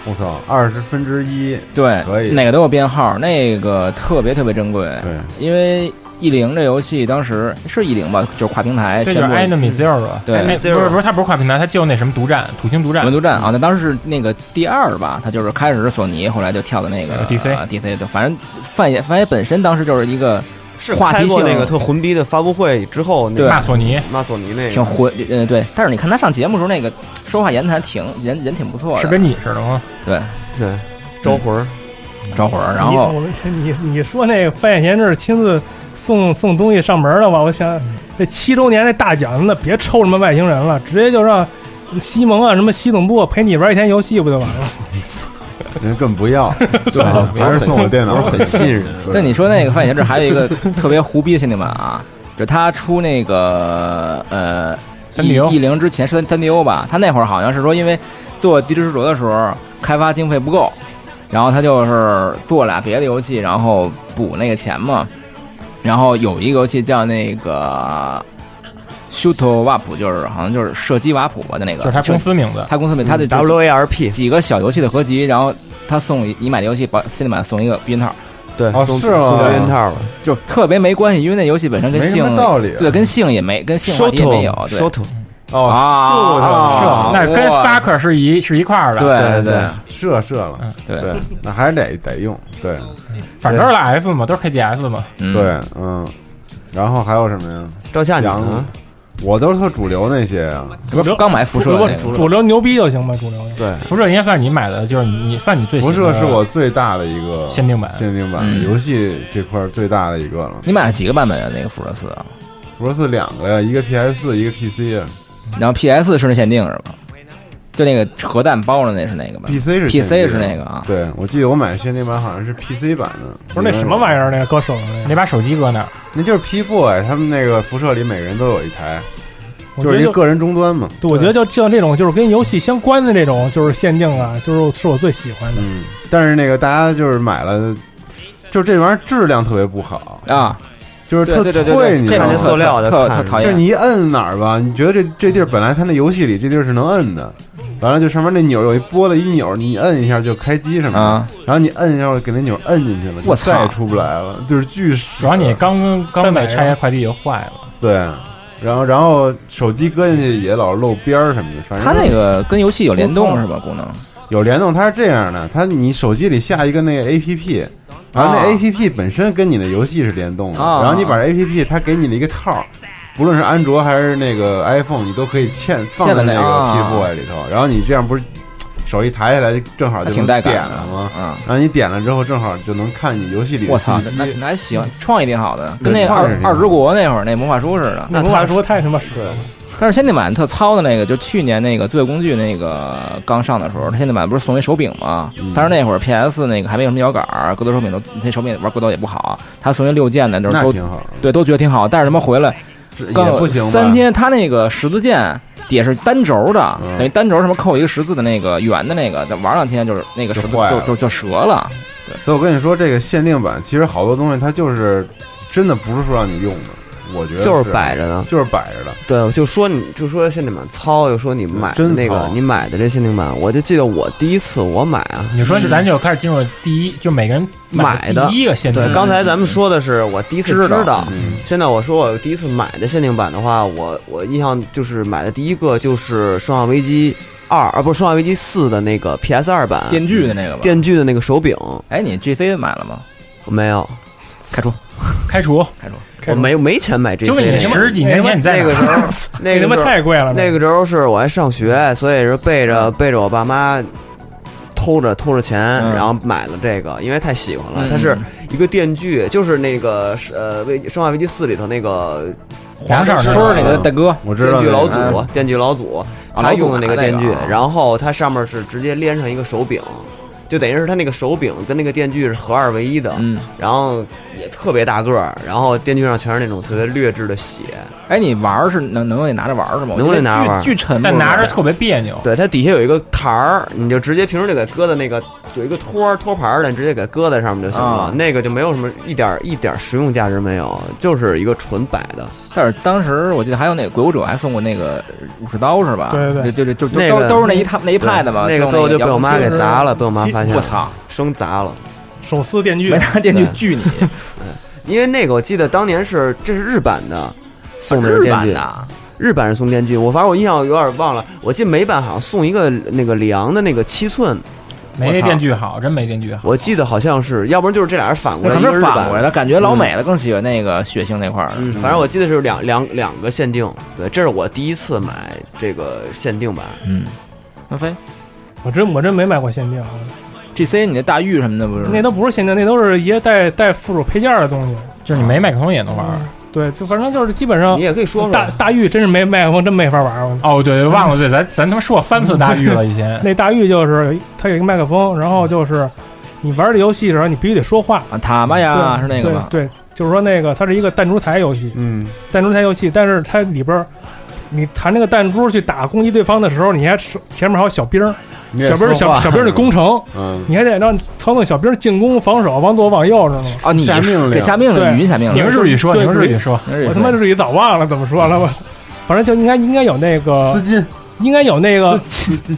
[SPEAKER 8] 我操，二十分之一，可
[SPEAKER 4] 对，
[SPEAKER 8] 以
[SPEAKER 4] 哪个都有编号，那个特别特别珍贵。
[SPEAKER 8] 对，
[SPEAKER 4] 因为异零这游戏当时是异零吧，就是跨平台
[SPEAKER 5] 这
[SPEAKER 4] 宣
[SPEAKER 5] 就是
[SPEAKER 4] 布
[SPEAKER 5] Enemy Zero 吧？
[SPEAKER 4] 哎对
[SPEAKER 5] 哎
[SPEAKER 12] Enemy Zero
[SPEAKER 5] 不是不是，它不是跨平台，它就那什么独占，土星独占
[SPEAKER 4] 文。都站啊，那当时是那个第二吧，他就是开始是索尼，后来就跳的那个
[SPEAKER 5] 呃，DC
[SPEAKER 4] 啊 DC 对，反正范爷范爷本身当时就是一个
[SPEAKER 12] 是
[SPEAKER 4] 话
[SPEAKER 12] 开
[SPEAKER 4] 题
[SPEAKER 12] 过
[SPEAKER 4] 性
[SPEAKER 12] 那个特混逼的发布会之后，那
[SPEAKER 4] 对
[SPEAKER 5] 骂索尼
[SPEAKER 12] 骂索尼那
[SPEAKER 4] 挺
[SPEAKER 12] 个，
[SPEAKER 4] 混，呃对，但是你看他上节目时候那个说话言谈挺人人挺不错的，
[SPEAKER 5] 是跟你似的吗？
[SPEAKER 4] 对
[SPEAKER 12] 对，招魂儿，
[SPEAKER 4] 招魂儿，然后
[SPEAKER 1] 你我们你你说那个范彦贤是亲自送送东西上门了吧？我想
[SPEAKER 5] 嗯
[SPEAKER 1] 这七周年那大奖，那别抽什么外星人了，直接就让西蒙啊什么西总部陪你玩一天游戏不就完了？
[SPEAKER 8] 人更 不要，对吧还是送我电脑，很信任。
[SPEAKER 4] 但你说那个范爷这还有一 个特别胡逼的限定版啊，就是他出那个呃
[SPEAKER 5] 3DO
[SPEAKER 4] 一零之前是三 D O 吧，他那会儿好像是说因为做《地之执着》的时候开发经费不够，然后他就是做俩别的游戏，然后补那个钱嘛。然后有一个游戏叫那个 Shoot 瓦普，就是好像就是射击瓦普吧的那个，
[SPEAKER 5] 就是他公司嗯名字。
[SPEAKER 4] 他公司嗯名，他的
[SPEAKER 12] 嗯
[SPEAKER 4] 嗯
[SPEAKER 12] W A R P，
[SPEAKER 4] 几个小游戏的合集，然后他送你买的游戏，把限定版送一个避孕套。
[SPEAKER 12] 对，
[SPEAKER 8] 哦
[SPEAKER 12] 送
[SPEAKER 8] 是吗
[SPEAKER 12] 送避孕套了
[SPEAKER 4] 就特别没关系，因为那游戏本身跟
[SPEAKER 8] 没什
[SPEAKER 4] 性
[SPEAKER 8] 么道理啊
[SPEAKER 4] 对，跟性也没跟性话题也没有，对
[SPEAKER 12] ，Shoto，
[SPEAKER 8] 哦，
[SPEAKER 4] 啊，
[SPEAKER 5] 那跟
[SPEAKER 4] 哇
[SPEAKER 5] Sucker 是一是一块儿的。
[SPEAKER 4] 对
[SPEAKER 12] 对
[SPEAKER 4] 对
[SPEAKER 8] 射射了，
[SPEAKER 4] 嗯对
[SPEAKER 8] 对，那还是得得用，对
[SPEAKER 5] 反正都是 F 嘛，都是 KGS 嘛。
[SPEAKER 4] 嗯
[SPEAKER 8] 对，嗯。然后还有什么呀？
[SPEAKER 12] 照下你
[SPEAKER 8] 羊
[SPEAKER 12] 呢？，
[SPEAKER 8] 我都是特主流那些啊。
[SPEAKER 4] 这啊不是刚买辐射
[SPEAKER 1] 主
[SPEAKER 4] 那
[SPEAKER 1] 流
[SPEAKER 4] 个，
[SPEAKER 1] 主流牛逼就行吧，主流。
[SPEAKER 5] 辐射应该算你买的，就是你算你最喜
[SPEAKER 8] 辐
[SPEAKER 5] 欢
[SPEAKER 8] 射
[SPEAKER 4] 啊
[SPEAKER 5] 的
[SPEAKER 8] 是我最大的一个
[SPEAKER 5] 限定版
[SPEAKER 8] 限定版
[SPEAKER 4] 嗯
[SPEAKER 8] 游戏这块儿最大的一个了。
[SPEAKER 4] 你买了几个版本啊？那个辐射四啊，
[SPEAKER 1] 嗯
[SPEAKER 8] 辐射四两个呀，一个 PS 四，一个 PC 啊。
[SPEAKER 4] 然后 PS 是那限定是吧？就那个核弹包的那是那个吧
[SPEAKER 8] PC 是
[SPEAKER 4] ？PC
[SPEAKER 8] 限定
[SPEAKER 4] 是
[SPEAKER 8] 的
[SPEAKER 4] 那个啊。
[SPEAKER 8] 对，我记得我买的限定版好像是 PC 版的，
[SPEAKER 1] 不是那什么玩意
[SPEAKER 8] 儿，
[SPEAKER 1] 儿，那个搁手上那
[SPEAKER 5] 那把手机搁那儿，
[SPEAKER 8] 那就是 P boy 他们那个辐射里每个人都有一台，
[SPEAKER 1] 我觉
[SPEAKER 8] 就
[SPEAKER 1] 得
[SPEAKER 8] 是一
[SPEAKER 1] 就
[SPEAKER 8] 个人终端嘛。
[SPEAKER 1] 对，我觉得就像这种就是跟游戏相关的这种就是限定啊，就是是我最喜欢的。
[SPEAKER 8] 嗯，但是那个大家就是买了，就是这玩意儿质量特别不好，
[SPEAKER 4] 啊，
[SPEAKER 8] 就是特
[SPEAKER 4] 对对对对
[SPEAKER 8] 脆，你知
[SPEAKER 12] 这
[SPEAKER 8] 道
[SPEAKER 12] 种
[SPEAKER 8] 吗
[SPEAKER 12] 是？塑料的
[SPEAKER 4] 特
[SPEAKER 12] 看
[SPEAKER 4] 特
[SPEAKER 12] 着
[SPEAKER 4] 讨
[SPEAKER 8] 就是
[SPEAKER 4] 厌。
[SPEAKER 8] 你一摁哪儿吧，你觉得这这地儿本来它那游戏里这地儿是能摁的，完了就上面那钮儿有一拨的一钮儿，你摁一下就开机什么的，
[SPEAKER 4] 啊
[SPEAKER 8] 然后你摁一下给那钮儿摁进去了，
[SPEAKER 4] 我
[SPEAKER 8] 就
[SPEAKER 4] 操
[SPEAKER 8] 再也出不来了，就是巨屎。
[SPEAKER 5] 主要你刚刚
[SPEAKER 1] 买
[SPEAKER 5] 被
[SPEAKER 1] 上
[SPEAKER 5] 拆家快递就坏了。
[SPEAKER 8] 对，然后然后手机搁进去也老是漏边儿什么的，反正
[SPEAKER 4] 它那个跟游戏有联动是吧？功能
[SPEAKER 8] 有联动，它是这样的，它你手机里下一个那个 A P P，然后那
[SPEAKER 4] 啊
[SPEAKER 8] A P P 本身跟你的游戏是联动的，
[SPEAKER 4] 啊
[SPEAKER 8] 然后你把 A P P 它给你了一个套儿，不论是安卓还是那个 iPhone，你都可以嵌放在
[SPEAKER 4] 嵌在
[SPEAKER 8] 那
[SPEAKER 4] 那
[SPEAKER 8] 个
[SPEAKER 4] 啊
[SPEAKER 8] P Boy 里头，然后你这样不是手一抬起来就正好
[SPEAKER 4] 还
[SPEAKER 8] 就
[SPEAKER 4] 挺
[SPEAKER 8] 能
[SPEAKER 4] 带
[SPEAKER 8] 点
[SPEAKER 4] 感的
[SPEAKER 8] 了吗？
[SPEAKER 4] 啊！
[SPEAKER 8] 然后你点了之后，正好就能看你游戏里
[SPEAKER 4] 我
[SPEAKER 8] 的
[SPEAKER 4] 操
[SPEAKER 8] 信，
[SPEAKER 4] 那
[SPEAKER 8] 息。
[SPEAKER 4] 那还行，创意挺好的，
[SPEAKER 8] 对
[SPEAKER 4] 跟那
[SPEAKER 8] 创意
[SPEAKER 4] 二
[SPEAKER 8] 是挺好
[SPEAKER 4] 二
[SPEAKER 8] 的
[SPEAKER 4] 之国那会儿那魔法书似的。
[SPEAKER 1] 那魔
[SPEAKER 8] 啊
[SPEAKER 1] 法书太他妈屎了，
[SPEAKER 4] 但是限定版特糙的那个，就去年那个《罪恶工具》那个刚上的时候，它限定版不是送一手柄吗？
[SPEAKER 8] 嗯
[SPEAKER 4] 但是那会儿 PS 那个还没有什么摇杆儿，格斗手柄都那手柄玩格斗也不好，它送一六键的，就是
[SPEAKER 8] 那
[SPEAKER 4] 都
[SPEAKER 8] 挺好，
[SPEAKER 4] 对都觉得挺好。但是他妈回来
[SPEAKER 8] 这
[SPEAKER 4] 刚
[SPEAKER 8] 也不行吧？
[SPEAKER 4] 三天，它那个十字键也是单轴的，
[SPEAKER 8] 嗯
[SPEAKER 4] 等于单轴什么扣一个十字的那个圆的那个，玩两天就是那个十字
[SPEAKER 8] 就坏
[SPEAKER 4] 就
[SPEAKER 8] 了
[SPEAKER 4] 就就折了。
[SPEAKER 8] 所以我跟你说，这个限定版其实好多东西它就是真的不是说让你用的，我觉得
[SPEAKER 12] 就是
[SPEAKER 8] 是
[SPEAKER 12] 摆着呢。
[SPEAKER 8] 就是摆着的。
[SPEAKER 12] 对，就说你就说限定版糙，又说你买的
[SPEAKER 8] 真
[SPEAKER 12] 那个
[SPEAKER 8] 糙
[SPEAKER 12] 你买的这限定版，我就记得我第一次我买啊，
[SPEAKER 5] 你
[SPEAKER 1] 嗯
[SPEAKER 5] 说咱就开始进入第一，就每个人
[SPEAKER 12] 买的
[SPEAKER 5] 第一个限定
[SPEAKER 12] 对，，刚才咱们说的是我第一次
[SPEAKER 4] 知道
[SPEAKER 8] 嗯，
[SPEAKER 12] 现在我说我第一次买的限定版的话，我我印象就是买的第一个就是《生化危机二》，啊，不是《生化危机四》的那个 PS 二
[SPEAKER 8] 嗯
[SPEAKER 12] 版
[SPEAKER 4] 电锯的那个吧？
[SPEAKER 12] 电锯的那个手柄，
[SPEAKER 4] 哎，你 GC 买了吗？
[SPEAKER 12] 没有，
[SPEAKER 4] 开除，
[SPEAKER 5] 开除，
[SPEAKER 12] 我没没钱买这
[SPEAKER 5] 就
[SPEAKER 12] 些。
[SPEAKER 5] 问你十几年前你在
[SPEAKER 12] 那
[SPEAKER 5] 哪
[SPEAKER 12] 个时
[SPEAKER 5] 儿？
[SPEAKER 12] 候， 那
[SPEAKER 1] 那他
[SPEAKER 12] 个
[SPEAKER 1] 妈
[SPEAKER 12] 时候
[SPEAKER 1] 太贵了。
[SPEAKER 12] 那个时候是我还上学，所以是背着背着我爸妈偷着偷着钱，
[SPEAKER 4] 嗯
[SPEAKER 12] 然后买了这个，因为太喜欢了。
[SPEAKER 4] 嗯
[SPEAKER 12] 它是一个电锯，就是那个是呃《危生化危机四》里头那个
[SPEAKER 5] 黄色儿
[SPEAKER 4] 村
[SPEAKER 5] 那
[SPEAKER 4] 儿
[SPEAKER 5] 个
[SPEAKER 4] 那个大哥，
[SPEAKER 8] 我知
[SPEAKER 12] 电
[SPEAKER 8] 道
[SPEAKER 12] 锯
[SPEAKER 8] 那个哎
[SPEAKER 12] 老
[SPEAKER 4] 嗯
[SPEAKER 12] 祖，电锯老祖，
[SPEAKER 4] 啊
[SPEAKER 12] 他用的那
[SPEAKER 4] 老祖拿
[SPEAKER 12] 个电锯
[SPEAKER 4] 那个啊，
[SPEAKER 12] 然后它上面是直接连上一个手柄，就等于是它那个手柄跟那个电锯是合二为一的，
[SPEAKER 4] 嗯，
[SPEAKER 12] 然后也特别大个儿，然后电锯上全是那种特别劣质的血，
[SPEAKER 4] 哎，你玩儿是能能得拿着玩儿是吗？
[SPEAKER 12] 能得拿着玩儿
[SPEAKER 4] 巨巨沉，啊
[SPEAKER 5] 但拿着特别别扭。
[SPEAKER 12] 对，它底下有一个台儿，你就直接平时就给搁在那个有一个托儿托盘儿的，你直接给搁在上面就行了，
[SPEAKER 4] 啊
[SPEAKER 12] 那个就没有什么一点儿一点儿实用价值没有，就是一个纯摆的，
[SPEAKER 4] 但是当时我记得还有那个鬼武者还送过那个武士刀是吧？
[SPEAKER 1] 对对对
[SPEAKER 4] 就就就就
[SPEAKER 12] 那
[SPEAKER 4] 都
[SPEAKER 12] 个
[SPEAKER 4] 都是那一套那一派的嘛。
[SPEAKER 12] 那个最后就被我妈给砸了，被我妈
[SPEAKER 1] 其
[SPEAKER 12] 发现
[SPEAKER 4] 我
[SPEAKER 12] 了，
[SPEAKER 4] 操，
[SPEAKER 12] 生砸了。
[SPEAKER 1] 手撕电锯
[SPEAKER 4] 没，拿电锯
[SPEAKER 12] 对
[SPEAKER 4] 锯你，
[SPEAKER 12] 因为那个我记得当年是这是日版的送的是
[SPEAKER 4] 日
[SPEAKER 12] 电
[SPEAKER 4] 版
[SPEAKER 12] 锯，
[SPEAKER 4] 的，
[SPEAKER 12] 日版是送电锯，我反正我印象有点忘了，我记得美版好像送一个那个里昂的那个七寸，
[SPEAKER 5] 没
[SPEAKER 12] 我
[SPEAKER 5] 那
[SPEAKER 12] 操
[SPEAKER 5] 电锯好，真没电锯好。
[SPEAKER 12] 我记得好像是，要不然就是这俩人反过
[SPEAKER 4] 那可
[SPEAKER 12] 来，一个
[SPEAKER 4] 能
[SPEAKER 12] 是
[SPEAKER 4] 是
[SPEAKER 12] 日
[SPEAKER 4] 反过来
[SPEAKER 12] 版。
[SPEAKER 4] 的，感觉老美的更喜欢那个血腥那块儿的。
[SPEAKER 12] 嗯，反正我记得是两两两个限定，对，这是我第一次买这个限定版，
[SPEAKER 4] 嗯，那飞
[SPEAKER 1] 我真我真没买过限定，啊
[SPEAKER 4] GC 你那大玉什么的不是？
[SPEAKER 1] 那都不是限定，那都是一些带带附属配件的东西。嗯
[SPEAKER 5] 就是你没麦克风也能玩儿。
[SPEAKER 1] 对，就反正就是基本上
[SPEAKER 12] 你也可以说说。
[SPEAKER 1] 大大玉真是没麦克风真没法玩儿。
[SPEAKER 5] 哦，对，忘了对，咱咱他妈说三次大狱了，以 前。
[SPEAKER 1] 那大玉就是它有一个麦克风，然后就是你玩这游戏的时候你必须得说话，
[SPEAKER 4] 啊，塔玛呀
[SPEAKER 1] 对
[SPEAKER 4] 是那个吧？
[SPEAKER 1] 对对，就是说那个它是一个弹珠台游戏，
[SPEAKER 8] 嗯，
[SPEAKER 1] 弹珠台游戏，但是它里边儿你弹那个弹珠去打攻击对方的时候，你还手前面还有小兵儿，
[SPEAKER 8] 你也
[SPEAKER 1] 小兵儿
[SPEAKER 8] 说
[SPEAKER 1] 小
[SPEAKER 8] 话
[SPEAKER 1] 小兵儿的攻城，
[SPEAKER 8] 嗯，
[SPEAKER 1] 你还得让操纵小兵儿进攻、防守，往左往右，知道吗？
[SPEAKER 4] 啊，你
[SPEAKER 8] 下命令
[SPEAKER 4] 给下命令，
[SPEAKER 1] 对
[SPEAKER 4] 语音下命
[SPEAKER 5] 你
[SPEAKER 4] 令
[SPEAKER 5] 们。是不是也说？
[SPEAKER 1] 对
[SPEAKER 5] 你们是不是也说？
[SPEAKER 4] 我
[SPEAKER 1] 我他妈日语早忘了怎么说了吧，反正就应该应该有那个
[SPEAKER 8] 丝，巾
[SPEAKER 1] 应该有那个，
[SPEAKER 8] 丝巾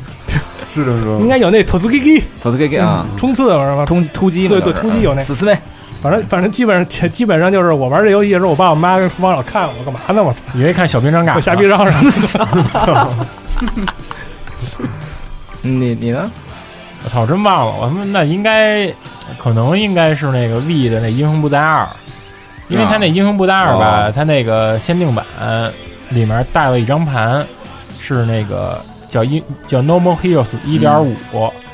[SPEAKER 8] 是这么说
[SPEAKER 4] 嗯
[SPEAKER 1] 应
[SPEAKER 8] 吗？
[SPEAKER 1] 该有那投资 K K
[SPEAKER 4] 走这
[SPEAKER 5] 哎
[SPEAKER 4] 给
[SPEAKER 5] 嗯
[SPEAKER 4] 啊，
[SPEAKER 1] 冲刺玩意儿吧。
[SPEAKER 4] 突突击嘛
[SPEAKER 1] 对对
[SPEAKER 4] 就是啊
[SPEAKER 1] 突击有那
[SPEAKER 4] 死刺妹，
[SPEAKER 1] 反正反正基本上基本上就是我玩这游戏的时候，我爸我妈跟往老看我干嘛呢？我操
[SPEAKER 5] 以为看小兵张嘎，
[SPEAKER 1] 我瞎逼嚷嚷。
[SPEAKER 4] 嗯你你呢？
[SPEAKER 5] 我操，真忘了，我他妈那应该可能应该是那个 V 的那《英雄不在二》，因为他那《英雄不在二》吧，他那个限定版里面带了一张盘，是那个叫英叫 Normal Heroes 一点五，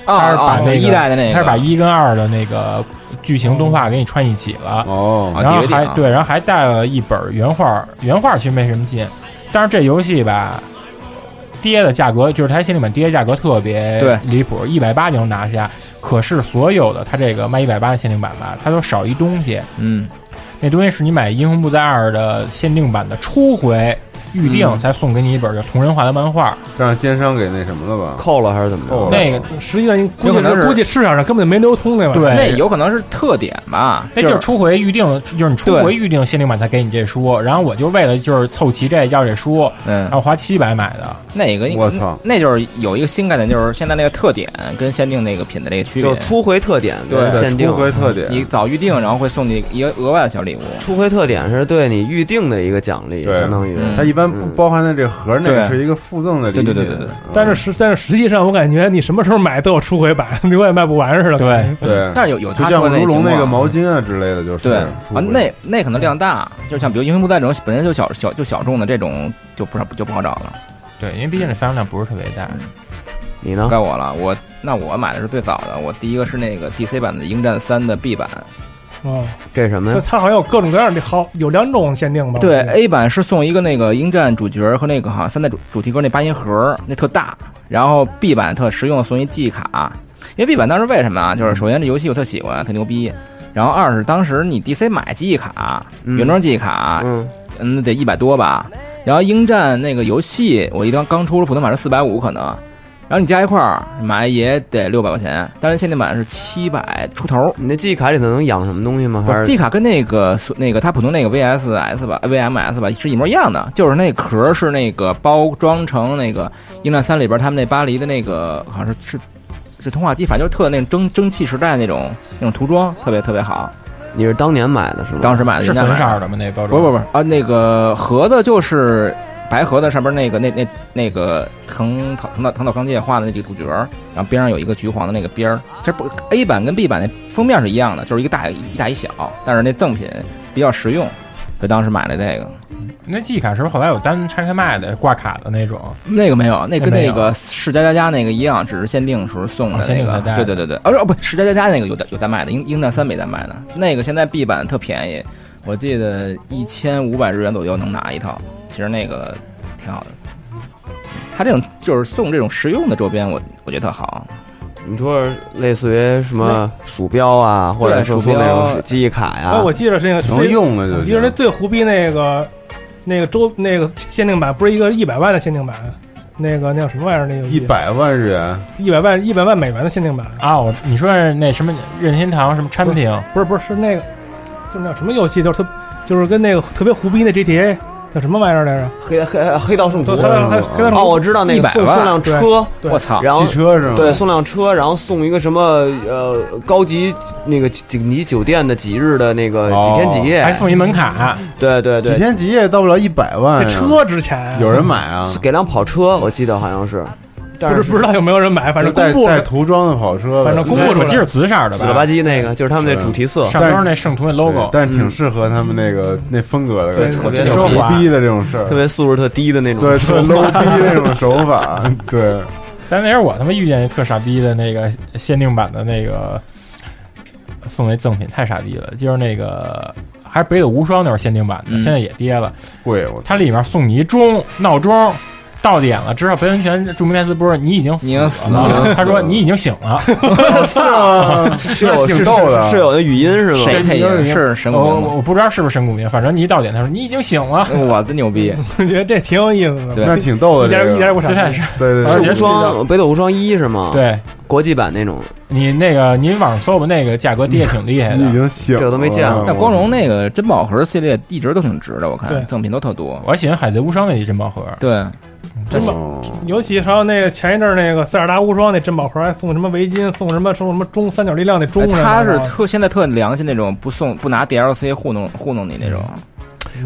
[SPEAKER 4] 啊
[SPEAKER 5] 他是把
[SPEAKER 4] 啊，
[SPEAKER 5] 那个
[SPEAKER 4] 一代的那个，
[SPEAKER 5] 他是把一跟二的那个剧情动画给你串一起了，
[SPEAKER 8] 哦，
[SPEAKER 4] 啊
[SPEAKER 5] 然后
[SPEAKER 4] DVD
[SPEAKER 5] 还
[SPEAKER 4] 啊
[SPEAKER 5] 对，然后还带了一本原画，原画其实没什么劲，但是这游戏吧，跌的价格，就是台限定版跌的价格特别
[SPEAKER 4] 对
[SPEAKER 5] 离谱，一百八就能拿下。可是所有的它这个卖一百八的限定版吧，它都少一东西，
[SPEAKER 4] 嗯，
[SPEAKER 5] 那东西是你买《英雄不在二》的限定版的初回预定
[SPEAKER 8] 嗯
[SPEAKER 5] 才送给你一本叫同人化的漫画，
[SPEAKER 8] 让奸商给那什么了吧？
[SPEAKER 12] 扣了还是怎么
[SPEAKER 8] 着
[SPEAKER 5] 那个
[SPEAKER 1] 实际上估
[SPEAKER 5] 有可
[SPEAKER 1] 计
[SPEAKER 5] 能是
[SPEAKER 1] 估计市场上根本就没流通那玩意儿。
[SPEAKER 5] 对
[SPEAKER 4] 那有可能是特点吧？
[SPEAKER 5] 那就是初回预定，就是你初回预定限定版才给你这书，然后我就为了就是凑齐这要这书，
[SPEAKER 4] 嗯
[SPEAKER 5] 然，后花七百买的。
[SPEAKER 4] 那个
[SPEAKER 8] 我操，
[SPEAKER 4] 那就是有一个新概念，就是现在那个特点跟限定那个品的这个区别，
[SPEAKER 12] 就是初回特点
[SPEAKER 4] 对
[SPEAKER 12] 跟限定
[SPEAKER 8] 出。回特点，
[SPEAKER 4] 你早预定，然后会送你一个额外的小礼物。
[SPEAKER 12] 初回特点是对你预定的一个奖励，
[SPEAKER 8] 对
[SPEAKER 12] 相当于
[SPEAKER 4] 嗯
[SPEAKER 8] 它一般不包含在这盒内，
[SPEAKER 4] 对
[SPEAKER 8] 是一个附赠的礼
[SPEAKER 4] 对
[SPEAKER 8] 品。
[SPEAKER 4] 对对对对
[SPEAKER 1] 但是实但是实际上，我感觉你什么时候买都有出回版， 永远卖不完似的。
[SPEAKER 5] 对，
[SPEAKER 8] 对
[SPEAKER 4] 但是有有
[SPEAKER 8] 就
[SPEAKER 4] 他
[SPEAKER 8] 像
[SPEAKER 4] 说的
[SPEAKER 8] 如龙
[SPEAKER 4] 那
[SPEAKER 8] 那个
[SPEAKER 4] 情况
[SPEAKER 8] 毛巾啊之类的，就是
[SPEAKER 4] 对啊，
[SPEAKER 8] 出回
[SPEAKER 4] 那那可能量大，就像比如《英雄不在》这种本身就小小就小众的这种就不少就不好找了。
[SPEAKER 5] 对，因为毕竟这发行量不是特别大。
[SPEAKER 12] 你
[SPEAKER 8] 啊
[SPEAKER 12] 呢？
[SPEAKER 4] 该我了，我那我买的是最早的，我第一个是那个 DC 版的《鹰战三》的 B 版，
[SPEAKER 1] 嗯，
[SPEAKER 12] 给什么
[SPEAKER 1] 它
[SPEAKER 12] 呀？
[SPEAKER 1] 它好像有各种各样的，好有两种限
[SPEAKER 12] 哦
[SPEAKER 1] 定吧？
[SPEAKER 4] 对
[SPEAKER 1] 我记得
[SPEAKER 4] A 版是送一个那个鹰战主角和那个好像三代主主题歌那八音盒，那特大。然后 B 版特实用，送一记忆卡。因为 B 版当时为什么啊？
[SPEAKER 12] 嗯
[SPEAKER 4] 就是首先这游戏我特喜欢，特牛逼。然后二是当时你 DC 买记忆卡，
[SPEAKER 12] 嗯
[SPEAKER 4] 原装记忆卡，
[SPEAKER 12] 嗯，
[SPEAKER 4] 嗯，得一百多吧。然后鹰战那个游戏，我一刚刚出了普通版是四百五可能，然后你加一块儿买也得六百块钱，但是限定版是七百出头。
[SPEAKER 12] 你那记忆卡里头能养什么东西吗？
[SPEAKER 4] 不
[SPEAKER 12] 还
[SPEAKER 4] 是
[SPEAKER 12] 是
[SPEAKER 4] G 卡跟那个那个它普通那个 VSS 吧，VMS 吧是一模一样的，就是那壳是那个包装成那个《英战三》里边他们那巴黎的那个好像是是是通话机，反正就是特那种蒸蒸汽时代那种那种涂装，特别特别好。
[SPEAKER 12] 你是当年买的是吗？
[SPEAKER 4] 当时买的
[SPEAKER 5] 是
[SPEAKER 4] 人家
[SPEAKER 5] 粉
[SPEAKER 4] 买
[SPEAKER 5] 色
[SPEAKER 4] 的
[SPEAKER 5] 的吗？那包
[SPEAKER 4] 不是
[SPEAKER 5] 装
[SPEAKER 4] 不是不是啊，那个盒子就是白盒子上边那个那那那个藤藤藤岛藤岛康介画的那几个主角儿，然后边上有一个橘黄的那个边儿。这不 A 版跟 B 版那封面是一样的，就是一个大一大一小，但是那赠品比较实用，所以当时买了这个。
[SPEAKER 5] 那记忆卡是不是后来有单拆开卖的挂卡的那种？
[SPEAKER 4] 那个没有，那跟
[SPEAKER 5] 那没
[SPEAKER 4] 那
[SPEAKER 5] 有
[SPEAKER 4] 个世家家家那个一样，只是限定时候送
[SPEAKER 5] 哦
[SPEAKER 4] 的
[SPEAKER 5] 限
[SPEAKER 4] 那
[SPEAKER 5] 定
[SPEAKER 4] 个
[SPEAKER 5] 才。带
[SPEAKER 4] 对对对对，哦不，世家家家那个有在有在卖的，英英战三没在卖呢。那个现在 B 版特便宜，我记得一千五百日元左右能拿一套。其实那个挺好的。他这种就是送这种实用的周边，我我觉得特好。
[SPEAKER 12] 你说类似于什么鼠标啊，或者说
[SPEAKER 4] 鼠标
[SPEAKER 12] 那种记忆卡呀、
[SPEAKER 1] 哎，我记得是那个
[SPEAKER 8] 能
[SPEAKER 1] 最
[SPEAKER 8] 用的就
[SPEAKER 1] 我记得那
[SPEAKER 8] 行。
[SPEAKER 1] 最胡逼那个那个周那个限定版，不是一个一百万的限定版，那个那叫什么玩意儿？那游戏
[SPEAKER 8] 一百万日元，
[SPEAKER 1] 一百万一百万美元的限定版，
[SPEAKER 5] 啊，我你说是那什么任天堂什么产品？
[SPEAKER 1] 不是不是是那个，就是那叫什么游戏，就是特就是跟那个特别胡逼那 GTA 叫什么玩意儿来着？
[SPEAKER 12] 黑黑黑道圣徒
[SPEAKER 1] 对，黑道黑黑道圣
[SPEAKER 12] 哦，
[SPEAKER 1] 徒
[SPEAKER 12] 我知道那
[SPEAKER 4] 一
[SPEAKER 12] 个
[SPEAKER 4] 百
[SPEAKER 12] 送
[SPEAKER 4] 万
[SPEAKER 12] 送辆车，
[SPEAKER 1] 对
[SPEAKER 4] 我操！
[SPEAKER 12] 然后
[SPEAKER 8] 汽车是吗？
[SPEAKER 12] 对，送辆车，然后送一个什么呃高级那个锦尼酒店的几日的那个
[SPEAKER 8] 哦
[SPEAKER 12] 几天几夜，
[SPEAKER 5] 还送一门卡，
[SPEAKER 12] 对对
[SPEAKER 8] 几
[SPEAKER 12] 对，
[SPEAKER 8] 天几夜到不了一百万
[SPEAKER 1] 那
[SPEAKER 8] 呀，
[SPEAKER 1] 车值钱啊，
[SPEAKER 8] 有人买啊？
[SPEAKER 12] 给辆跑车，我记得好像是，但
[SPEAKER 1] 不是不知道有没有人买，反正
[SPEAKER 8] 就带
[SPEAKER 1] 公布
[SPEAKER 8] 带涂装的跑车的，
[SPEAKER 1] 反正公布
[SPEAKER 5] 我记得是紫色的
[SPEAKER 12] 紫了
[SPEAKER 5] 吧
[SPEAKER 12] 吧？唧那个，就是他们那主题色，
[SPEAKER 5] 上边那圣徒那 logo，
[SPEAKER 8] 但挺适合他们那个那风格的，
[SPEAKER 1] 对
[SPEAKER 8] 特
[SPEAKER 1] 特
[SPEAKER 8] 别
[SPEAKER 12] 别
[SPEAKER 8] 牛
[SPEAKER 1] 啊
[SPEAKER 5] 奢华
[SPEAKER 8] 逼的这种事儿
[SPEAKER 12] 特，别素质特低的那种。
[SPEAKER 8] 对，特 low 逼那种手法，对，
[SPEAKER 5] 但那是我他妈遇见一特傻逼的那个限定版的那个送那赠品太傻逼了，就是那个还是北斗无双那会儿限定版的，
[SPEAKER 4] 嗯
[SPEAKER 5] 现在也跌了。
[SPEAKER 8] 贵我操。
[SPEAKER 5] 它里面送你一钟闹钟，到点了之后，北温泉著名台词不是你已经
[SPEAKER 4] 你已经死了，
[SPEAKER 5] 了，他说你已经醒了，
[SPEAKER 12] 是有
[SPEAKER 8] 挺
[SPEAKER 12] 是
[SPEAKER 8] 逗的
[SPEAKER 12] 是是有那语音是吗？
[SPEAKER 4] 谁配音是神
[SPEAKER 5] 我
[SPEAKER 4] 谷
[SPEAKER 5] 我
[SPEAKER 4] 明
[SPEAKER 5] 我不知道是不是神谷明，反正你一到点，他说你已经醒了。
[SPEAKER 4] 吗？哇，真牛逼！
[SPEAKER 1] 我觉得这挺有意思的，
[SPEAKER 4] 对
[SPEAKER 8] 那挺逗
[SPEAKER 1] 一
[SPEAKER 8] 的，
[SPEAKER 1] 点
[SPEAKER 8] 这
[SPEAKER 1] 一
[SPEAKER 8] 个
[SPEAKER 1] 点也不傻
[SPEAKER 5] 这
[SPEAKER 1] 逼。
[SPEAKER 5] 太是
[SPEAKER 8] 对对
[SPEAKER 5] 而且
[SPEAKER 8] 对，
[SPEAKER 12] 无双北斗无双一是吗？，
[SPEAKER 5] 对
[SPEAKER 12] 国际版那种，
[SPEAKER 5] 你那个你网上搜吧，那个价格跌挺厉害
[SPEAKER 4] 嗯
[SPEAKER 8] 你已
[SPEAKER 5] 的。
[SPEAKER 8] 经醒了，
[SPEAKER 12] 这我都没见过
[SPEAKER 8] 我
[SPEAKER 4] 但光荣那个珍宝盒系列一直都挺值的，我
[SPEAKER 1] 对
[SPEAKER 4] 看赠品都特多。
[SPEAKER 5] 我喜欢海贼无双那一珍宝盒，
[SPEAKER 4] 对，
[SPEAKER 1] 珍宝，
[SPEAKER 12] 哦
[SPEAKER 1] 尤其还有那个前一阵儿那个塞尔达无双那珍宝盒，还送什么围巾，送什么送什么钟三角力量那钟
[SPEAKER 4] 哎
[SPEAKER 1] 什么的。
[SPEAKER 4] 他是特现在特良心那种，不送不拿 DLC 糊弄糊弄你那种，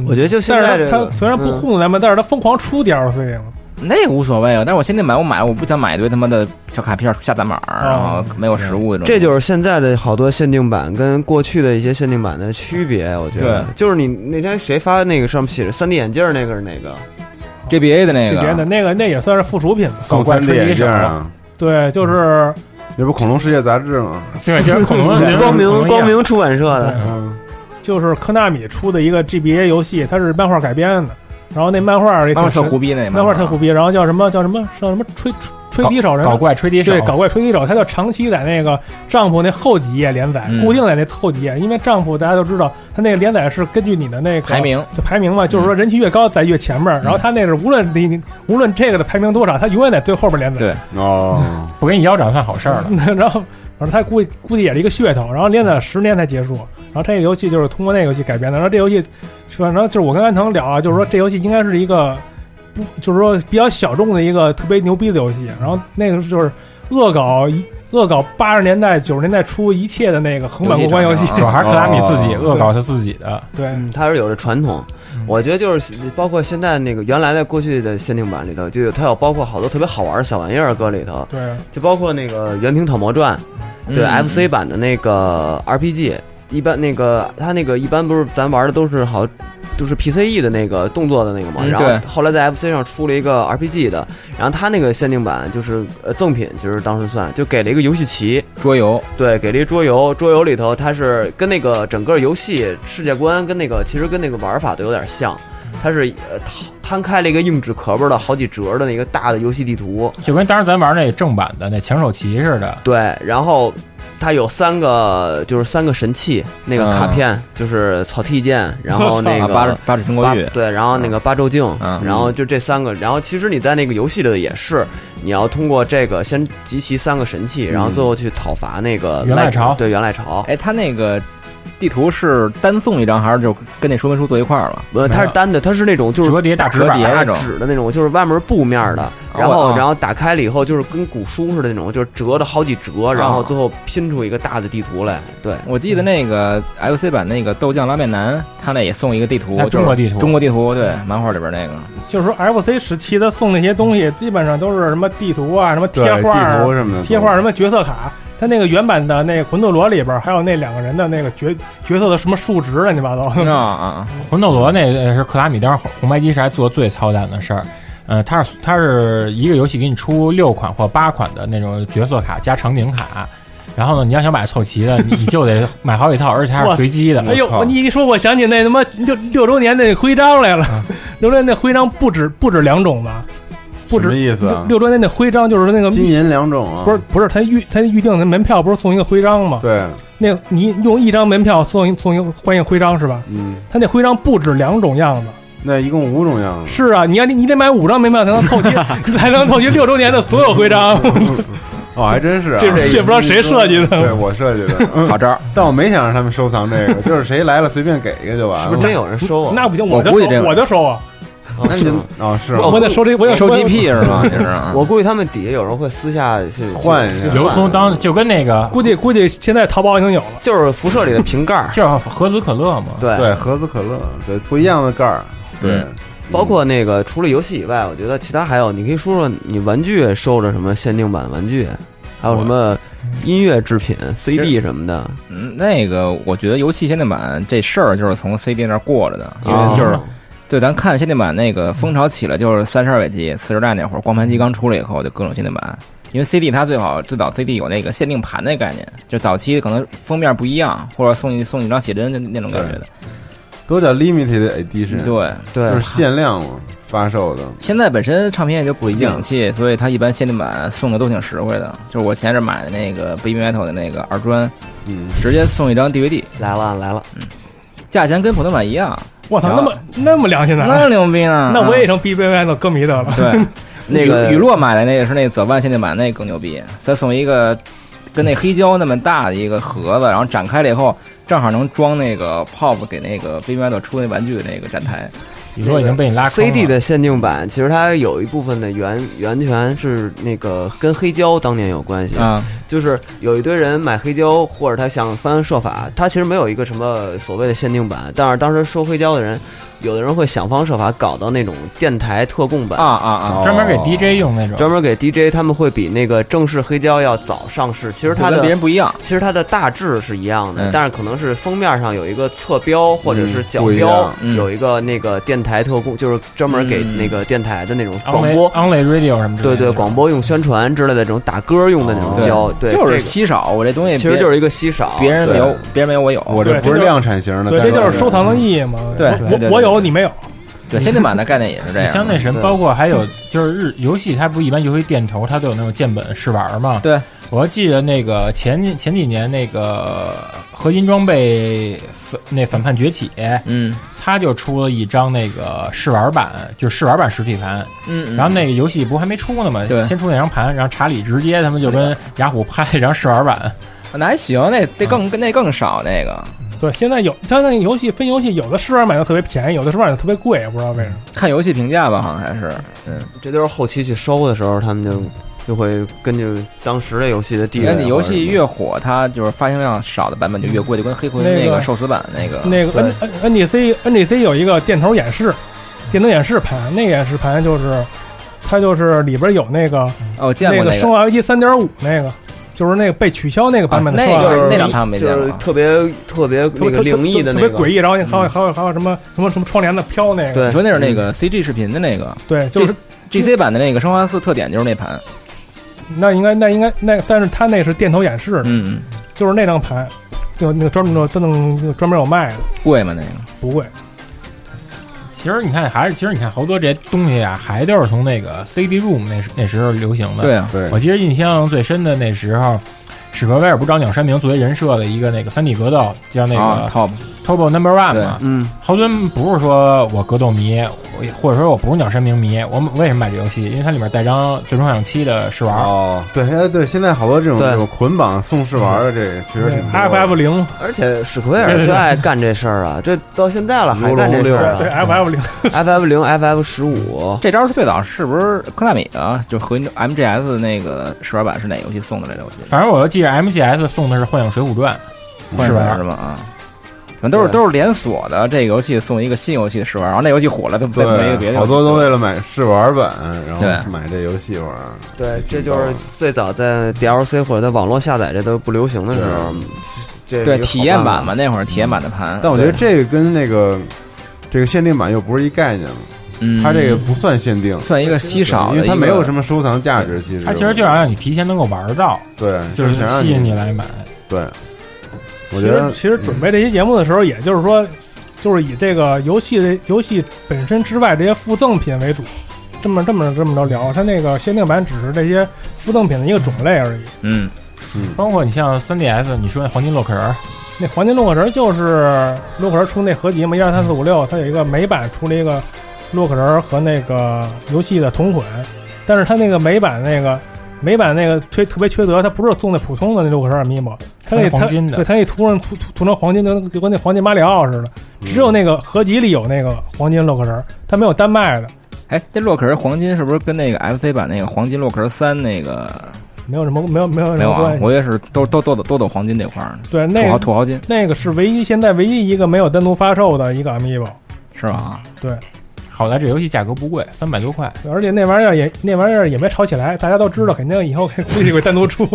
[SPEAKER 12] 我觉得就现在
[SPEAKER 1] 嗯但
[SPEAKER 12] 这
[SPEAKER 1] 是他
[SPEAKER 12] 个
[SPEAKER 1] 他虽然不
[SPEAKER 12] 嗯
[SPEAKER 1] 糊弄咱们，但是他疯狂出 DLC 嘛。
[SPEAKER 4] 那个无所谓啊。但是我现在买我买我不想买一堆他妈的小卡片下载码，然后
[SPEAKER 1] 哦
[SPEAKER 4] 没有实物那种。
[SPEAKER 12] 这就是现在的好多限定版跟过去的一些限定版的区别，我觉得
[SPEAKER 4] 对
[SPEAKER 12] 就是你那天谁发那个上面写着三 D 眼镜儿那个是哪个？
[SPEAKER 4] GBA 的那
[SPEAKER 1] 这别的
[SPEAKER 4] 个，啊
[SPEAKER 1] 那个那也算是附属品吧。
[SPEAKER 8] 嗯送三 D 眼镜啊，
[SPEAKER 1] 对，就是
[SPEAKER 8] 这不《恐龙世界》杂志吗？
[SPEAKER 5] 对，其实恐 龙
[SPEAKER 12] 光
[SPEAKER 1] 啊
[SPEAKER 12] 明光。
[SPEAKER 5] 恐龙一样
[SPEAKER 12] 明出版社的，
[SPEAKER 8] 嗯，
[SPEAKER 1] 就是科纳米出的一个 GBA 游戏，它是漫画改编的，然后那漫画儿也挺
[SPEAKER 4] 漫画特
[SPEAKER 1] 神
[SPEAKER 4] 胡逼那漫
[SPEAKER 1] 漫
[SPEAKER 4] 画
[SPEAKER 1] 画特胡逼，然后叫什么叫什么叫什么吹吹吹笛手人
[SPEAKER 5] 搞怪吹笛手
[SPEAKER 1] 对搞怪吹笛手，他就长期在那个丈夫那后几页连载，
[SPEAKER 4] 嗯
[SPEAKER 1] 固定在那后几页，因为丈夫大家都知道，他那个连载是根据你的那个
[SPEAKER 4] 排名
[SPEAKER 1] 就排名嘛，就是
[SPEAKER 5] 嗯
[SPEAKER 1] 说人气越高在越前面儿，然后他那是无论你无论这个的排名多少，他永远在最后边连载，
[SPEAKER 4] 对
[SPEAKER 8] 哦，
[SPEAKER 5] 不给你腰斩算好事儿了。
[SPEAKER 1] 然后。然后他估计估计也是一个噱头，然后连载了十年才结束。然后这个游戏就是通过那个游戏改编的。然后这游戏，反正就是我跟安藤聊啊，就是说这游戏应该是一个不，就是说比较小众的一个特别牛逼的游戏。然后那个就是恶搞一恶搞八十年代九十年代初一切的那个横版过关游戏，
[SPEAKER 5] 主要还是克拉米自己恶搞他自己的。
[SPEAKER 1] 对，
[SPEAKER 12] 嗯
[SPEAKER 1] 嗯
[SPEAKER 12] 它是有着传统。我觉得就是包括现在那个原来的过去的限定版里头，就有它有包括好多特别好玩的小玩意儿搁里头，
[SPEAKER 1] 对，
[SPEAKER 12] 就包括那个《原平讨魔传》，对、
[SPEAKER 4] 嗯
[SPEAKER 12] FC 版的那个 RPG，一般那个它那个一般不是咱玩的都是好，都是 PCE 的那个动作的那个嘛，
[SPEAKER 4] 嗯
[SPEAKER 12] 然后
[SPEAKER 4] 对
[SPEAKER 12] 后来在 FC 上出了一个 RPG 的，然后它那个限定版就是呃赠品，其实当时算就给了一个游戏棋，
[SPEAKER 4] 桌游，
[SPEAKER 12] 对，给了一桌游，桌游里头它是跟那个整个游戏世界观跟那个其实跟那个玩法都有点像，它是呃摊摊开了一个硬纸壳儿的好几折的那个大的游戏地图，
[SPEAKER 5] 就跟当时咱玩那正版的那抢手棋似的，
[SPEAKER 12] 对，然后它有三个就是三个神器，那个卡片、就是草剃剑，然后那个
[SPEAKER 4] 嗯啊八八指中国
[SPEAKER 12] 八
[SPEAKER 4] 玉，
[SPEAKER 12] 对，然后那个八咒镜，
[SPEAKER 4] 嗯
[SPEAKER 12] 然后就这三个，然后其实你在那个游戏里头也是，你要通过这个先集齐三个神器，然后最后去讨伐那个
[SPEAKER 4] 嗯
[SPEAKER 5] 元赖朝
[SPEAKER 12] 对元赖朝。
[SPEAKER 4] 哎，他那个地图是单送一张，还是就跟那说明书做一块儿了？
[SPEAKER 12] 呃，它是单的，它是那种就是
[SPEAKER 5] 折叠大纸
[SPEAKER 4] 折
[SPEAKER 5] 板
[SPEAKER 4] 叠
[SPEAKER 12] 大
[SPEAKER 4] 那种，
[SPEAKER 12] 纸的那种，就是外面是布面的，
[SPEAKER 4] 嗯
[SPEAKER 12] 然后
[SPEAKER 4] 哦
[SPEAKER 12] 然后打开了以后就是跟古书似的那种，就是折的好几折，然
[SPEAKER 4] 哦
[SPEAKER 12] 后最后拼出一个大的地图来。对，
[SPEAKER 4] 我记得那个 FC 版那个豆酱拉面男，他那也送一个地图
[SPEAKER 1] 啊
[SPEAKER 5] 哎，中国地
[SPEAKER 4] 就
[SPEAKER 5] 图
[SPEAKER 4] 是中国地图，对，漫画里边那个，
[SPEAKER 1] 就是说 FC 时期的送那些东西，基本上都是什么地图啊，什么贴
[SPEAKER 8] 对，
[SPEAKER 1] 画
[SPEAKER 8] 地
[SPEAKER 1] 啊
[SPEAKER 8] 图，什么的，
[SPEAKER 1] 贴画什么角色卡。他那个原版的那个魂斗罗里边儿，还有那两个人的那个角角色的什么数值乱七八糟。
[SPEAKER 4] 啊啊，
[SPEAKER 5] 魂斗罗那个是克拉米当时红红白机时还做最操蛋的事儿。呃，它是它是一个游戏给你出六款或八款的那种角色卡加场景卡，然后呢，你要想买凑齐的，你你就 得买好几套，而且还是随机的。
[SPEAKER 1] 哎呦，
[SPEAKER 8] 我操
[SPEAKER 1] 我你一说，我想起那他妈六六周年那徽章来了。 六周年那徽章不止不止两种吧？不
[SPEAKER 8] 什么
[SPEAKER 1] 止
[SPEAKER 8] 意思
[SPEAKER 1] 六
[SPEAKER 8] 啊？
[SPEAKER 1] 六周年那徽章就是那个
[SPEAKER 8] 金银两种啊，
[SPEAKER 1] 不是不是他预他预定的门票不是送一个徽章吗？
[SPEAKER 8] 对，
[SPEAKER 1] 那你用一张门票送一送一个欢迎徽章是吧？
[SPEAKER 8] 嗯，
[SPEAKER 1] 他那徽章不止两种样子。
[SPEAKER 8] 那一共五种样 子。
[SPEAKER 1] 是啊，你要你你得买五张门票才能凑 齐，才能凑齐六周年的所有徽章。
[SPEAKER 8] 哦，还真是啊，
[SPEAKER 1] 这这不知道谁设计的。
[SPEAKER 8] 对我设计的， 嗯
[SPEAKER 4] 好招儿。
[SPEAKER 8] 但我没想让他们收藏这个， 就是谁来了随便给一个就完
[SPEAKER 12] 是
[SPEAKER 8] 了。
[SPEAKER 12] 不是真有人收啊？
[SPEAKER 1] 那不行，
[SPEAKER 4] 我
[SPEAKER 1] 我就
[SPEAKER 4] 估计这
[SPEAKER 1] 收
[SPEAKER 4] 个
[SPEAKER 1] 我就收啊，
[SPEAKER 12] 哦
[SPEAKER 8] 那
[SPEAKER 12] 是
[SPEAKER 8] 你
[SPEAKER 12] 吗
[SPEAKER 8] 哦是
[SPEAKER 12] 我
[SPEAKER 8] 吗？
[SPEAKER 1] 我得收这，我得
[SPEAKER 4] 收集癖是 吗？这是啊
[SPEAKER 12] 我估计他们底下有人会私下去
[SPEAKER 8] 换一下
[SPEAKER 5] 流通当就跟那个，
[SPEAKER 1] 估计估计现在淘宝已经有了，
[SPEAKER 12] 就是辐射里的瓶盖儿
[SPEAKER 5] 叫盒子可乐嘛，
[SPEAKER 12] 对，
[SPEAKER 8] 对，盒子可乐，对，不一样的盖儿，嗯对，
[SPEAKER 12] 嗯包括那个除了游戏以外，我觉得其他还有，你可以说说你玩具收着什么限定版玩具，还有什么音乐制品、CD 什么的，
[SPEAKER 4] 嗯，那个我觉得游戏限定版这事儿就是从 CD 那儿过来的，因为就是。对，咱看限定版那个风潮起来，就是三十二位机、四十代那会儿，光盘机刚出来以后，就各种限定版。因为 CD 它最好最早 CD 有那个限定盘的概念，就早期可能封面不一样，或者送你送你一张写真就那种感觉的。
[SPEAKER 8] 嗯都叫 limited edition，
[SPEAKER 4] 对，
[SPEAKER 12] 对
[SPEAKER 8] 就是限量嘛发售的。
[SPEAKER 4] 现在本身唱片也就不
[SPEAKER 8] 一样
[SPEAKER 4] 景气，所以它一般限定版送的都挺实惠的。就是我前阵买的那个 Baby Metal 的那个二专，
[SPEAKER 8] 嗯，
[SPEAKER 4] 直接送一张 DVD，
[SPEAKER 12] 来了来了，
[SPEAKER 4] 价钱跟普通版一样，
[SPEAKER 1] 我操，
[SPEAKER 4] 行
[SPEAKER 1] 那么那么良心的，
[SPEAKER 4] 那牛逼啊呢！
[SPEAKER 1] 那我也成 B B Y 的歌迷的了。
[SPEAKER 4] 对，
[SPEAKER 12] 那个
[SPEAKER 4] 雨雨落买的那个是那泽万限定版，那更牛逼，再送一个跟那黑胶那么大的一个盒子，然后展开了以后，正好能装那个 POP 给那个 Baby Metal 出那玩具的那个展台。
[SPEAKER 5] 宇宙已经被你拉坑了
[SPEAKER 12] CD 的限定版，其实它有一部分的源源泉是那个跟黑胶当年有关系，
[SPEAKER 4] 啊，
[SPEAKER 12] 就是有一堆人买黑胶，或者他想翻设法，他其实没有一个什么所谓的限定版，但是当时收黑胶的人，有的人会想方设法搞到那种电台特供版。
[SPEAKER 4] 啊啊啊！
[SPEAKER 5] 专门给 DJ 用那种，
[SPEAKER 12] 专门给 DJ，他们会比那个正式黑胶要早上市。其实
[SPEAKER 4] 就
[SPEAKER 12] 它
[SPEAKER 4] 跟别
[SPEAKER 12] 的
[SPEAKER 4] 人不一样，
[SPEAKER 12] 其实它的大致是一样的，
[SPEAKER 4] 嗯
[SPEAKER 12] 但是可能是封面上有一个侧标或者是角
[SPEAKER 8] 不一
[SPEAKER 12] 标
[SPEAKER 8] 样，
[SPEAKER 4] 嗯
[SPEAKER 12] 有一个那个电台特供，就是专门给
[SPEAKER 4] 嗯
[SPEAKER 12] 那个电台的那种
[SPEAKER 5] Only-
[SPEAKER 12] 广
[SPEAKER 4] 哦
[SPEAKER 12] 播，
[SPEAKER 5] Only Radio 什么之类的。
[SPEAKER 12] 对对，广。播用宣传之类的这种打歌用的那种
[SPEAKER 4] 哦对
[SPEAKER 12] 胶，对，
[SPEAKER 4] 就是
[SPEAKER 12] 这个
[SPEAKER 4] 稀少。我这东西
[SPEAKER 12] 其实就是是一个稀少，
[SPEAKER 4] 别人没
[SPEAKER 12] 对
[SPEAKER 4] 有，别人没有我有。
[SPEAKER 8] 我这
[SPEAKER 1] 哦对
[SPEAKER 8] 不
[SPEAKER 1] 这就是
[SPEAKER 8] 量产型的，
[SPEAKER 1] 对，这
[SPEAKER 8] 但
[SPEAKER 1] 就是收藏的意义嘛。
[SPEAKER 4] 对
[SPEAKER 1] 我
[SPEAKER 4] 对对
[SPEAKER 1] 我我有你没有，
[SPEAKER 4] 对，限定版的概念也是这样。
[SPEAKER 5] 像那什么，包括还有就是日游戏，它不一般游戏店头它都有那种键本试玩嘛？
[SPEAKER 4] 对，
[SPEAKER 5] 我还记得那个前前几年那个合金装备反那反叛崛起，
[SPEAKER 4] 嗯，
[SPEAKER 5] 它就出了一张那个试玩版，就是试玩版实体盘，
[SPEAKER 4] 嗯嗯
[SPEAKER 5] 然后那个游戏不还没出呢嘛，
[SPEAKER 4] 对
[SPEAKER 5] 先出那张盘，然后查理直接他们就跟雅虎拍了一张试玩版，
[SPEAKER 4] 啊那还行，那
[SPEAKER 5] 嗯
[SPEAKER 4] 那更那更少那个，
[SPEAKER 1] 对，现在有它那个游戏分游戏，有的试玩版的特别便宜，有的试玩版的特别贵，也不知道为什么。
[SPEAKER 4] 看游戏评价吧，好像还是，嗯，
[SPEAKER 12] 这都是后期去收的时候，他们就就会根据当时的游戏的地
[SPEAKER 4] 因
[SPEAKER 12] 位
[SPEAKER 4] 为嗯
[SPEAKER 12] 啊。
[SPEAKER 4] 你游戏
[SPEAKER 12] 或者
[SPEAKER 4] 越火，它就是发行量少的版本就越贵，就跟黑魂
[SPEAKER 1] 那个
[SPEAKER 4] 那个寿司版那个
[SPEAKER 1] 那个 N
[SPEAKER 4] 嗯对
[SPEAKER 1] N N D C N D C 有一个电头演示，电灯演示盘，那个演示盘就是它就是里边有那个
[SPEAKER 4] 哦，我见过
[SPEAKER 1] 个
[SPEAKER 4] 那
[SPEAKER 1] 《生化危机》三点五那个，就是那个被取消那个版本的
[SPEAKER 4] 啊
[SPEAKER 1] 生
[SPEAKER 4] 那
[SPEAKER 1] 化危
[SPEAKER 4] 个
[SPEAKER 12] 什
[SPEAKER 1] 机
[SPEAKER 4] 越
[SPEAKER 12] 么
[SPEAKER 4] 那
[SPEAKER 12] 就是
[SPEAKER 4] 两盘没见
[SPEAKER 12] 就是
[SPEAKER 4] 过
[SPEAKER 12] 特别特别
[SPEAKER 1] 特别
[SPEAKER 12] 那个
[SPEAKER 1] 特别
[SPEAKER 12] 灵异的
[SPEAKER 1] 特别
[SPEAKER 12] 那个，嗯
[SPEAKER 1] 诡异，然后你还有还有还有什么什么什么窗帘子飘那个，
[SPEAKER 4] 你
[SPEAKER 12] 对嗯
[SPEAKER 4] 说那是那个 CG 视频的那个
[SPEAKER 1] 对，就是
[SPEAKER 4] G C 版的那个《生化四》特点就是那盘，
[SPEAKER 1] 那应该那应该那，但是它那是电头演示的，
[SPEAKER 4] 嗯，
[SPEAKER 1] 就是那张盘，就那个专门的都能专门有卖的，
[SPEAKER 4] 贵吗那个？
[SPEAKER 1] 不贵。
[SPEAKER 5] 其实你看还是其实你看好多这些东西啊，还都是从那个 CD room 那时那时候流行的，
[SPEAKER 4] 对啊，
[SPEAKER 8] 对
[SPEAKER 5] 我记得印象最深的那时候，史克威尔不找鸟山明作为人设的一个那个三体格斗，叫那
[SPEAKER 4] 啊
[SPEAKER 5] 个
[SPEAKER 4] ，Top，
[SPEAKER 5] Turbo Number One
[SPEAKER 4] 对
[SPEAKER 5] 嘛。
[SPEAKER 12] 嗯，
[SPEAKER 5] 好多人不是说我格斗迷，我也或者说我不是鸟山明迷，我为什么买这游戏？因为它里面带张《最终幻想七》的试玩。
[SPEAKER 8] 哦，对，哎对，现在好多这种
[SPEAKER 12] 对
[SPEAKER 8] 这种捆绑送试玩的，这个确实挺多的
[SPEAKER 1] F F 零，
[SPEAKER 12] 而且史克威尔最爱干这事儿啊，这到现在了还干这事儿
[SPEAKER 1] 对
[SPEAKER 12] 啊
[SPEAKER 1] F F 零，
[SPEAKER 12] ，F F 零 F F 十五，
[SPEAKER 4] 这招是最早是不是科纳米的？啊就和 M G S 那个试玩版是哪游戏送的来着？我记得
[SPEAKER 5] 反正我就记着 MGS 送的是《幻影水浒传
[SPEAKER 4] 试
[SPEAKER 5] 试玩
[SPEAKER 4] 玩是吧？啊，反正都是都是连锁的，这个游戏送一个新游戏的试玩，然后那游戏火了，再再没一个别
[SPEAKER 8] 对，
[SPEAKER 4] 的。
[SPEAKER 8] 好多都为了买试玩版，然
[SPEAKER 4] 对啊
[SPEAKER 8] 后买这游戏玩。
[SPEAKER 12] 对，这就是最早在 D L C 或者在网络下载这都不流行的时候，这
[SPEAKER 4] 对
[SPEAKER 12] 一个好
[SPEAKER 4] 体验
[SPEAKER 12] 办
[SPEAKER 4] 版
[SPEAKER 12] 法
[SPEAKER 4] 嘛，，那会儿体验版的盘，
[SPEAKER 8] 但我觉得这个跟那个这个限定版又不是一概念了，
[SPEAKER 4] 嗯
[SPEAKER 8] 它这个不算限定，
[SPEAKER 4] 算一个稀少的
[SPEAKER 8] 因
[SPEAKER 4] 一
[SPEAKER 8] 为
[SPEAKER 4] 个，
[SPEAKER 8] 它没有什么收藏价值。其》，实
[SPEAKER 5] 它其实就想让你提前能够玩到，
[SPEAKER 8] 对，
[SPEAKER 5] 就是是
[SPEAKER 8] 想让
[SPEAKER 5] 吸引你来买。
[SPEAKER 8] 对，
[SPEAKER 1] 其
[SPEAKER 8] 我觉
[SPEAKER 1] 实
[SPEAKER 8] 得
[SPEAKER 1] 其实准备这期节目的时候，也就是说，就是以这个游戏的游戏本身之外这些附赠品为主，这么这么这么着聊。它那个限定版只是这些附赠品的一个种类而已。
[SPEAKER 4] 嗯，
[SPEAKER 5] 包括你像 3DS，你说那黄金洛克人，
[SPEAKER 1] 那黄金洛克人就是洛克人出那合集嘛，一二三四五六，它有一个美版出了一个洛克人和那个游戏的同款，但是它那个美版那个美版那个缺特别缺德，它不是送那普通的那洛克人 amiibo，它那
[SPEAKER 5] 它是黄金的
[SPEAKER 1] 它对，它那涂上涂涂涂成黄金的，就跟那黄金马里奥似的，只有那个合集里有那个黄金洛克人，它没有单卖的，
[SPEAKER 4] 哎，这洛克人黄金是不是跟那个 F C 版那个黄金洛克人三那个
[SPEAKER 1] 没有什么没有没有
[SPEAKER 4] 没
[SPEAKER 1] 什
[SPEAKER 4] 有
[SPEAKER 1] 么
[SPEAKER 4] 啊
[SPEAKER 1] 关？系。
[SPEAKER 4] 我也是都都都都都懂黄金这块儿，
[SPEAKER 1] 对，
[SPEAKER 4] 土
[SPEAKER 1] 那
[SPEAKER 4] 豪
[SPEAKER 1] 个
[SPEAKER 4] 土豪金
[SPEAKER 1] 那个是唯一现在唯一一个没有单独发售的一个 E amiibo。
[SPEAKER 4] 是吧？啊
[SPEAKER 5] 好在这游戏价格不贵，三百多块。
[SPEAKER 1] 而且那玩意儿也那玩意儿也没炒起来，大家都知道，肯定以 后估计会单独出。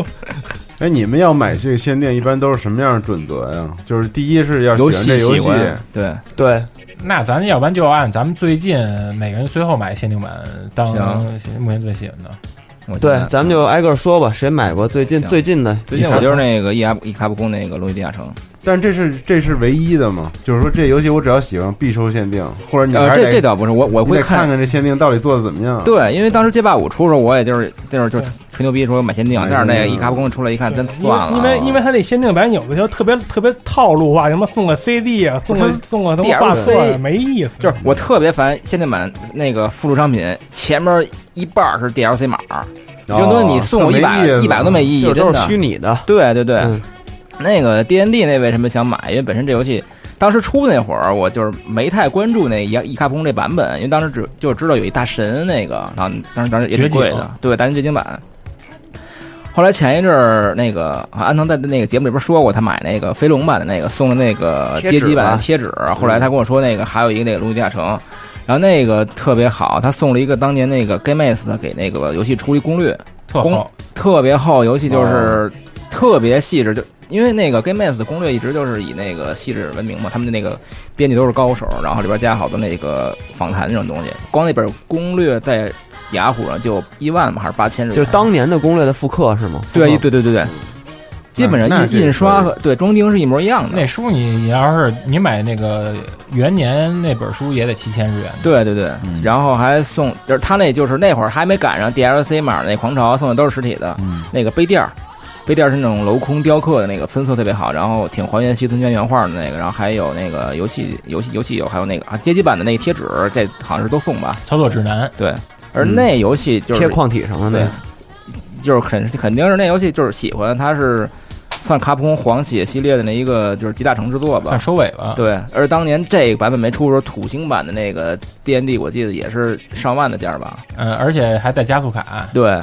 [SPEAKER 8] 哎，你们要买这个限定，一般都是什么样的准则呀？就是第一是要喜
[SPEAKER 4] 游
[SPEAKER 8] 欢这
[SPEAKER 4] 戏
[SPEAKER 8] 游
[SPEAKER 4] 喜
[SPEAKER 8] 戏，
[SPEAKER 4] 欢对，
[SPEAKER 12] 对，
[SPEAKER 5] 那咱要不然就按咱们最近每个人最后买限定版当目前最喜欢的。
[SPEAKER 4] 我记
[SPEAKER 12] 对
[SPEAKER 4] 得，
[SPEAKER 12] 咱们就挨个说吧，谁买过最近
[SPEAKER 4] 行
[SPEAKER 12] 最近的？
[SPEAKER 4] 最近我就是那个伊阿伊卡布宫那个《龙与地下城》，
[SPEAKER 8] 但这是这是唯一的嘛？就是说这游戏我只要喜欢必收限定，或者你
[SPEAKER 4] 呃，
[SPEAKER 8] 还是
[SPEAKER 4] 这
[SPEAKER 8] 得
[SPEAKER 4] 这倒不是，我我
[SPEAKER 8] 你
[SPEAKER 4] 会
[SPEAKER 8] 得看看这限定到底做的怎么样。，
[SPEAKER 4] 对，因为当时街霸五出的时候，我也就是就是就是吹牛逼说买限定啊
[SPEAKER 8] 买，
[SPEAKER 4] 但是那个
[SPEAKER 8] 限定
[SPEAKER 4] 伊卡布宫出来一看，真
[SPEAKER 1] 因为
[SPEAKER 4] 算了啊，
[SPEAKER 1] 因为因为它那限定版有的就特别特别套路化，什么送个 CD 啊，送个送个他妈画册啊
[SPEAKER 4] DLC
[SPEAKER 1] 没意思。
[SPEAKER 4] 就是我特别烦限定版那个附属商品前面一半儿是 DLC 码儿，哦这东西你
[SPEAKER 8] 哦
[SPEAKER 4] 送我一百一百都没意啊义，
[SPEAKER 12] 就
[SPEAKER 4] 真
[SPEAKER 12] 都是
[SPEAKER 4] 的。
[SPEAKER 12] 虚拟的，
[SPEAKER 4] 对对对，
[SPEAKER 12] 嗯
[SPEAKER 4] 那个 D N D 那为什么想买？因为本身这游戏当时出那会儿，我就是没太关注那伊伊卡通这版本，因为当时只就知道有一大神那个，然后当时当时也挺贵
[SPEAKER 5] 绝
[SPEAKER 4] 的
[SPEAKER 5] 景，
[SPEAKER 4] 对，大神绝境版。后来前一阵儿，那个啊安藤在那个节目里边说过，他买那个飞龙版的那个送了那个街机版的贴纸。
[SPEAKER 12] 啊
[SPEAKER 4] 后来他跟我说，那个还有一个那个《龙与地下城》，然后那个特别好，他送了一个当年那个 Game a s 给那个游戏出一攻略，
[SPEAKER 5] 特
[SPEAKER 4] 攻
[SPEAKER 5] 好，哦
[SPEAKER 4] 特别厚，游戏就是特别细致，就因为那个 Game Master 的攻略一直就是以那个细致闻名嘛，他们的那个编辑都是高手，然后里边加好多那个访谈这种东西，光那本攻略在雅虎上就一万吧，还是八千日元，
[SPEAKER 12] 就是当年的攻略的复刻是吗？
[SPEAKER 4] 对
[SPEAKER 12] 复刻
[SPEAKER 4] 对对对对，基本
[SPEAKER 8] 那
[SPEAKER 4] 上
[SPEAKER 8] 这
[SPEAKER 4] 印印刷和对装订是一模一样的。
[SPEAKER 5] 那书你你要是你买那个元年那本书也得七千日元，
[SPEAKER 4] 对对对，然后还送，就是他那就是那会儿还没赶上 DLC 码那狂潮，送的都是实体的，
[SPEAKER 2] 嗯
[SPEAKER 4] 那个杯垫儿，杯垫儿是那种镂空雕刻的那个，分色特别好，然后挺还原西村原原画的那个，然后还有那个游戏游戏游戏有，还有那个啊街机版的那个贴纸，这好像是都送吧？
[SPEAKER 5] 操作指南。
[SPEAKER 4] 对，而那游戏就是
[SPEAKER 12] 贴矿体上的那
[SPEAKER 4] 对
[SPEAKER 12] 个，，
[SPEAKER 4] 就是肯肯定是那游戏就是喜欢，它是算卡普空黄血系列的那一个就是集大成之作吧
[SPEAKER 5] 算。收尾了，
[SPEAKER 4] 对，而当年这个版本没出的时候，土星版的那个 D N D 我记得也是上万的价儿吧？
[SPEAKER 5] 嗯，而且还带加速卡。
[SPEAKER 4] 对，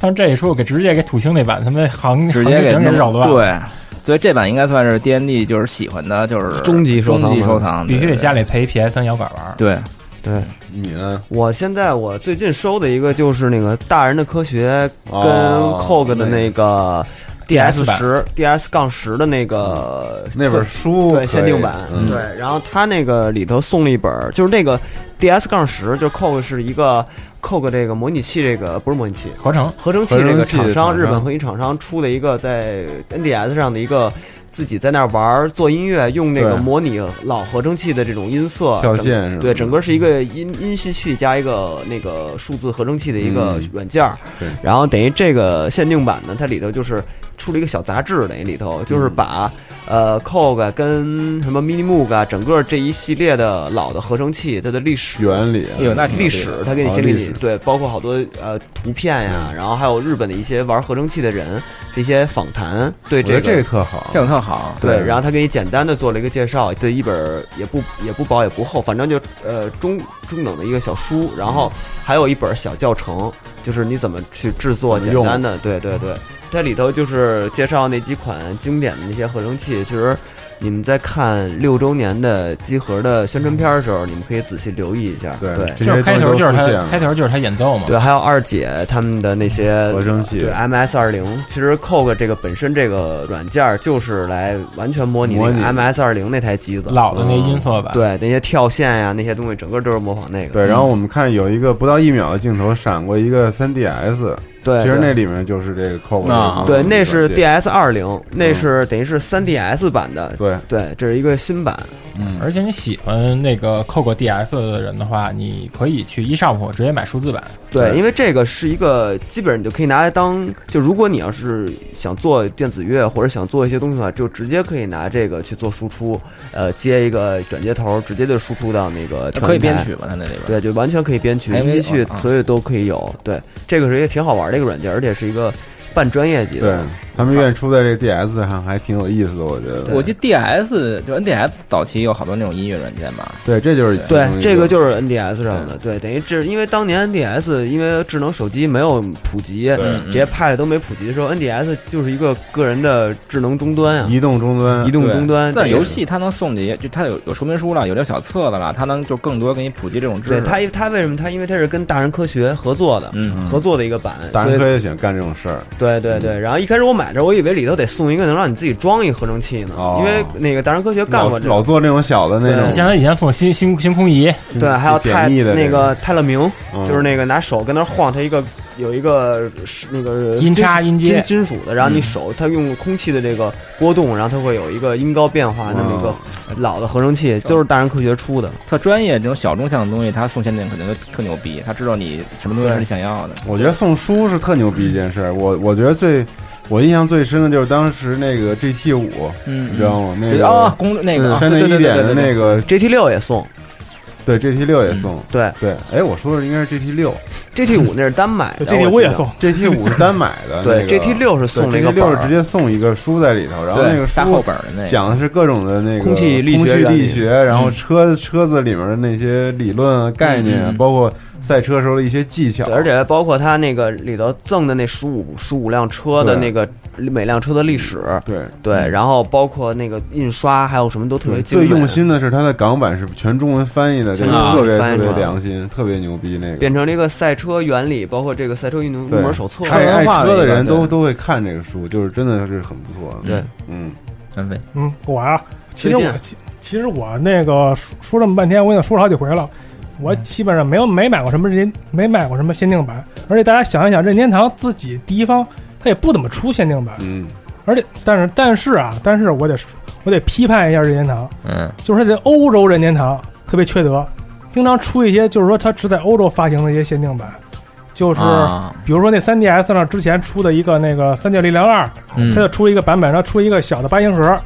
[SPEAKER 5] 但是这一出给直接给土星那版他们行
[SPEAKER 4] 直
[SPEAKER 5] 行
[SPEAKER 4] 接给
[SPEAKER 5] 情给
[SPEAKER 4] 弄
[SPEAKER 5] 扰乱，，
[SPEAKER 4] 对，所以这版应该算是 D N D 就是喜欢的，就是
[SPEAKER 12] 终极收
[SPEAKER 4] 终
[SPEAKER 12] 藏
[SPEAKER 4] 极
[SPEAKER 12] 嘛
[SPEAKER 4] 收藏，
[SPEAKER 5] 必须
[SPEAKER 4] 对
[SPEAKER 5] 得家里配一 PS 三摇杆玩。
[SPEAKER 4] 对。
[SPEAKER 12] 对
[SPEAKER 8] 你呢？
[SPEAKER 12] 我现在我最近收的一个就是那个大人的科学跟
[SPEAKER 8] 哦
[SPEAKER 12] COG 的那个
[SPEAKER 5] DS
[SPEAKER 12] DS
[SPEAKER 5] 版
[SPEAKER 12] 十 DS 杠十的那个
[SPEAKER 4] 嗯
[SPEAKER 8] 那本书可
[SPEAKER 12] 对
[SPEAKER 8] 以
[SPEAKER 12] 限定版，
[SPEAKER 8] 嗯
[SPEAKER 12] 对，然后他那个里头送了一本儿，就是那个 DS 杠十，就是 COG 是一个 COG 这个模拟器这个不是模拟器。
[SPEAKER 5] 合成
[SPEAKER 12] 合成器
[SPEAKER 8] 合成
[SPEAKER 12] 这个
[SPEAKER 8] 器的
[SPEAKER 12] 厂
[SPEAKER 8] 厂
[SPEAKER 12] 商，
[SPEAKER 8] 商
[SPEAKER 12] 日本合一厂商出的一个在 NDS 上的一个自己在那儿玩儿做音乐，用那个
[SPEAKER 8] 对
[SPEAKER 12] 模拟老合成器的这种音色
[SPEAKER 8] 跳
[SPEAKER 12] 整
[SPEAKER 8] 线是吧
[SPEAKER 12] 对，整个是一个音音序器加一个那个数字合成器的一个
[SPEAKER 8] 嗯
[SPEAKER 12] 软件儿
[SPEAKER 8] 对
[SPEAKER 12] 然后等于这个限定版呢，它里头就是出了一个小杂志，等于里头就是
[SPEAKER 8] 嗯
[SPEAKER 12] 把、呃 COG 跟什么 Mini Moog 啊，整个这一系列的老的合成器它的历史
[SPEAKER 8] 原理啊，
[SPEAKER 4] 哎呦，那挺
[SPEAKER 12] 历史，他给你
[SPEAKER 8] 啊
[SPEAKER 12] 先给
[SPEAKER 8] 历
[SPEAKER 12] 你
[SPEAKER 8] 史
[SPEAKER 12] 对，包括好多呃图片呀，然后还有日本的一些玩合成器的人，这些访谈，对
[SPEAKER 8] 我觉得
[SPEAKER 12] 这
[SPEAKER 8] 这个
[SPEAKER 12] 个
[SPEAKER 8] 特好
[SPEAKER 4] 这。样特好，
[SPEAKER 12] 对，然
[SPEAKER 8] 后
[SPEAKER 12] 后他给你简单的做了一个介绍，对一本也不也不薄也不厚，反正就呃中中等的一个小书，然
[SPEAKER 8] 嗯
[SPEAKER 12] 后还有一本小教程，就是你怎么去制作
[SPEAKER 8] 怎么
[SPEAKER 12] 简
[SPEAKER 8] 用
[SPEAKER 12] 单的，对对对，在里头就是介绍那几款经典的那些合成器，其实。你们在看六周年的机核的宣传片的时候，你们可以仔细留意一下。
[SPEAKER 8] 对
[SPEAKER 12] 对，
[SPEAKER 8] 这
[SPEAKER 5] 就是
[SPEAKER 8] 些
[SPEAKER 5] 开
[SPEAKER 8] 东
[SPEAKER 5] 头
[SPEAKER 8] 西
[SPEAKER 5] 就
[SPEAKER 8] 都
[SPEAKER 5] 是
[SPEAKER 8] 出现
[SPEAKER 5] 他
[SPEAKER 8] 了
[SPEAKER 5] 开头就是他演奏嘛，
[SPEAKER 12] 对，还有二姐他们的那些
[SPEAKER 8] 合成器
[SPEAKER 12] 对 MS 二零，其实 COG 这个本身这个软件儿就是来完全模拟那
[SPEAKER 8] 模拟嗯
[SPEAKER 12] 个 MS 二零那台机子，
[SPEAKER 5] 老的那音色版。
[SPEAKER 12] 对那些跳线呀、那些东西，整个都是模仿那个。
[SPEAKER 5] 嗯
[SPEAKER 8] 对，然后我们看有一个不到一秒的镜头闪过一个 3DS，
[SPEAKER 12] 对，
[SPEAKER 8] 其实那
[SPEAKER 12] 对
[SPEAKER 8] 里面就是这个 COG
[SPEAKER 4] 啊
[SPEAKER 12] 对那是 DS 二零，那是等于是 3DS 版的。
[SPEAKER 8] 嗯对，
[SPEAKER 12] 对，这是一个新版，
[SPEAKER 4] 嗯，
[SPEAKER 5] 而且你喜欢那个扣过 DS 的人的话，你可以去一上铺直接买数字版。
[SPEAKER 12] 对，
[SPEAKER 8] 对
[SPEAKER 12] 因为这个是一个基本上你就可以拿来当，就如果你要是想做电子乐或者想做一些东西的话，就直接可以拿这个去做输出，呃，接一个转接头，直接就输出到那个
[SPEAKER 4] 呃它可以
[SPEAKER 12] 调
[SPEAKER 4] 编
[SPEAKER 12] 音台
[SPEAKER 4] 曲，吧？它那里边，
[SPEAKER 12] 对，就完全可以编曲，
[SPEAKER 4] 还有
[SPEAKER 12] 音序
[SPEAKER 4] 啊
[SPEAKER 12] 所有都可以有。对，这个是一个挺好玩的一个软件，而且是一个半专业级
[SPEAKER 8] 对
[SPEAKER 12] 的。
[SPEAKER 8] 他们愿意出在这 DS 上还挺有意思的，我觉得。
[SPEAKER 4] 我记得 D S 就 N D S 早期有好多那种音乐软件吧，
[SPEAKER 8] 对，这就是
[SPEAKER 12] 对
[SPEAKER 8] 其中，一
[SPEAKER 12] 这个就是 NDS 上的，对，等于这因为当年 NDS 因为智能手机没有普及，这
[SPEAKER 4] 嗯
[SPEAKER 12] 些 Pad 都没普及的时候，NDS 就是一个个人的智能终端啊，
[SPEAKER 8] 移动终端
[SPEAKER 12] 移，动
[SPEAKER 4] 对
[SPEAKER 12] 终端。
[SPEAKER 4] 但是
[SPEAKER 12] 这
[SPEAKER 4] 游
[SPEAKER 12] 个
[SPEAKER 4] 戏它能送你，就它有有说明书了，有这小册子了，它能就更多给你普及这种知
[SPEAKER 12] 对
[SPEAKER 4] 识。
[SPEAKER 12] 它，它为什么它？因为它是跟大人科学合作的，
[SPEAKER 4] 嗯
[SPEAKER 12] 合作的一个版，
[SPEAKER 8] 大
[SPEAKER 12] 所
[SPEAKER 8] 人
[SPEAKER 12] 以
[SPEAKER 8] 科学喜嗯欢干这种事儿。
[SPEAKER 12] 对对对。然后一开始我买着，我以为里头得送一个能让你自己装一合成器呢，
[SPEAKER 8] 哦
[SPEAKER 12] 因为那个大人科学干
[SPEAKER 8] 老
[SPEAKER 12] 过这
[SPEAKER 8] 老做那种小的那
[SPEAKER 12] 对
[SPEAKER 5] 像
[SPEAKER 8] 种，
[SPEAKER 5] 他以前送星星星空仪，
[SPEAKER 12] 对，还有
[SPEAKER 8] 简
[SPEAKER 12] 泰
[SPEAKER 8] 易的
[SPEAKER 12] 那
[SPEAKER 8] 这种
[SPEAKER 12] 个泰勒明，
[SPEAKER 8] 嗯
[SPEAKER 12] 就是那个拿手跟那儿晃，它一个有一个是那个
[SPEAKER 5] 音叉
[SPEAKER 12] 金
[SPEAKER 5] 音阶
[SPEAKER 12] 金金属的，然
[SPEAKER 8] 嗯
[SPEAKER 12] 后你手它用空气的这个波动，然后它会有一个音高变化，那么
[SPEAKER 8] 哦
[SPEAKER 12] 一个老的合成器，就是大人科学出的。
[SPEAKER 4] 特专业这种小众项的东西，它送限定肯定就特牛逼，它知道你什么东西是你想要的。
[SPEAKER 8] 我觉得送书是特牛逼一件事儿。我我觉得最我印象最深的就是当时那个 GT 五，
[SPEAKER 4] 嗯
[SPEAKER 8] 你知道吗？那
[SPEAKER 4] 对啊
[SPEAKER 8] 个，
[SPEAKER 4] 公那个
[SPEAKER 8] 山内一点的那个，
[SPEAKER 12] GT 六也送，
[SPEAKER 8] 对 GT 六也送。
[SPEAKER 12] 对
[SPEAKER 8] 对，哎，我说的应该是 GT 六
[SPEAKER 12] ，GT 五那是单买 的
[SPEAKER 1] 这里我也送，
[SPEAKER 8] ，GT 五是单买的，
[SPEAKER 12] 对
[SPEAKER 8] 那个
[SPEAKER 12] ，GT 六是送了
[SPEAKER 8] 对
[SPEAKER 12] 一个
[SPEAKER 8] GT
[SPEAKER 12] 本
[SPEAKER 8] 六
[SPEAKER 12] 儿
[SPEAKER 8] 是直接送一个书在里头，然后那
[SPEAKER 4] 对
[SPEAKER 8] 个
[SPEAKER 4] 大厚
[SPEAKER 8] 书
[SPEAKER 4] 本儿的那个，
[SPEAKER 8] 讲的是各种的那个
[SPEAKER 12] 空气力学
[SPEAKER 8] 空气
[SPEAKER 12] 原理嗯
[SPEAKER 8] 力学，然后车车子里面的那些理论啊概念啊
[SPEAKER 4] 嗯，嗯
[SPEAKER 8] 包括赛车时候的一些技巧，
[SPEAKER 12] 对，而且包括它那个里头赠的那十五十五辆车的
[SPEAKER 8] 对
[SPEAKER 12] 那个每辆车的历史，
[SPEAKER 8] 对。
[SPEAKER 12] 对，
[SPEAKER 1] 嗯
[SPEAKER 12] 然后包括那个印刷，还有什么都特别
[SPEAKER 8] 对，
[SPEAKER 12] 精
[SPEAKER 8] 最
[SPEAKER 12] 美
[SPEAKER 8] 用心的是它的港版是全中文翻译的，这个
[SPEAKER 12] 全
[SPEAKER 8] 特
[SPEAKER 12] 中
[SPEAKER 8] 别特
[SPEAKER 12] 文翻译
[SPEAKER 8] 别
[SPEAKER 12] 出来
[SPEAKER 8] 良心，特别牛逼那个。
[SPEAKER 12] 变成了一个赛车原理，包括这个赛车运动入
[SPEAKER 8] 对
[SPEAKER 12] 门手册。
[SPEAKER 8] 爱
[SPEAKER 4] 文化
[SPEAKER 8] 爱
[SPEAKER 4] 的
[SPEAKER 8] 车
[SPEAKER 4] 一
[SPEAKER 8] 的
[SPEAKER 4] 个
[SPEAKER 8] 人
[SPEAKER 4] 对
[SPEAKER 8] 都都会看这个书，就是真的是很不错。
[SPEAKER 12] 对，
[SPEAKER 8] 嗯，
[SPEAKER 4] 安慰
[SPEAKER 1] 嗯，我呀、其实
[SPEAKER 12] 推
[SPEAKER 1] 我
[SPEAKER 12] 荐
[SPEAKER 1] 其其实我那个说说这么半天，我已经说了好几回了，我
[SPEAKER 5] 嗯
[SPEAKER 1] 基本上没有没买过什么人，没买过什么限定版，而且大家想一想，任天堂自己第一方他也不怎么出限定版，
[SPEAKER 8] 嗯，
[SPEAKER 1] 而且但是但是啊，但是我得说我得批判一下任天堂，
[SPEAKER 4] 嗯，
[SPEAKER 1] 就是这欧洲任天堂特别缺德，经常出一些就是说它只在欧洲发行的一些限定版，就是、
[SPEAKER 4] 啊
[SPEAKER 1] 比如说那 3DS 上之前出的一个那个《三角力量二》，
[SPEAKER 4] 嗯
[SPEAKER 1] 它就出一个版本，然后出一个小的八音盒，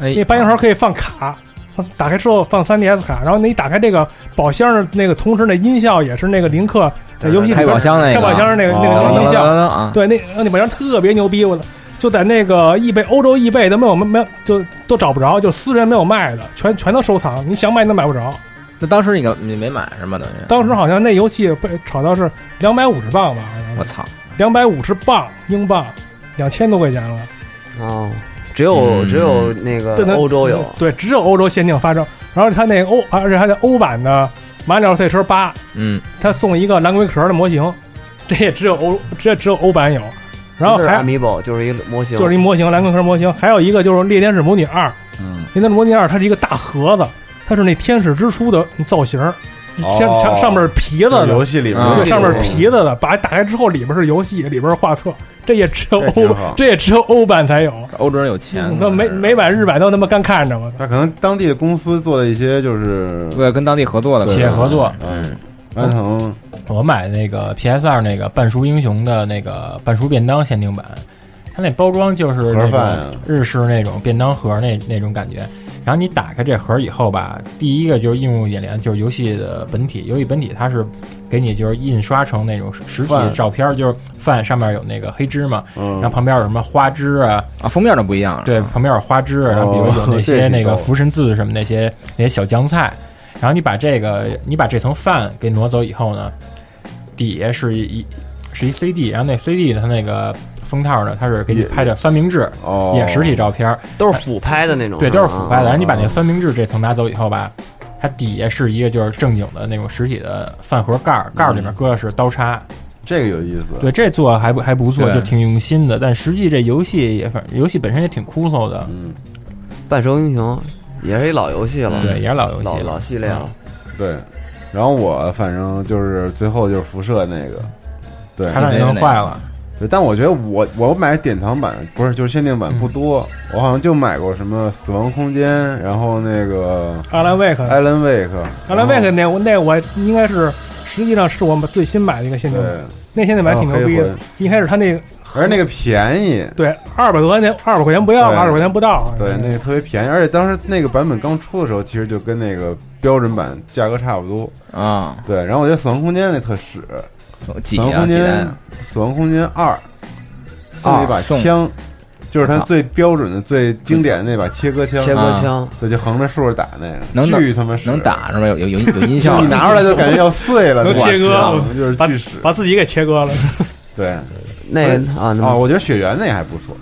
[SPEAKER 4] 哎
[SPEAKER 1] 那八音盒可以放卡，打开之后放 3DS 卡，然后你打开这个宝箱的那个，同时那音效也是那个林克在游戏里
[SPEAKER 4] 呃开
[SPEAKER 1] 边
[SPEAKER 4] 宝箱那个
[SPEAKER 1] 开宝箱是那个那
[SPEAKER 4] 噔
[SPEAKER 1] 个
[SPEAKER 4] 噔
[SPEAKER 1] 音
[SPEAKER 4] 噔
[SPEAKER 1] 效，
[SPEAKER 4] 噔啊，
[SPEAKER 1] 对，那那宝箱特别牛逼，我的就在那个易贝欧洲易贝都没有没有就都找不着，就私人没有卖的，全全都收藏，你想买都买不着。
[SPEAKER 4] 那当时你个你没买是吗？等于
[SPEAKER 1] 当时好像那游戏被炒到是两百五十磅吧，好
[SPEAKER 4] 我
[SPEAKER 1] 像
[SPEAKER 4] 操，
[SPEAKER 1] 两百五十磅英镑，两千多块钱了。
[SPEAKER 12] 哦，只有
[SPEAKER 4] 嗯
[SPEAKER 12] 只有那
[SPEAKER 1] 对
[SPEAKER 12] 个
[SPEAKER 1] 那嗯
[SPEAKER 12] 欧洲有，
[SPEAKER 1] 对，只有欧洲限定发售。然后它那个欧，而且还在欧版的《马里奥赛车八》，
[SPEAKER 4] 嗯，
[SPEAKER 1] 它送一个蓝龟壳的模型， 这也只有欧，这只有欧版有。然后
[SPEAKER 12] 不是
[SPEAKER 1] 还
[SPEAKER 12] Amiibo 就是一个模型，
[SPEAKER 1] 就是一模型蓝龟壳模型，还有一个就是《猎天使魔女二》，
[SPEAKER 8] 嗯
[SPEAKER 1] 《猎天使魔女二》它是一个大盒子，它是那天使之书的造型，上上上面是皮子
[SPEAKER 8] 哦嗯游
[SPEAKER 1] 的。
[SPEAKER 8] 戏里面
[SPEAKER 4] 啊
[SPEAKER 1] 对，上面是皮子的，把打开之后里边是游戏，里边是画册，这也只有
[SPEAKER 8] 这挺
[SPEAKER 1] 欧
[SPEAKER 8] 好，
[SPEAKER 1] 这也只有欧版才有。
[SPEAKER 4] 欧洲人有钱，
[SPEAKER 1] 你说美美版、日版都他妈干看着我操！
[SPEAKER 8] 那可能当地的公司做的一些就是
[SPEAKER 4] 为了跟当地合作的
[SPEAKER 5] 企业合作，
[SPEAKER 8] 嗯，安藤
[SPEAKER 5] 我买那个 PS 二那个半熟英雄的那个半熟便当限定版，它那包装就是那
[SPEAKER 8] 盒饭啊
[SPEAKER 5] 种日式那种便当盒那那种感觉。然后你打开这盒以后吧，第一个就是映入眼帘，就是游戏的本体。游戏本体它是给你就是印刷成那种实体的
[SPEAKER 8] 饭
[SPEAKER 5] 照片，就是饭上面有那个黑芝麻，
[SPEAKER 8] 嗯
[SPEAKER 5] 然后旁边有什么花枝啊，
[SPEAKER 4] 啊，封面都不一样了，
[SPEAKER 5] 对，旁边有花枝，然后比如有 那
[SPEAKER 8] 哦这
[SPEAKER 5] 些
[SPEAKER 8] 挺
[SPEAKER 5] 那个
[SPEAKER 8] 逗
[SPEAKER 5] 福神字什么那些那些小酱菜，然后你把这个你把这层饭给挪走以后呢，底下是一是一 CD，然后那 CD 它那个封套呢，它是给你
[SPEAKER 8] 也
[SPEAKER 5] 拍的三明治，
[SPEAKER 8] 哦，
[SPEAKER 5] 也实体照片儿，
[SPEAKER 12] 都是啊俯拍的那种，
[SPEAKER 5] 对，都是俯拍的。然后你把那
[SPEAKER 8] 哦
[SPEAKER 5] 三明治这层拿走以后吧，它底下是一个就是正经的那种实体的饭盒盖儿，盖儿里
[SPEAKER 8] 嗯
[SPEAKER 5] 面搁的是刀叉，
[SPEAKER 8] 这个有意思，
[SPEAKER 5] 对，这做得还不还不错，
[SPEAKER 4] 对
[SPEAKER 5] 就挺用心的。但实际这游戏也反游戏本身也挺枯燥的，
[SPEAKER 8] 嗯，
[SPEAKER 12] 半熟英雄也是一老游戏了，
[SPEAKER 5] 对，也是老游戏
[SPEAKER 12] 老
[SPEAKER 5] 了
[SPEAKER 12] 老系列了。
[SPEAKER 8] 对。然后我反正就是最后就是辐射那个，对，
[SPEAKER 5] 它已经
[SPEAKER 8] 啊
[SPEAKER 5] 坏了。
[SPEAKER 8] 对，但我觉得我我买典藏版不是就是限定版不多，我好像就买过什么《死亡空间》，然后那个
[SPEAKER 1] 阿兰威克，
[SPEAKER 8] 《艾伦威克》，
[SPEAKER 1] 阿兰威克那我那我应该是实际上是我们最新买的一个限定版，
[SPEAKER 8] 对，
[SPEAKER 1] 那限定版挺牛逼
[SPEAKER 8] 然
[SPEAKER 1] 的
[SPEAKER 8] 后黑。
[SPEAKER 1] 一开始他那个
[SPEAKER 8] 而且那个便宜，
[SPEAKER 1] 对二百多块钱，二百块钱不要，
[SPEAKER 8] 对
[SPEAKER 1] 二百块钱不到。啊
[SPEAKER 8] 对，那个特别便宜，而且当时那个版本刚出的时候，其实就跟那个标准版价格差不多。
[SPEAKER 4] 啊，
[SPEAKER 8] 对，然后我觉得《死亡空间》那特使，
[SPEAKER 4] 几
[SPEAKER 8] 死亡
[SPEAKER 4] 啊
[SPEAKER 8] 空
[SPEAKER 4] 几
[SPEAKER 8] 间
[SPEAKER 4] 代，
[SPEAKER 8] 死亡空间二》送了一把
[SPEAKER 4] 送
[SPEAKER 8] 枪，就是它
[SPEAKER 4] 啊
[SPEAKER 8] 最标准的、最经典的那把切割
[SPEAKER 1] 嗯
[SPEAKER 8] 枪，啊
[SPEAKER 12] 切割枪，
[SPEAKER 8] 对，就横着竖着打那个，
[SPEAKER 4] 能打
[SPEAKER 8] 巨他妈使
[SPEAKER 4] 能。打是吧？有有有有音
[SPEAKER 8] 就
[SPEAKER 4] 效
[SPEAKER 8] 你拿出来就感觉要碎 了，
[SPEAKER 1] 能切割
[SPEAKER 8] 哇塞就是
[SPEAKER 1] 把
[SPEAKER 8] 巨使。
[SPEAKER 1] 把自己给切割了，
[SPEAKER 8] 对，
[SPEAKER 1] 嗯
[SPEAKER 12] 那个啊，那
[SPEAKER 8] 哦，我觉得雪原那还不错，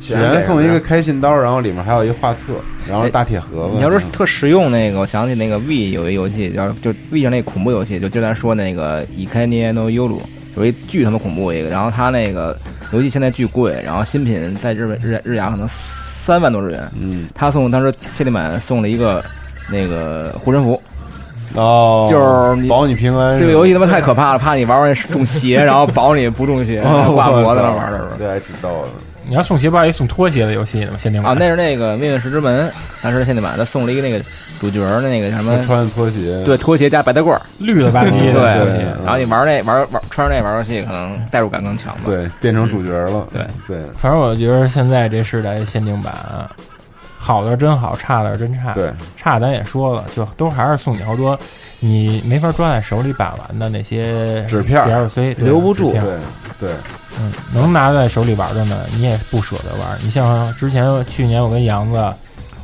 [SPEAKER 8] 雪原送一个开心刀，然后里面还有一画册，然后大铁盒子。
[SPEAKER 4] 你要说
[SPEAKER 8] 嗯
[SPEAKER 4] 特实用那个，我想起那个 V 有一游戏，叫就 V 上那恐怖游戏，就经常说那个《伊开涅诺尤鲁》，有一巨他妈恐怖一个。然后它那个游戏现在巨贵，然后新品在日本日日亚可能三万多日元。
[SPEAKER 8] 嗯
[SPEAKER 4] 他送当时限定版送了一个那个护身符，
[SPEAKER 8] 哦，
[SPEAKER 4] 就是你
[SPEAKER 8] 保你平安。
[SPEAKER 4] 这个游戏他妈太可怕了，怕你玩完中 邪，然后保你不中邪，
[SPEAKER 8] 哦
[SPEAKER 4] 挂脖子上玩的时候。
[SPEAKER 8] 这还挺逗的。
[SPEAKER 5] 你要送鞋包也送拖鞋的游戏呢，限定
[SPEAKER 4] 啊，
[SPEAKER 5] 版
[SPEAKER 4] 那是那个《命运石之门》，当时限定版他送了一个那个主角的那个什么
[SPEAKER 8] 他。穿着拖鞋，
[SPEAKER 4] 对，拖鞋加白大褂儿，
[SPEAKER 5] 绿了吧唧的
[SPEAKER 4] 嗯对
[SPEAKER 5] 东西
[SPEAKER 8] 对
[SPEAKER 4] 然后你玩那玩玩穿上那玩游戏，可能代入感更强吧。，
[SPEAKER 8] 对，变成主角了。
[SPEAKER 4] 对
[SPEAKER 8] 对
[SPEAKER 5] 反正我觉得现在这世代限定版啊，好的真好，差的真差。，
[SPEAKER 8] 对，
[SPEAKER 5] 差咱也说了，就都还是送你好多你没法抓在手里把玩的那些
[SPEAKER 8] 纸片儿
[SPEAKER 5] DLC，对
[SPEAKER 12] 留不住
[SPEAKER 5] 纸片儿
[SPEAKER 8] 对对，
[SPEAKER 5] 嗯，能拿在手里玩的呢，你也不舍得玩。你像之前去年我跟杨子，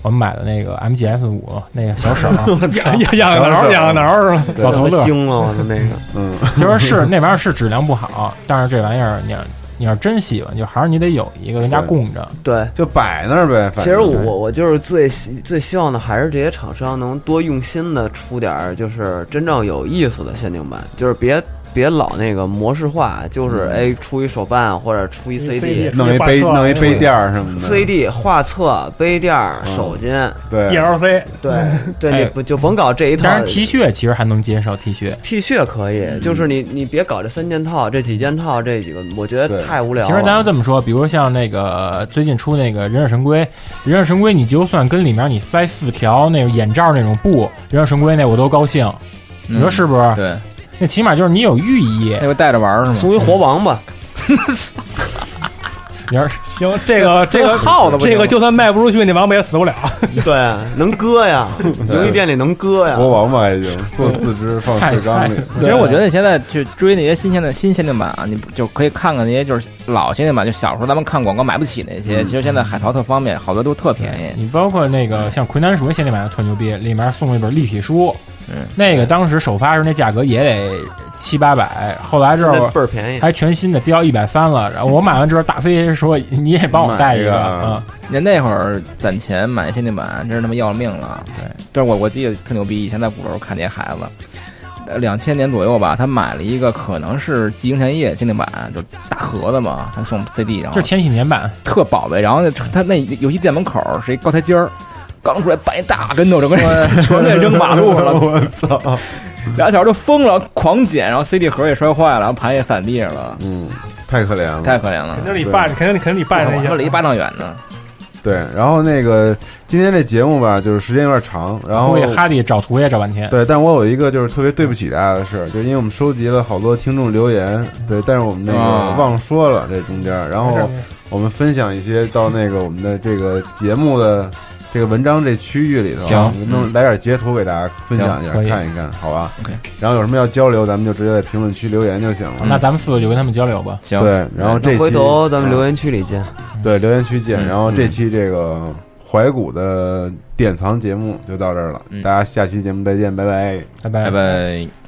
[SPEAKER 5] 我们买的那个 MGS 五那个小手 儿，
[SPEAKER 1] 养养养个挠养个挠是吧？
[SPEAKER 8] 对
[SPEAKER 5] 哎老头乐，
[SPEAKER 12] 惊了，我的那个
[SPEAKER 8] 嗯，
[SPEAKER 5] 就说是那玩意儿是质量不好，但是这玩意儿你要你要真喜欢，就还是你得有一个跟家
[SPEAKER 8] 对
[SPEAKER 5] 供着。
[SPEAKER 12] 对。
[SPEAKER 8] 就摆那儿呗。
[SPEAKER 12] 其
[SPEAKER 8] 反
[SPEAKER 12] 实
[SPEAKER 8] 正
[SPEAKER 12] 我我我就是最希最希望的还是这些厂商能多用心的出点儿，就是真正有意思的限定版，就是别别老那个模式化，就是
[SPEAKER 5] 嗯
[SPEAKER 12] 哎出一手办或者出一 CD，
[SPEAKER 8] 弄一杯弄一杯垫儿什么的。
[SPEAKER 12] CD 画册、杯垫儿、手巾，
[SPEAKER 1] ，E
[SPEAKER 8] 对
[SPEAKER 1] DLC
[SPEAKER 12] 对对，
[SPEAKER 5] 嗯哎
[SPEAKER 12] 你不就甭搞这一套。
[SPEAKER 5] 当然 T 恤嗯其实还能接受 T 恤，
[SPEAKER 12] T 恤可以，就是你你别搞这三件套、这几件套、这几个，我觉得
[SPEAKER 8] 对
[SPEAKER 12] 太无聊了。
[SPEAKER 5] 其实咱要这么说，比如像那个最近出那个《忍者神龟》，《忍者神龟》你就算跟里面你塞四条那种眼罩那种布，《忍者神龟》那我都高兴，你说是不是？
[SPEAKER 4] 对，哎
[SPEAKER 5] 那起码就是你有寓意
[SPEAKER 4] 那。个带着玩儿是吗？
[SPEAKER 12] 送一活 王吧，
[SPEAKER 5] 你要是
[SPEAKER 1] 行，这
[SPEAKER 5] 呃
[SPEAKER 1] 个这个
[SPEAKER 12] 耗子不行
[SPEAKER 1] 这个就算卖不出去，那王八也死不了。
[SPEAKER 12] 对，啊能 割呀，游戏店里能割呀。
[SPEAKER 8] 国王吧，已经做四肢放四缸里，
[SPEAKER 4] 其实我觉得你现在去追那些新鲜的新限定版啊，你不就可以看看那些就是老限定版，就小时候咱们看广告买不起那些。其实现在海淘特方便，好多都特便宜。
[SPEAKER 5] 你包括那个像《魁南鼠》限定版的特牛逼，里面送了一本立体书，
[SPEAKER 4] 嗯，
[SPEAKER 5] 那个当时首发时那价格也得七八百，后来之
[SPEAKER 12] 现在
[SPEAKER 5] 后
[SPEAKER 12] 倍儿便宜，
[SPEAKER 5] 还全新的掉一百三了。然后我买完之后，大飞说你也帮我带一个
[SPEAKER 8] 买一个啊
[SPEAKER 5] 啊。
[SPEAKER 4] 人那会儿攒钱买限定版，真是他妈要了命了。对，但是我我记得特牛逼，以前在鼓楼看那些孩子，两千年左右吧，他买了一个可能是《寂静前夜》限定版，就大盒子嘛，他送 CD，然后
[SPEAKER 5] 就是前几年版，
[SPEAKER 4] 特宝贝。然后那他那游戏店门口是一高台阶儿，刚出来搬一大跟头，整个人 全给扔马路上了。
[SPEAKER 8] 我操，
[SPEAKER 4] 俩小孩就疯了，狂捡，然后 CD 盒也摔坏了，然后盘也散地上了，
[SPEAKER 8] 嗯，太可怜了，
[SPEAKER 4] 太可怜了
[SPEAKER 1] 肯。定是你爸，肯定肯定你爸那
[SPEAKER 4] 我
[SPEAKER 1] 些
[SPEAKER 4] 还。离巴掌远呢，
[SPEAKER 8] 对，然后那个今天这节目吧，就是时间有点长，然后
[SPEAKER 5] 估计哈利找图也找半天。
[SPEAKER 8] 对，但我有一个就是特别对不起大家的事，就是因为我们收集了好多听众留言，对，但是我们那
[SPEAKER 4] 啊
[SPEAKER 8] 个忘说了这中间，然后我们分享一些到那个我们的这个节目的这个文章这区域里头啊，
[SPEAKER 4] 行
[SPEAKER 8] 弄来点截图给大家分享一下
[SPEAKER 5] 行可，以
[SPEAKER 8] 看一看，好吧
[SPEAKER 4] OK
[SPEAKER 8] 然后有什么要交流，咱们就直接在评论区留言就行了。
[SPEAKER 5] 那咱们四个就跟他们交流吧。
[SPEAKER 4] 行，
[SPEAKER 8] 对，然后这期啊
[SPEAKER 12] 回头咱们留言区里见。
[SPEAKER 8] 对留言区见，
[SPEAKER 4] 嗯
[SPEAKER 8] 然后这期这个怀古的典藏节目就到这儿了，
[SPEAKER 4] 嗯
[SPEAKER 8] 大家下期节目再见，拜拜。
[SPEAKER 5] 拜拜
[SPEAKER 4] 拜拜。